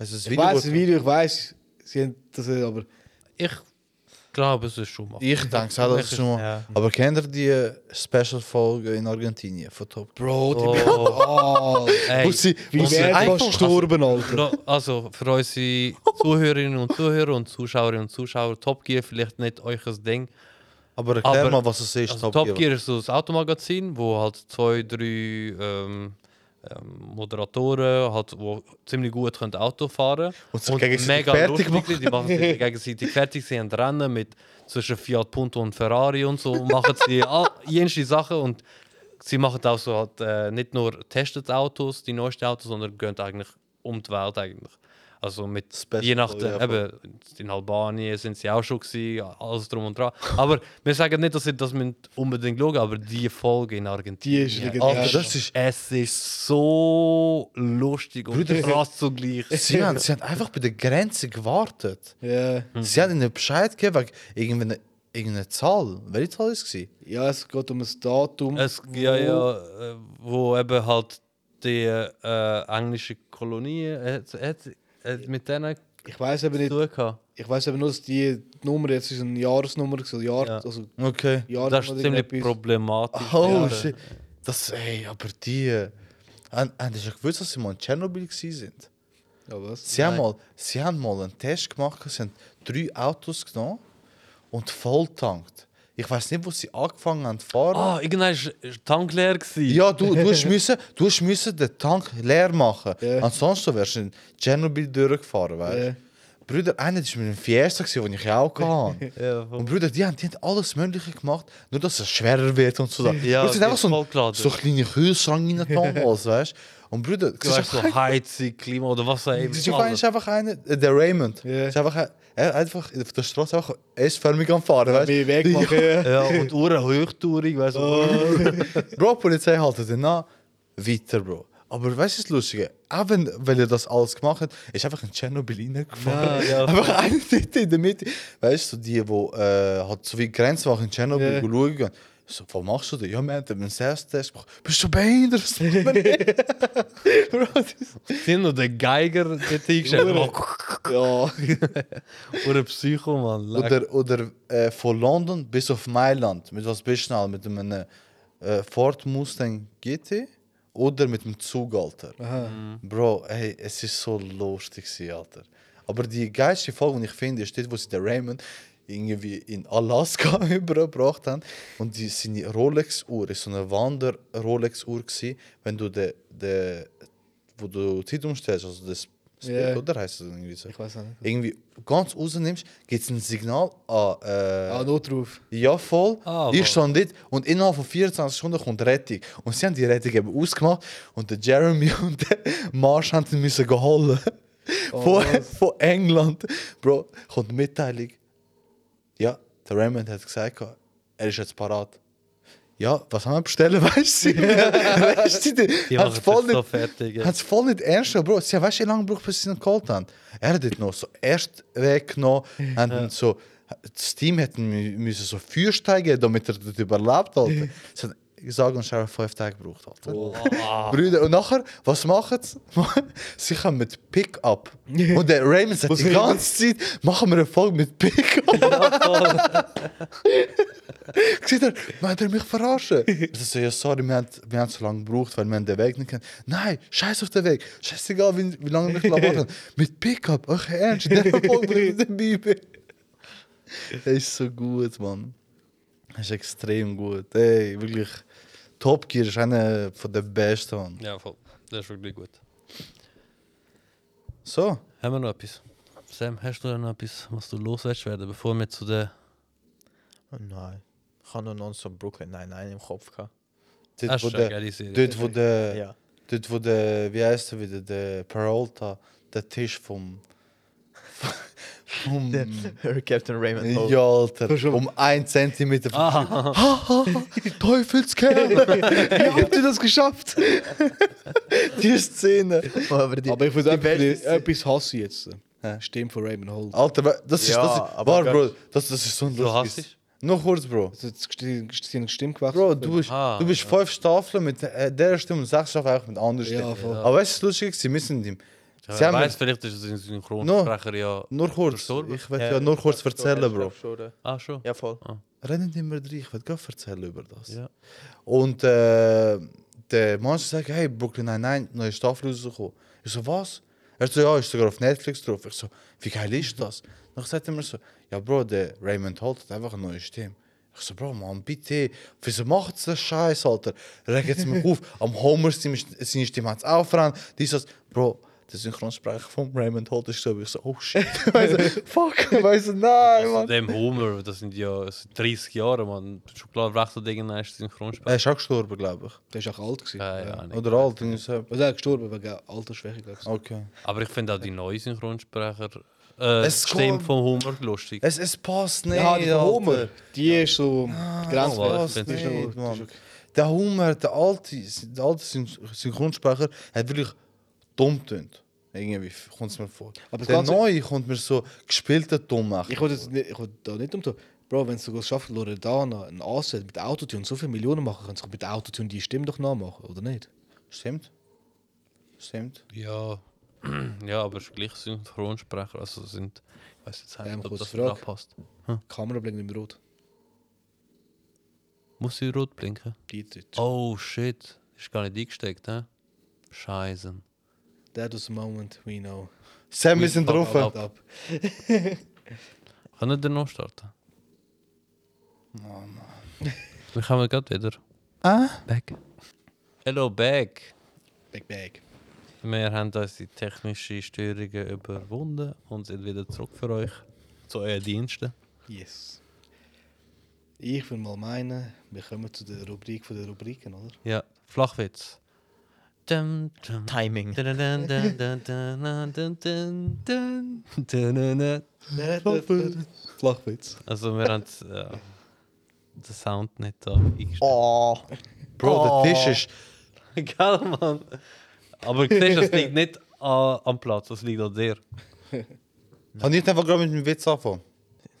Speaker 2: Es ist
Speaker 4: Ich
Speaker 2: Video,
Speaker 4: weiß
Speaker 2: wo-
Speaker 4: ein Video, ich weiß, sie haben das nicht, aber
Speaker 1: Ich glaube, es ist Schumacher.
Speaker 2: ich denke es auch, das ist Schumacher.
Speaker 3: Ja.
Speaker 2: Aber kennt ihr die äh, Special-Folge in Argentinien von Top Gear?
Speaker 4: Bro, die
Speaker 1: Oh,
Speaker 2: (laughs)
Speaker 4: oh,
Speaker 1: ey.
Speaker 2: Wo sie-
Speaker 4: wie
Speaker 2: wo sie
Speaker 4: wäre
Speaker 2: Ah. einfach-
Speaker 4: das gestorben, Alter?
Speaker 1: No, also für unsere Zuhörerinnen und Zuhörer und Zuschauerinnen und Zuschauer, Top Gear vielleicht nicht euch das Ding.
Speaker 2: Aber erklär
Speaker 1: Aber-
Speaker 2: mal, was es ist,
Speaker 1: Also Top, Gear. ist so ein Automagazin, wo halt zwei, drei ähm, ähm, Moderatoren halt, wo ziemlich gut können Auto fahren
Speaker 2: Und sich gegenseitig fertig
Speaker 1: lustig sind. Die machen sich gegenseitig fertig, sie haben Rennen mit zwischen Fiat Punto und Ferrari und so. Machen sie all jenste Sachen und sie machen auch so halt, äh, nicht nur testet Autos, die neuesten Autos, sondern gehen eigentlich um die Welt eigentlich. Also mit
Speaker 2: Special,
Speaker 1: je nach
Speaker 2: ja,
Speaker 1: der,
Speaker 2: voll.
Speaker 1: eben, in Albanien sind sie auch schon gewesen, alles drum und dran. Aber wir sagen nicht, dass ihr das müsst unbedingt schauen, aber die Folge in
Speaker 4: Die
Speaker 1: Argentinien.
Speaker 4: ist legendär.
Speaker 2: Alter, das ist
Speaker 1: es ist so lustig und
Speaker 2: Brüder,
Speaker 1: krass zugleich.
Speaker 2: Sie haben, sie haben einfach bei der Grenze gewartet.
Speaker 4: Ja,
Speaker 1: Mhm.
Speaker 2: Sie haben ihnen Bescheid gegeben wegen irgendeiner, irgendeiner Zahl. Welche Zahl war es?
Speaker 4: ja, es geht um ein Datum.
Speaker 1: Es,
Speaker 4: wo-
Speaker 1: ja, ja, äh, wo eben halt die äh, englische Kolonie äh, hat, hat mit denen
Speaker 4: Ich weiß eben
Speaker 1: zu
Speaker 4: nicht,
Speaker 1: tun gehabt.
Speaker 4: ich weiß eben nur, dass die Nummer jetzt ist eine Jahresnummer, also Jahr,
Speaker 1: Ja.
Speaker 4: also
Speaker 2: Okay.
Speaker 4: Jahr
Speaker 1: Das ist ziemlich problematisch.
Speaker 2: Oh
Speaker 4: Ja.
Speaker 2: shit. Das, ey, aber die. äh, Haben haben sie schon gewusst, dass sie mal in Tschernobyl waren?
Speaker 4: Ja, was?
Speaker 2: Sie haben, mal, sie haben mal einen Test gemacht, sie haben drei Autos genommen und volltankt. Ich weiß nicht, wo sie angefangen haben zu fahren.
Speaker 1: Ah, irgendwann war der Tank leer. gewesen.
Speaker 2: Ja, du, du, hast müssen, du hast müssen den Tank leer machen.
Speaker 4: Ja.
Speaker 2: Ansonsten wärst du in Tschernobyl durchgefahren. Weißt.
Speaker 4: Ja.
Speaker 2: Bruder, einer war mit einem Fiesta, gewesen, den ich auch
Speaker 4: (laughs)
Speaker 2: hatte.
Speaker 1: Ja, voll.
Speaker 2: und Bruder, die haben, die haben alles Mögliche gemacht, nur dass es schwerer wird und so.
Speaker 1: Ja,
Speaker 2: Bruder, sie
Speaker 1: die dus.
Speaker 2: haben einfach so
Speaker 1: voll geladen.
Speaker 2: einen so einen kleinen Kühlschrank in
Speaker 1: (laughs)
Speaker 2: den Tank, weißt Und Bruder,
Speaker 1: Du weißt so
Speaker 2: einfach-
Speaker 1: Heizung, Klima oder was auch immer.
Speaker 2: Das ist einfach, ist einfach einer, äh, der Raymond.
Speaker 4: Ja.
Speaker 2: Ist einfach, ein- er einfach auf der Straße einfach S-förmig am Fahren. weißt?
Speaker 4: Bin ich weg, mach ich.
Speaker 1: Ja, und Uhren hochtourig, weißt du.
Speaker 2: Oh, (laughs) Bro, die Polizei haltet ihn an. Weiter, Bro. Aber weißt du, das Lustige? Eben, weil er das alles gemacht hat, ist einfach in Tschernobyl reingefahren.
Speaker 1: Ja, (laughs)
Speaker 2: (laughs)
Speaker 1: ja.
Speaker 2: einfach einer dort in der Mitte. Weißt du, die, die äh, hat so wie Grenzwache in Tschernobyl
Speaker 4: Ja.
Speaker 2: schauen gehen. So, was machst du denn? Ja, wir haben einen Selbsttest gemacht. Bist du behindert? Was macht man nicht? Bro, das ist-
Speaker 1: Sie haben noch den Geiger dort hingestellt.
Speaker 4: Ja.
Speaker 1: Oder Psycho, Mann. Leck.
Speaker 2: Oder, oder äh, von London bis auf Mailand. Mit was bist du schnell? Mit einem äh, Ford Mustang GT oder mit dem Zug, Alter? Bro, ey, es ist so lustig, gewesen, Alter. Aber die geilste Folge, die ich finde, ist dort, wo sie den Raymond irgendwie in Alaska (laughs) übergebracht haben. Und die, seine Rolex-Uhr ist so eine Wander-Rolex-Uhr gewesen. Wenn du de, de, wo du Zeitung stellst, also das Split,
Speaker 4: Ja.
Speaker 2: oder heißt das irgendwie so?
Speaker 4: Ich weiß auch nicht.
Speaker 2: irgendwie ganz rausnimmst, gibt es ein Signal an. Äh,
Speaker 4: Ah, Notruf.
Speaker 2: ja, voll.
Speaker 1: Ah, wow.
Speaker 2: ich stand dort und innerhalb von 24 Stunden kommt Rettung. Und sie haben die Rettung eben ausgemacht und der Jeremy (laughs) und der Marsh haben ihn müssen geholen.
Speaker 1: Oh,
Speaker 2: von, von England. Bro, kommt Mitteilung. Ja, der Raymond hat gesagt, er ist jetzt parat. Ja, was haben wir bestellen, (laughs)
Speaker 1: (laughs)
Speaker 2: weißt du? weißt du, die
Speaker 1: Die
Speaker 2: hat's
Speaker 1: machen
Speaker 2: voll
Speaker 1: das so
Speaker 2: nicht-
Speaker 1: fertig, ja.
Speaker 2: hat's es voll nicht ernst genommen, Bro. Sie weißt du, wie lange braucht, bis sie ihn geholt haben? Er hat ihn noch so erst weggenommen, haben ihn so, das Team hätte müssen so Feuer steigen, damit er das überlebt hat. Sie haben gesagt, und scheinbar fünf Tage gebraucht hat.
Speaker 1: Ah,
Speaker 2: Brüder, und nachher, was machen (laughs) sie? sie kommen mit Pick-up. Und der Raymond sagt die ganze Zeit, machen wir eine Folge mit Pick-up. (laughs) Sieht er, meint er mich verarschen? Also so, ja, sorry, wir haben, wir haben so lange gebraucht, weil wir haben den Weg nicht kennen. Nein, scheiß auf den Weg. Scheißegal, wie, wie lange wir noch warten. Mit Pickup, euch ernst, der Erfolg bringt den Bibel. Das ist so gut, Mann. Das ist extrem gut. Ey, wirklich. Top eh, Gear ist einer von der besten, Mann.
Speaker 1: Ja, voll. Das ist wirklich gut.
Speaker 2: So,
Speaker 1: Haben wir noch etwas? Sam, hast du noch etwas, was du loswerden werden, bevor wir zu der.
Speaker 3: Oh Nein. Ich habe nur Nonstop Brooklyn Nein, nein im Kopf gehabt.
Speaker 2: dort,
Speaker 1: Das
Speaker 2: wo
Speaker 1: ist eine
Speaker 2: der,
Speaker 1: geile Serie.
Speaker 2: dort, wo der,
Speaker 3: Ja.
Speaker 2: dort, wo der, wie heißt er wieder, der Peralta, der Tisch vom. vom
Speaker 3: (laughs) Captain Raymond. Hope.
Speaker 2: Ja, Alter. Um einen Zentimeter.
Speaker 1: Ah,
Speaker 4: (laughs)
Speaker 2: Teufelskerl! Wie habt ihr das geschafft? Die Szene.
Speaker 3: Aber, die,
Speaker 4: Aber ich würde
Speaker 3: die
Speaker 4: etwas,
Speaker 3: beste-
Speaker 4: etwas hassen jetzt.
Speaker 2: Hä? Ah.
Speaker 4: Stimme von Raymond Holt.
Speaker 2: Alter, wa- das ist.
Speaker 3: Ja,
Speaker 2: das ist
Speaker 3: aber
Speaker 2: aber
Speaker 3: Gott.
Speaker 2: Bro, das, das ist so ein
Speaker 1: Du hast
Speaker 2: lustiges.
Speaker 1: dich?
Speaker 2: Noch kurz, Bro.
Speaker 4: Sie haben die Stimme gewechselt.
Speaker 2: Bro, du bist,
Speaker 1: Ah,
Speaker 2: du bist fünf Staffeln mit äh, der Stimme und sechs Staffeln auch mit anderen
Speaker 4: Ja,
Speaker 2: Stimmen.
Speaker 4: voll.
Speaker 2: Aber weißt du, das Lustige ist, sie müssen dem.
Speaker 1: ja,
Speaker 2: Sie
Speaker 1: ich
Speaker 2: haben
Speaker 1: weiß, vielleicht ist es ein Synchronsprecher ja.
Speaker 2: nur kurz.
Speaker 1: Verstorben?
Speaker 2: Ich werde ja, nur kurz erzählen, Bro.
Speaker 1: Ah, schon.
Speaker 3: Ja, voll.
Speaker 2: Reden immer drei, ich werde gerade erzählen über das.
Speaker 1: Ja.
Speaker 2: Und äh, der Mann sagt, hey, Brooklyn Nine-Nine, neue Staffel rausgekommen. Ich so, was? Er so, ja, ist sogar auf Netflix drauf. Ich so, wie geil ist das? Dann sagt er mir so, ja, Bro, der Raymond Holt hat einfach eine neue Stimme. Ich so, Bro, Mann, bitte, wieso macht das Scheiß, Alter? Regt mich auf. Am Homer seine seine Stimme hat es aufgerannt. Dies, das. Bro, der Synchronsprecher von Raymond Holt ist so, ich so, oh shit.
Speaker 1: (laughs)
Speaker 2: weißt du, (laughs) fuck, weißt du, nein, Mann.
Speaker 1: Also, Dem Homer, das sind ja das sind 30 Jahre, man. Schokolade recht oder irgendein Synchronsprecher.
Speaker 2: Er ist auch gestorben, glaube ich.
Speaker 4: Der war auch alt. Gewesen.
Speaker 1: Ja, ja, nicht.
Speaker 2: Oder alt, irgendwie so.
Speaker 4: Also, er ist gestorben wegen Altersschwäche, glaube ich.
Speaker 2: Okay.
Speaker 1: Aber ich finde auch die neue Synchronsprecher. Äh,
Speaker 2: Es
Speaker 1: Stimme
Speaker 2: kommt-
Speaker 1: vom Homer lustig.
Speaker 2: Es, es passt nicht.
Speaker 4: ja, die
Speaker 2: Alter.
Speaker 4: Homer. Die ist so
Speaker 1: Wow,
Speaker 4: grenzwertig.
Speaker 1: ich
Speaker 2: passt
Speaker 1: find's
Speaker 2: nicht,
Speaker 4: gut,
Speaker 2: Mann. Der Hummer, der alte, der alte Syn- Synchronsprecher, hat wirklich dumm tönt. Irgendwie kommt es mir vor.
Speaker 4: Aber das
Speaker 2: der
Speaker 4: Ganze-
Speaker 2: neue kommt mir so gespielter dumm machen.
Speaker 4: Ich wollte jetzt nicht- ich wollte da nicht umtun. Bro, wenn es sogar schafft, Loredana ein Asset mit Autotune so viele Millionen machen, kannst du mit Autotune die Stimme doch nachmachen, oder nicht?
Speaker 2: Stimmt? Stimmt?
Speaker 1: Ja. (clears throat) ja, aber es ist gleich Synchronsprecher. Also sind. Ich weiß jetzt
Speaker 4: Ähm,
Speaker 1: nicht, ob
Speaker 4: kurze
Speaker 1: das da
Speaker 4: Frage.
Speaker 1: passt.
Speaker 4: Die Kamera blinkt nicht mehr rot.
Speaker 1: Muss sie rot blinken?
Speaker 4: Die, die, die.
Speaker 1: Oh shit. Ist gar nicht eingesteckt, hä? Scheiße.
Speaker 4: That was the moment we know.
Speaker 2: Sam, wir
Speaker 1: Wir
Speaker 2: sind
Speaker 1: fangen
Speaker 2: drauf.
Speaker 1: ab. Können wir noch starten? (laughs) Dan gaan we gerade wieder.
Speaker 2: Ah?
Speaker 1: Back. Hello, back.
Speaker 4: Big Bag.
Speaker 1: Wir haben unsere technischen Störungen überwunden und sind wieder zurück für euch. Zu euren Diensten.
Speaker 4: Yes. Ich will mal meinen, wir kommen zu der Rubrik von der Rubriken, oder?
Speaker 1: Ja, Flachwitz. Dum,
Speaker 3: (laughs)
Speaker 1: dum,
Speaker 3: Timing.
Speaker 1: dun, dun, dun, dun, dun, dun, dun, dun, dun, dun, dun.
Speaker 4: Flachwitz.
Speaker 1: Also wir haben äh, den Sound nicht da eingestellt.
Speaker 3: Oh.
Speaker 4: Oh.
Speaker 2: Bro, der Tisch ist.
Speaker 1: (laughs) Gell, Mann? Aber du siehst,
Speaker 4: (laughs)
Speaker 1: das liegt nicht an, am Platz, das liegt an dir.
Speaker 2: Habe ich einfach gerade mit dem Witz angefangen?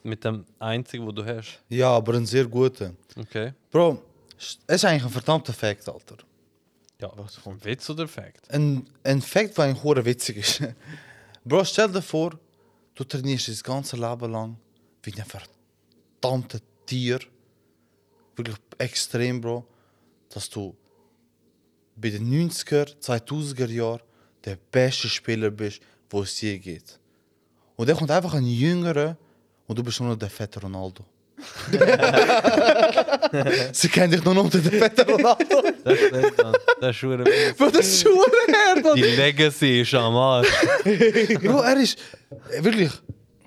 Speaker 1: Mit dem einzigen, wo du hast.
Speaker 2: Ja, aber einen sehr guten.
Speaker 1: Okay.
Speaker 2: Bro, es ist eigentlich ein verdammter Fact, Alter.
Speaker 1: Ja, was für ein Witz oder Fact?
Speaker 2: Een, een fact wat een gore witzig is. (laughs) Bro, stel je voor, du trainierst je ganze Leben lang wie een verdammte Tier. Wirklich extrem, Bro. Dass du bei den 90er, 2000er Jahren der beste Spieler bist, wo es je geht. Und dann kommt einfach ein Jüngerer und du bist nur noch der fette Ronaldo. Sie kennen dich nur noch unter der fette Ronaldo.
Speaker 1: Das ist nicht, Mann. (laughs) Das ist schon
Speaker 2: Bro, das ist schon her, Mann.
Speaker 1: Die Legacy ist am Arsch. (laughs)
Speaker 2: Bro, er is eh, wirklich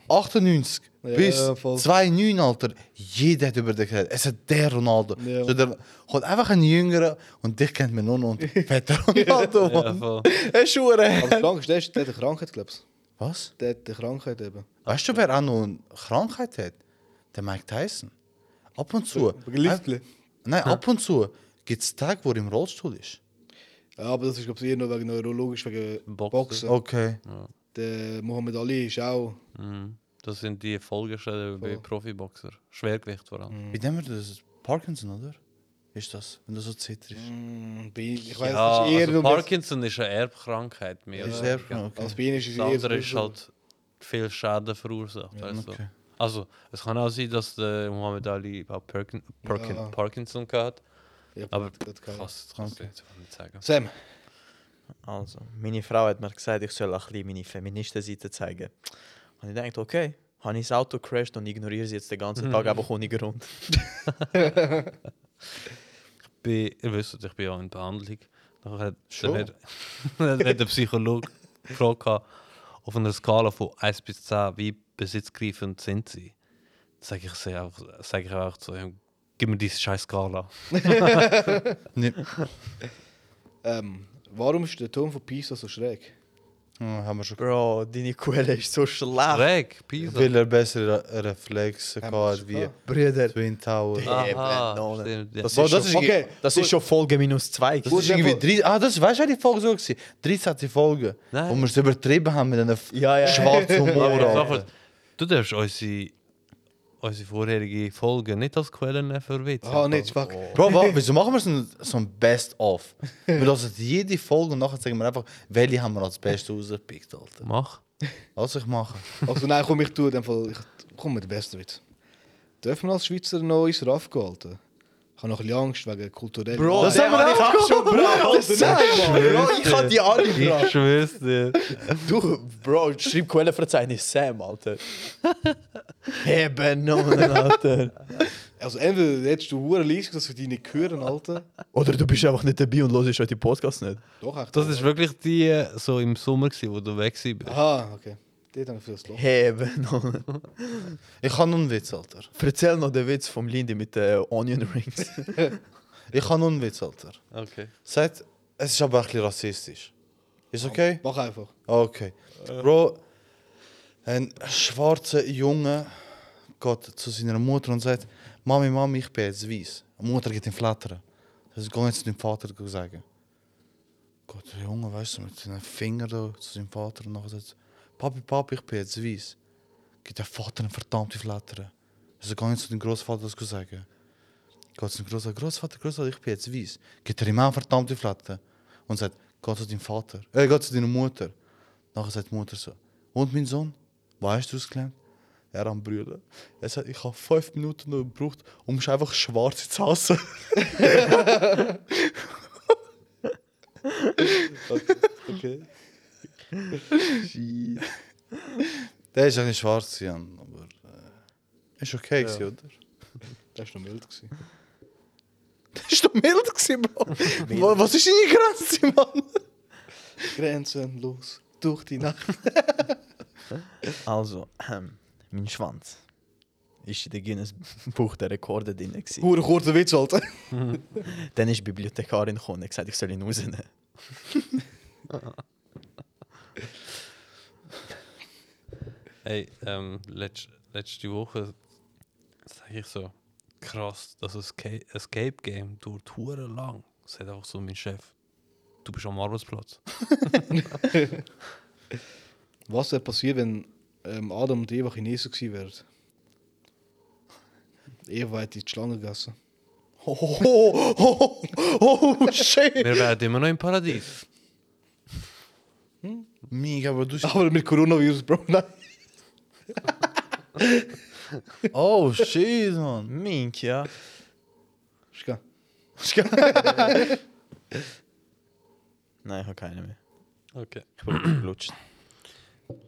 Speaker 2: 98
Speaker 4: Ja,
Speaker 2: bis
Speaker 4: ja, voll.
Speaker 2: 2,9 Alter. Jeder hat über dich geredet. Es ist der Ronaldo.
Speaker 4: Ja.
Speaker 2: So, der hat einfach einen Jüngeren und dich kennt man nur noch
Speaker 4: (laughs)
Speaker 2: unter fetter Ronaldo.
Speaker 1: Ja,
Speaker 2: Mann.
Speaker 1: voll.
Speaker 2: Es ist schon her.
Speaker 4: Aber krank ist der, der hat eine Krankheit, glaubst
Speaker 2: Was?
Speaker 4: du? Der hat eine Krankheit eben.
Speaker 2: Weißt du, wer auch noch eine Krankheit hat? Der Mike Tyson. Ab und zu.
Speaker 4: Gelüftli.
Speaker 2: Nein, ab und zu gibt es Tage, wo er im Rollstuhl ist.
Speaker 4: Ja, aber das ist, glaube ich, eher nur wegen neurologisch, wegen
Speaker 1: Boxen.
Speaker 4: Boxen.
Speaker 2: Okay.
Speaker 4: Der Mohammed Ali ist auch.
Speaker 1: Mhm. Das sind die Folgeschäden bei Profiboxer. Schwergewicht vor
Speaker 4: Mhm.
Speaker 1: allem.
Speaker 2: Wie nennen wir das? Parkinson, oder? Ist das, wenn du so zitterst?
Speaker 4: Mm, bei- ich weiß,
Speaker 1: Ja,
Speaker 4: es ist eher
Speaker 1: also
Speaker 4: nur das-
Speaker 1: Parkinson ist eine Erbkrankheit. Mehr
Speaker 2: Ist
Speaker 1: oder
Speaker 2: der
Speaker 1: weniger.
Speaker 2: okay.
Speaker 4: Als bei ihnen ist es
Speaker 1: Das andere
Speaker 4: eher
Speaker 1: ist halt viel Schaden verursacht. weißt du.
Speaker 2: okay.
Speaker 1: Also, es kann auch sein, dass der Muhammad Ali auch Perkin Perkin
Speaker 4: Ja.
Speaker 1: Parkinson hat.
Speaker 4: Ja,
Speaker 1: Aber
Speaker 4: das kann ich.
Speaker 1: krass, das kannst du jetzt einfach nicht sagen.
Speaker 4: Sam,
Speaker 3: Also, meine Frau hat mir gesagt, ich soll ein bisschen meine Feministenseite zeigen. Und ich dachte, okay, habe ich das Auto crashed und ignoriere sie jetzt den ganzen Tag, aber ohne Grund.
Speaker 1: Ich bin, ihr wisst, ich bin ja in Behandlung. Dann hat,
Speaker 2: Schon?
Speaker 1: dann hat, (laughs) dann hat der Psychologe gefragt, gehabt, auf einer Skala von 1 bis 10, wie besitzgreifend sind sie? Dann sage ich, sie auch, sag ich auch zu ihm, gib mir diese scheiß Skala.
Speaker 2: Nee.
Speaker 4: ähm, warum ist der Turm von Pisa so schräg?
Speaker 2: Oh, haben wir schon
Speaker 3: Bro, deine Quelle ist so schlecht.
Speaker 1: Reg, Pisa.
Speaker 2: Weil er bessere Re- Reflexe hat wie
Speaker 3: Bruder.
Speaker 2: Twin Towers.
Speaker 3: Ah, Eben,
Speaker 1: Aha,
Speaker 3: no,
Speaker 1: stimmt, ja.
Speaker 3: Das,
Speaker 2: Bro,
Speaker 3: ist,
Speaker 2: das
Speaker 3: schon,
Speaker 2: ist-
Speaker 3: okay,
Speaker 4: okay,
Speaker 3: das ist schon Folge minus 2.
Speaker 2: Das ist irgendwie drei, ah, das weißt du, die Folge so gewesen? 13. Folge,
Speaker 1: Nein.
Speaker 2: wo wir es übertrieben haben mit einem f-
Speaker 3: Ja, ja.
Speaker 2: schwarzen
Speaker 3: (laughs)
Speaker 2: Humor.
Speaker 1: Aber
Speaker 2: Alter.
Speaker 1: Sachen, du darfst unsere, unsere vorherige Folge nicht als Quellen verwitzeln.
Speaker 4: Ah, nicht, fuck.
Speaker 2: Bro, wa, wieso machen wir so ein, so ein Best-of? Wir lassen jede Folge und nachher sagen wir einfach, welche haben wir als Beste rausgepickt, Alter.
Speaker 1: Mach.
Speaker 2: Was ich mache.
Speaker 4: Also nein, komm, ich tue in dem Fall. Ich komm mit dem besten Witz. Dürfen wir als nou Schweizer noch ins RAF gehen, Alter? Ich habe noch ein bisschen Angst wegen kulturell.
Speaker 3: Bro,
Speaker 2: das haben wir
Speaker 3: ich hab schon, Bro, das Bro, ich hab die Arme, Bro.
Speaker 1: Ich schwör's dir.
Speaker 3: Du, Bro, schreib Quellenverzeichnis Sam, Alter. Eben, (laughs) Alter.
Speaker 4: also entweder hättest du hure leise, dass wir dich nicht hören, Alter.
Speaker 3: Oder du bist einfach nicht dabei und hörst heute den Podcast nicht.
Speaker 4: Doch, echt.
Speaker 1: Das ist wirklich die äh, so im Sommer, gewesen, wo du weg gewesen bist.
Speaker 4: Aha, okay. Dort habe ich viel Slow.
Speaker 2: (laughs)
Speaker 3: Eben, Alter.
Speaker 2: Ich habe noch einen Witz, Alter.
Speaker 3: Erzähl noch den Witz vom Lindy mit den Onion Rings.
Speaker 2: Ich habe noch einen Witz, Alter.
Speaker 1: Okay.
Speaker 2: Sagt, es ist aber ein bisschen rassistisch. Ist okay? Ah,
Speaker 4: Mach einfach.
Speaker 2: Okay. Bro, ein schwarzer Junge geht zu seiner Mutter und sagt: Mami, Mami, ich bin jetzt weiß. Die Mutter geht ihn flattern. Das geht jetzt dem Vater sagen. Gott, der Junge, weißt du, mit seinen Fingern da zu seinem Vater und nachher sagt: Papi, Papi, ich bin jetzt weiß. Geht der Vater eine verdammte Flattern. Das geht jetzt zu dem Großvater das sagen. Geht zu dem Großvater: Großvater, Großvater, ich bin jetzt weiß. Geht der ihm auch eine verdammte Flattern und sagt: Geh zu deinem Vater. Äh, geh zu deiner Mutter. Nachher sagt die Mutter so: Und mein Sohn, was hast du ausgelernt? Er am Brüllen. Er sagt: Ich habe fünf Minuten noch gebraucht, um mich einfach schwarz zu (laughs) hassen.
Speaker 4: Okay.
Speaker 2: (laughs) Der ist ja nicht schwarz, Jan, aber. Äh, ist okay, gewesen, oder?
Speaker 4: Das war noch mild. Gewesen.
Speaker 2: Das war doch mild, gewesen, (laughs) Bro. Wa- Was ist deine Grenze, Mann?
Speaker 4: Grenzenlos. Durch die Nacht.
Speaker 3: Also, ähm, mein Schwanz ist in der Guinness (laughs) Buch der Rekorde drin. gewesen.
Speaker 4: Hure kurzer Witz, Alter.
Speaker 3: Dann ist die Bibliothekarin gekommen und hat gesagt, ich soll ihn (laughs) rausnehmen.
Speaker 1: Hey, ähm, letzt, letzte Woche sage ich so, krass, das Esca- Escape Game dauert hure lang. Sagt einfach so mein Chef, du bist am Arbeitsplatz.
Speaker 4: Was wäre passiert, wenn ähm, Adam und Eva Chinesen gewesen wären? Eva hätte die Schlange gegessen. (laughs)
Speaker 2: Oh, oh, oh, oh, oh, shit.
Speaker 1: Wir wären immer noch im Paradies.
Speaker 2: Mega, aber du
Speaker 4: Aber mit Coronavirus, Bro, nein.
Speaker 2: Oh, shit, Mann.
Speaker 3: Mink, ja.
Speaker 4: Ist geil.
Speaker 3: Nein, ich habe keine mehr.
Speaker 1: Okay.
Speaker 3: Ich wurde gelutscht.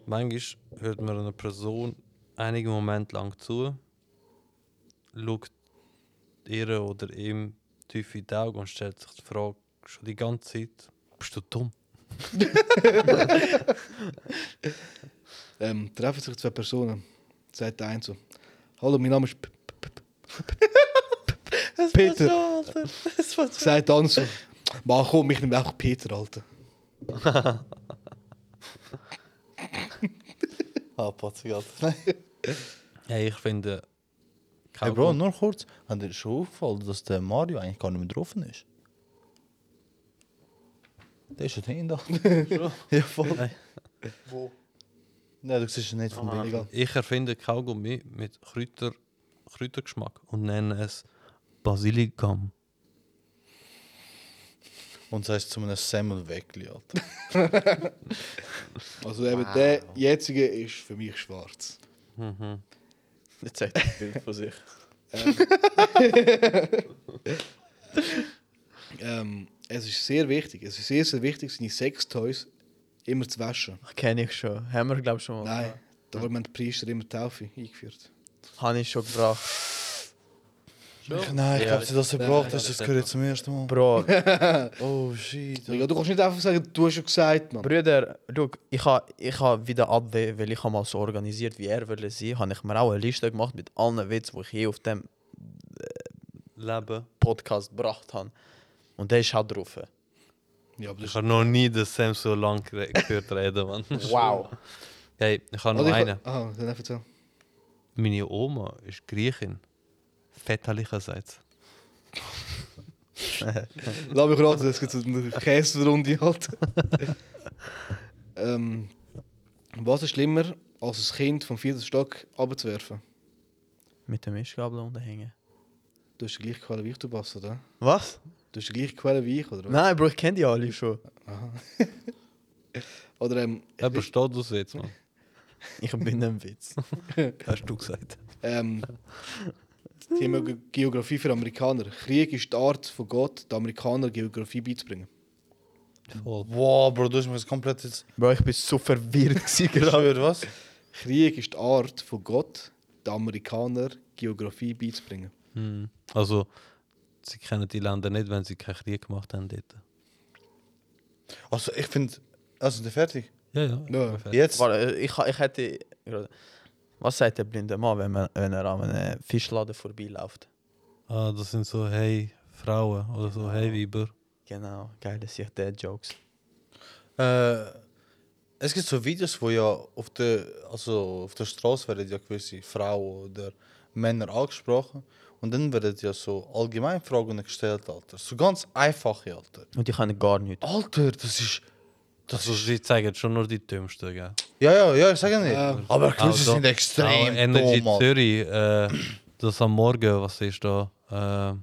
Speaker 1: Manchmal hört man einer Person einige Momente lang zu, schaut ihr oder ihm tief in die Augen und stellt sich die Frage schon die ganze Zeit, bist du dumm?
Speaker 4: Ähm, treffen sich zwei Personen. Sagt der eine so: Hallo, mein Name ist P -P -P -P Peter.
Speaker 3: Alter. Das war
Speaker 4: Sagt der andere so: Mach komm, mich nehme auch Peter, Alter.
Speaker 2: Ah, patzig, Alter.
Speaker 1: Hey, ich finde.
Speaker 2: Hey, Bro, nur kurz. Hat dir schon aufgefallen, dass der eh, Mario eigentlich gar nicht mehr drauf ist? Der ist hin da. ja, voll. Nein.
Speaker 4: Wo?
Speaker 2: Nein, du siehst ihn nicht von dem.
Speaker 4: Egal.
Speaker 1: Ich erfinde Kaugummi mit Kräuter, Kräutergeschmack und nenne es Basilikum.
Speaker 2: Und sagst zu einem Semmelweckli, Alter.
Speaker 4: Also, eben der jetzige ist für mich schwarz.
Speaker 3: Jetzt zeigt das Bild von (laughs) sich.
Speaker 4: Ehm, (laughs) Ähm, es ist sehr wichtig, es ist sehr, sehr wichtig, seine Sextoys immer zu waschen.
Speaker 3: Kenne Ah, ich schon. Haben wir, glaube ich, schon mal.
Speaker 4: Nein, da haben die Priester immer die Taufe eingeführt.
Speaker 3: Habe ich schon gebracht.
Speaker 2: Nein, ich
Speaker 1: Ja,
Speaker 2: glaube, sie das gebracht hast, das
Speaker 1: das
Speaker 2: gehört zum ersten Mal.
Speaker 3: Bro,
Speaker 2: Oh, shit.
Speaker 4: Ja, du kannst nicht einfach sagen, du hast schon gesagt, Mann.
Speaker 3: Brüder, schau, ich habe ich ha wieder Adwe, weil ich ha mal so organisiert, wie er will sein, habe ich mir auch eine Liste gemacht mit allen Witzen, die ich je auf dem
Speaker 1: Leben.
Speaker 3: Podcast gebracht habe. Und der ist halt drauf.
Speaker 4: Ja, dus aber das
Speaker 1: Ich
Speaker 4: ist
Speaker 1: habe noch nie den Sam so lang gere- gehört reden, Mann.
Speaker 3: Wow.
Speaker 1: Hey, ich habe noch
Speaker 4: Also ich-
Speaker 1: einen.
Speaker 4: Ah, dann erzähl.
Speaker 1: Meine Oma ist Griechin. (laughs) Väterlicherseits.
Speaker 4: Lass mich raten, es gibt so eine Käserunde halt. ähm, was ist schlimmer, als ein Kind vom vierten Stock abzuwerfen?
Speaker 3: Mit dem Mischgabel unterhängen.
Speaker 4: Du hast die gleiche Quelle wie ich, du Bastard, oder?
Speaker 3: Was?
Speaker 4: Du hast die gleiche Quelle wie ich, oder?
Speaker 3: Nein, Bro, ich kenne die alle schon.
Speaker 4: Oder ähm,
Speaker 1: Er besteht aus jetzt, Mann.
Speaker 3: Ich bin ein (laughs) Witz.
Speaker 1: (laughs) Hast du gesagt.
Speaker 4: Ähm, das Thema Ge- Geografie für Amerikaner. Krieg ist die Art von Gott, den Amerikanern Geografie beizubringen.
Speaker 1: Voll.
Speaker 2: Wow, Bro, du hast mir das komplett jetzt...
Speaker 3: Bro, ich bin so verwirrt gewesen.
Speaker 2: Ich
Speaker 3: gerade.
Speaker 2: schwör, was?
Speaker 4: Krieg ist die Art von Gott, den Amerikanern Geografie beizubringen.
Speaker 1: Hm. Also, sie kennen die Länder nicht, wenn sie keinen Krieg gemacht haben dort.
Speaker 2: Also, ich finde... Also, der fertig?
Speaker 1: Ja, ja.
Speaker 4: Ja.
Speaker 1: ungefähr.
Speaker 2: Jetzt?
Speaker 3: Warte, ich, ha- ich hätte... Was sagt der blinde Mann, wenn, man, wenn er an einem Fischladen vorbeiläuft?
Speaker 1: Ah, das sind so, hey, Frauen oder so, hey, Weiber.
Speaker 3: Genau, geil, das sind der Jokes.
Speaker 2: Äh, es gibt so Videos, wo ja auf der, also auf der Straße werden ja gewisse Frauen oder Männer angesprochen und dann werden ja so allgemein Fragen gestellt, Alter. So ganz einfache, Alter.
Speaker 3: Und ich kann gar nichts.
Speaker 2: Alter, das ist... Das
Speaker 1: Also,
Speaker 2: ist
Speaker 1: sie zeigen schon nur die Dümmsten, gell?
Speaker 2: ja, ja, ja, ich sage nicht.
Speaker 4: Ja.
Speaker 2: Aber gewisse
Speaker 1: Also,
Speaker 2: sind extrem
Speaker 1: Auch Energy
Speaker 2: dumm, Alter.
Speaker 1: Zürich, äh, das am Morgen, was ist da? Äh,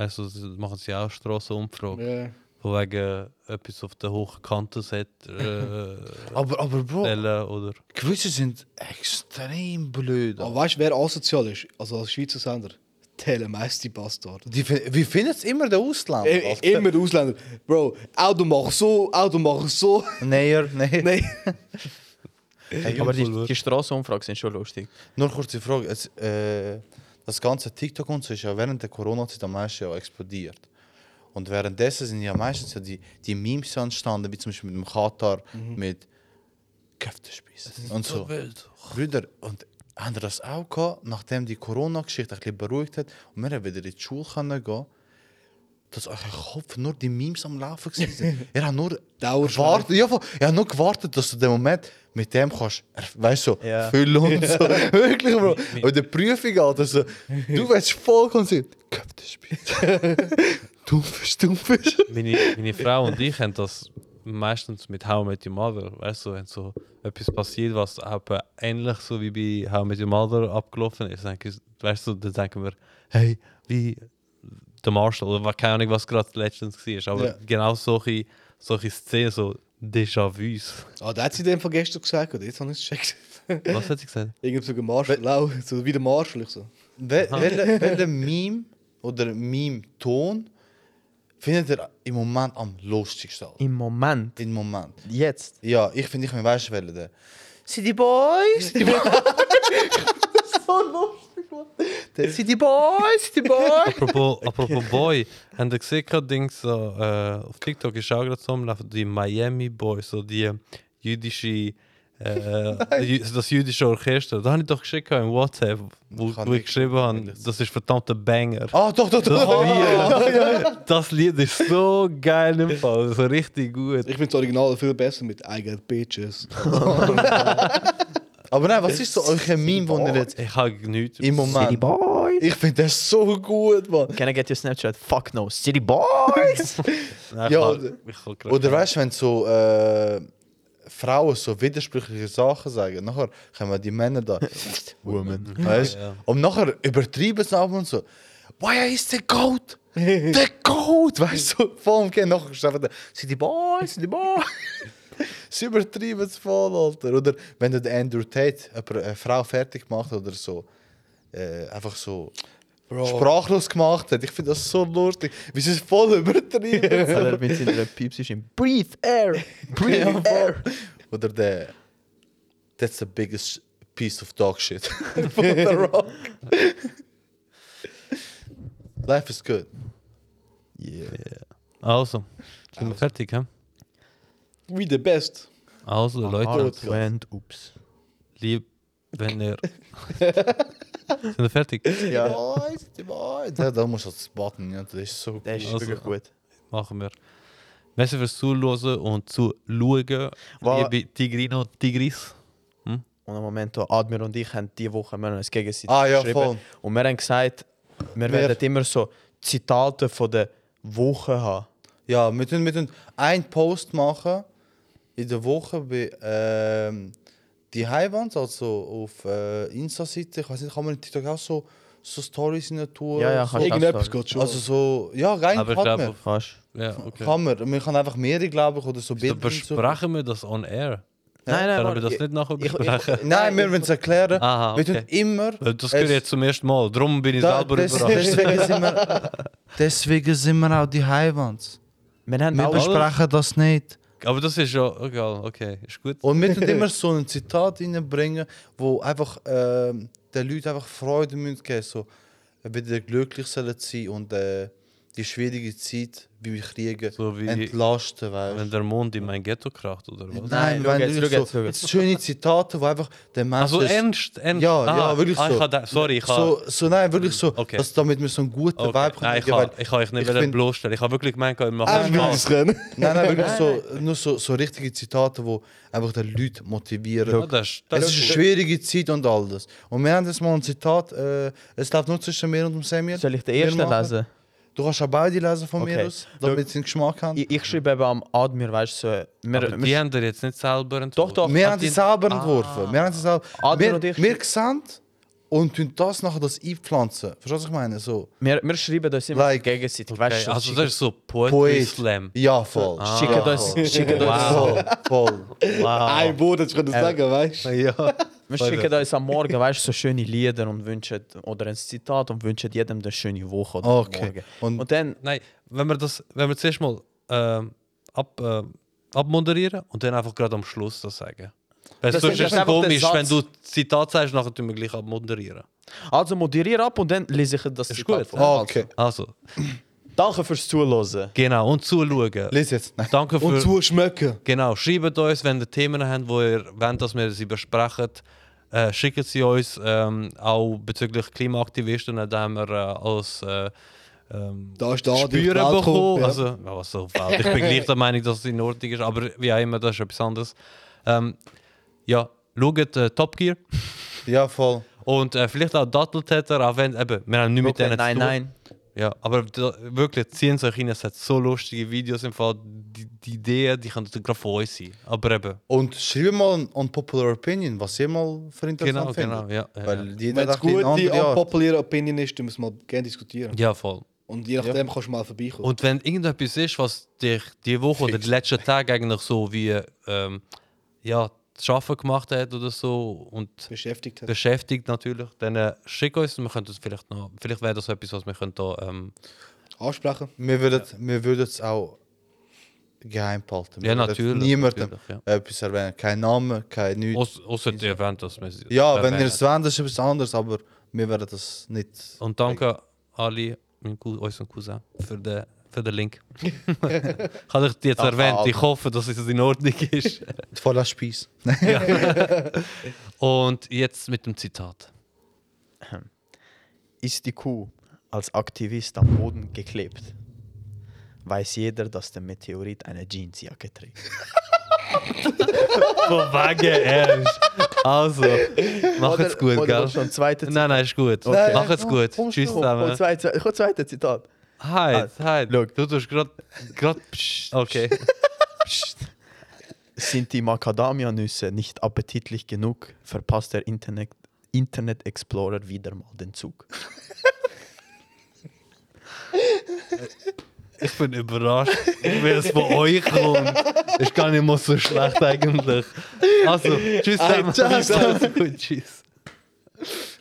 Speaker 1: also sie- machen sie auch Strassenumfrage,
Speaker 4: Ja.
Speaker 1: von wegen äh, etwas auf der hohen Kante set
Speaker 2: (laughs)
Speaker 1: äh,
Speaker 2: Aber, aber Bro,
Speaker 1: stellen oder.
Speaker 2: gewisse sind extrem blöd.
Speaker 4: Aber
Speaker 2: Alter.
Speaker 4: weißt du, wer asozial ist? Also als Schweizer Sender? Telemeister Bastard.
Speaker 2: Die, fin- wie findet es immer der Ausländer?
Speaker 4: I-
Speaker 2: Alter?
Speaker 4: immer der Ausländer. Bro, Auto mach so, Auto mach so.
Speaker 2: Nein, nein.
Speaker 4: Nein.
Speaker 3: Aber die, die Straßenumfragen sind schon lustig.
Speaker 2: Nur kurze Frage. Es, äh, das ganze TikTok und so ist ja während der Corona-Zeit am meisten ja explodiert. Und währenddessen sind ja meistens ja die, die Memes ja entstanden, wie zum Beispiel mit dem Katar, mit Köftespieß und so.
Speaker 1: wild.
Speaker 2: Brüder, und haben wir das auch gehabt, nachdem die Corona-Geschichte ein bisschen beruhigt hat und wir haben wieder in die Schule können gehen dass euer Kopf nur die Memes am Laufen waren. ihr habt nur gewartet, ja, voll. ihr habt nur gewartet, dass du den Moment mit dem kannst, er- weißt du, so,
Speaker 3: (laughs) Ja.
Speaker 2: füllen und so. Wirklich, Bro. Und der Prüfung, Alter, so, du wärst voll konzentriert. Köftespieß. (laughs) Dumpfisch, dumpfisch.
Speaker 1: Meine, meine Frau und ich haben das meistens mit How I Met Your Mother. Weißt du, wenn so etwas passiert, was etwa ähnlich so wie bei How I Met Your Mother abgelaufen ist, denke ich, weißt du, dann denken wir, hey, wie der Marshall, oder wa- keine Ahnung, was gerade letztens war. Aber
Speaker 2: Ja.
Speaker 1: genau solche, solche Szenen, so Déjà-vus.
Speaker 4: (laughs) Ah, da hat sie dem von gestern gesagt, oder? Jetzt habe ich es gecheckt. (laughs)
Speaker 1: Was hat sie gesagt?
Speaker 4: Irgendwie so ein Marshall, auch, so wie der Marshall. Ich so.
Speaker 2: Wel welcher welche Meme oder Meme-Ton findet ihr im Moment am lustigsten? Alter?
Speaker 3: Im Moment.
Speaker 2: Im Moment.
Speaker 3: Jetzt.
Speaker 2: Ja, ich finde, ich weiß welchen. der. City Boys! City
Speaker 3: (laughs)
Speaker 2: Boys!
Speaker 3: City Boys, City Boys.
Speaker 1: Apropos,
Speaker 2: (laughs)
Speaker 1: apropos Boy, haben ihr gesehen, gerade Dings, so, äh, auf TikTok ist auch gerade so, am Laufen, die Miami Boys, so die äh, jüdische,
Speaker 2: (laughs)
Speaker 1: äh, jü- das jüdische Orchester. Da habe ich doch geschickt in WhatsApp, wo,
Speaker 2: Ich kann
Speaker 1: wo ich
Speaker 2: nicht-
Speaker 1: geschrieben habe, das ist verdammter Banger.
Speaker 2: Ah, doch, doch, (laughs)
Speaker 3: (laughs)
Speaker 1: Das,
Speaker 2: doch!
Speaker 3: Oh,
Speaker 1: Lied, das Lied ist so geil im Fall, so richtig gut.
Speaker 4: Ich finde das Original viel besser mit I got bitches.
Speaker 2: Aber nein, was ist so euer Oh, Meme, wo ihr jetzt
Speaker 1: Ich habe nichts.
Speaker 2: im
Speaker 3: City
Speaker 2: Moment.
Speaker 3: Boys.
Speaker 2: Ich finde das so gut, Mann!
Speaker 3: Can I get your Snapchat? Fuck no. City (laughs) Boys.
Speaker 1: Nein, ich
Speaker 2: Ja,
Speaker 1: hab-
Speaker 2: oder-
Speaker 1: ich hab grad-
Speaker 2: Oder weißt du, wenn so äh, Frauen so widersprüchliche Sachen sagen, nachher kommen die Männer da. Woman. Weißt du?
Speaker 1: Ja.
Speaker 2: Und nachher übertreiben sie ab und so. Why is the goat? The goat! Weißt du, voll umgehen, nachher schreiben sie, sind die Boys, sind die Boys. sie übertreiben es voll, Alter. Oder wenn der Andrew Tate jemand- eine Frau fertig macht oder so. Äh, einfach so sprachlos gemacht hat. Ich finde das so lustig. Wie sie es voll übertrieben.
Speaker 3: Weil er mit seiner Pieps ist im Breathe Air. Breathe Air.
Speaker 2: Oder der That's the biggest piece of dog shit (laughs) von The Rock. Life is good.
Speaker 1: Also, sind wir fertig, hä?
Speaker 4: We the best.
Speaker 1: Also, Leute,
Speaker 3: Heart went, ups.
Speaker 1: lieb, wenn
Speaker 2: (laughs)
Speaker 1: ihr... sind wir fertig?
Speaker 2: Ja. Boys, die Boys. Da, da musst du das Button, ja. Das ist so
Speaker 3: Das ist
Speaker 1: Also-
Speaker 3: wirklich gut.
Speaker 1: machen wir. Merci fürs Zuhören und Zuschauen,
Speaker 3: Wa-
Speaker 1: liebe Tigrino und Tigris.
Speaker 3: Und im Moment, hier, Admir und ich haben diese Woche wir haben uns gegenseitig
Speaker 2: Ah, ja,
Speaker 3: geschrieben.
Speaker 2: voll.
Speaker 3: Und wir haben gesagt, wir, werden immer so Zitate von der Woche haben.
Speaker 2: Ja, wir tun, wir tun einen Post machen in der Woche bei ähm, die Heiwand, also auf äh, Insta-Seite. Ich weiß nicht, kann man in TikTok auch so, so Stories in der Tour?
Speaker 3: Ja, ja,
Speaker 2: so,
Speaker 3: kannst du
Speaker 4: Irgendetwas
Speaker 3: sagen.
Speaker 4: geht schon.
Speaker 2: Also so, ja, rein
Speaker 1: Aber ich
Speaker 2: hat
Speaker 1: glaube,
Speaker 2: man.
Speaker 1: auf-
Speaker 3: Kannst.
Speaker 1: ja, okay.
Speaker 2: Kann man. Man kann einfach mehrere, glaube ich, oder so
Speaker 1: Dann
Speaker 2: Bilder. und so.
Speaker 1: besprechen wir das on air.
Speaker 3: Nein, nein,
Speaker 1: Können wir
Speaker 3: warte,
Speaker 1: das
Speaker 3: ich-
Speaker 1: nicht nachher
Speaker 3: ich-
Speaker 1: besprechen?
Speaker 2: Nein, wir müssen es erklären.
Speaker 1: Aha, Ah,
Speaker 2: Wir
Speaker 1: okay.
Speaker 2: tun immer.
Speaker 1: Weil das gehört
Speaker 2: es-
Speaker 1: jetzt zum ersten Mal. Darum bin ich
Speaker 2: Da,
Speaker 1: selber
Speaker 2: des,
Speaker 1: überrascht.
Speaker 2: deswegen, sind wir, deswegen sind wir auch die Heiwans.
Speaker 3: Wir haben
Speaker 2: Wir
Speaker 3: auch
Speaker 2: besprechen das nicht.
Speaker 1: Aber das ist ja egal. Okay, ist gut.
Speaker 2: Und wir tun immer so ein Zitat reinbringen, wo einfach ähm, den Leuten einfach Freude müssen geben so wieder glücklich sollen sein und äh, die schwierige Zeit, wie wir kriegen,
Speaker 1: So wie-
Speaker 2: entlasten. Weißt.
Speaker 1: Wenn der Mond in mein Ghetto kracht oder was?
Speaker 2: Nein,
Speaker 3: Schau
Speaker 2: wenn
Speaker 3: jetzt,
Speaker 2: wirklich
Speaker 3: schau jetzt,
Speaker 2: so,
Speaker 3: schau jetzt.
Speaker 2: jetzt schöne Zitate, wo einfach der Mensch.
Speaker 1: Also
Speaker 2: das-
Speaker 1: ernst, ernst.
Speaker 2: Ja, ja, wirklich
Speaker 1: ah, ich
Speaker 2: so.
Speaker 1: hab da, sorry, ich habe...
Speaker 2: so, so, nein, wirklich so,
Speaker 1: Okay.
Speaker 2: dass damit wir so einen guten
Speaker 1: okay.
Speaker 2: Vibe
Speaker 1: Nein, ich
Speaker 2: kriegen, weil-
Speaker 1: kann, ich kann euch nicht
Speaker 2: ich
Speaker 1: wieder
Speaker 2: find-
Speaker 1: bloßstellen. Ich habe wirklich gemeint, ich mache
Speaker 2: Ah,
Speaker 1: Spaß.
Speaker 2: nein.
Speaker 4: Rennen.
Speaker 2: Nein, nein,
Speaker 3: (laughs)
Speaker 2: wirklich so, nur so, so richtige Zitate, die einfach den Leute motivieren.
Speaker 1: Ja, Ah, das, ist- das
Speaker 2: es ist eine
Speaker 1: ist
Speaker 2: schwierige Zeit und all das. Und wir haben jetzt mal ein Zitat, äh, es läuft nur zwischen mir und dem Samuel.
Speaker 3: Soll ich den
Speaker 2: Wir
Speaker 3: ersten
Speaker 2: machen-
Speaker 3: lesen?
Speaker 2: Du kannst auch beide lesen von mir
Speaker 3: Okay.
Speaker 2: aus, damit sie einen Geschmack haben.
Speaker 3: Ich, ich schreibe eben am Admir, weißt du, so, wir,
Speaker 1: Aber
Speaker 3: wir,
Speaker 1: die haben dir jetzt nicht selber entworfen.
Speaker 3: doch.
Speaker 2: wir
Speaker 3: hat
Speaker 2: haben sie
Speaker 3: ihn-
Speaker 2: selber
Speaker 1: Ah.
Speaker 2: entworfen. Wir haben sie selber.
Speaker 3: Adler
Speaker 2: wir,
Speaker 3: Ah, und ich-
Speaker 2: wir sehen und tun das nachher das einpflanzen. Verstehst du, was ich meine? So.
Speaker 3: wir, wir schreiben uns immer
Speaker 2: Like-
Speaker 3: gegenseitig.
Speaker 1: Okay,
Speaker 3: Weißt du,
Speaker 1: also das ist so Poetry
Speaker 2: Poet.
Speaker 1: Slam.
Speaker 2: Ja, voll.
Speaker 1: Ah.
Speaker 3: schicken
Speaker 2: ja,
Speaker 3: uns,
Speaker 2: voll.
Speaker 3: schicken uns,
Speaker 2: Voll, voll.
Speaker 4: Ein Wort hättest du können sagen, weißt du?
Speaker 3: wir schicken uns am Morgen, weißt du, so schöne Lieder und wünschen, oder ein Zitat und wünschen jedem eine schöne Woche oder
Speaker 2: Okay.
Speaker 3: Morgen.
Speaker 2: Und-
Speaker 3: und dann
Speaker 1: Nein, wenn wir das, wenn wir zuerst äh, mal ähm, ab, ähm, abmoderieren und dann einfach gerade am Schluss das sagen. Weil
Speaker 3: Das
Speaker 1: sonst
Speaker 3: ist-
Speaker 1: ist
Speaker 3: das ist
Speaker 1: es
Speaker 3: einfach der
Speaker 1: komisch, wenn
Speaker 3: Satz.
Speaker 1: du Zitat sagst, nachher tun wir gleich abmoderieren.
Speaker 3: Also moderiere ab und dann lese ich das
Speaker 1: Ist
Speaker 3: Zitat
Speaker 1: gut.
Speaker 3: vor.
Speaker 2: Okay.
Speaker 1: Also,
Speaker 3: Danke fürs Zuhören.
Speaker 1: genau, und zuschauen.
Speaker 2: Lies jetzt. Nein.
Speaker 1: Danke für...
Speaker 4: Und zuschmecken.
Speaker 1: Genau, schreibt uns, wenn ihr Themen habt, wo ihr wollt, dass wir sie besprechen. Äh, schickt sie uns ähm, auch bezüglich Klimaaktivisten, indem wir äh, als äh, ähm,
Speaker 4: Da ist da, die
Speaker 1: Spüren
Speaker 4: Welt kommt,
Speaker 1: bekommen.
Speaker 4: ja.
Speaker 1: Also, ja, was so fällt. Ich bin gleich der Meinung, dass es in Ordnung ist, aber wie auch immer, das ist etwas anderes. Ähm, ja, schaut äh, Top Gear
Speaker 2: (laughs) Ja, voll.
Speaker 1: und äh, vielleicht auch Datteltäter, auch wenn eben, wir haben nicht mit denen
Speaker 3: Nein,
Speaker 1: zu tun.
Speaker 3: nein.
Speaker 1: Ja, aber da, wirklich, ziehen sie euch rein, es hat so lustige Videos im Fall. Die, die Ideen, die können gerade von uns sein. Aber eben,
Speaker 2: Und schreibe mal eine unpopular opinion, was ihr mal für
Speaker 1: Genau,
Speaker 2: interessant
Speaker 1: genau,
Speaker 2: findet.
Speaker 1: ja, ja,
Speaker 2: Weil jeder
Speaker 4: Wenn es
Speaker 2: dachte in
Speaker 4: gute,
Speaker 2: andere Art.
Speaker 4: unpopuläre Opinion ist, dann müssen wir gerne diskutieren.
Speaker 1: ja, voll.
Speaker 4: Und je nachdem kannst du mal vorbeikommen.
Speaker 1: Und wenn irgendetwas ist, was dich die Woche oder die letzten Tage eigentlich so wie ähm, ja, zu arbeiten gemacht hat oder so und
Speaker 4: beschäftigt hat.
Speaker 1: beschäftigt natürlich, dann äh, schick uns und wir können das vielleicht noch, vielleicht wäre das etwas, was wir können da, ähm,
Speaker 4: Ansprechen.
Speaker 2: Wir würden, wir würden es auch geheim behalten. Wir
Speaker 1: Ja,
Speaker 2: würden
Speaker 1: natürlich,
Speaker 2: Niemandem
Speaker 1: natürlich,
Speaker 2: etwas erwähnen. Kein Name, kein nichts.
Speaker 1: aus- ausser ihr erwähnt, dass wir sie
Speaker 2: Ja, wenn ihr
Speaker 1: erwähnen.
Speaker 2: es wollt, ist etwas anderes, aber wir werden das nicht.
Speaker 1: Und danke alle, mein Cou- unseren Cousin, für den, für den Link. ich habe dich jetzt
Speaker 2: Danke,
Speaker 1: erwähnt,
Speaker 2: Alter.
Speaker 1: ich hoffe, dass es in Ordnung ist.
Speaker 2: Voller Spieß.
Speaker 1: und jetzt mit dem Zitat.
Speaker 3: Ist die Kuh als Aktivist am Boden geklebt? Weiß jeder, dass der Meteorit eine Jeansjacke trägt.
Speaker 1: Von wegen ernst. Also, macht's gut,
Speaker 3: oder
Speaker 1: gell?
Speaker 3: willst du noch ein zweites
Speaker 1: Nein, nein, ist gut.
Speaker 3: Okay.
Speaker 1: Macht's gut.
Speaker 2: Komm,
Speaker 1: Tschüss
Speaker 2: komm,
Speaker 1: zusammen.
Speaker 3: zweites ich habe zweites Zitat.
Speaker 1: Hi, hi.
Speaker 3: Look.
Speaker 1: Du tust grad, grad, okay.
Speaker 3: Sind die Macadamia-Nüsse nicht appetitlich genug, verpasst der Internet, Internet Explorer wieder mal den Zug.
Speaker 1: Ich bin überrascht, wie es von euch kommt. Ist gar nicht mal so schlecht (laughs) eigentlich. Also, tschüss zusammen. Macht's gut. Tschüss.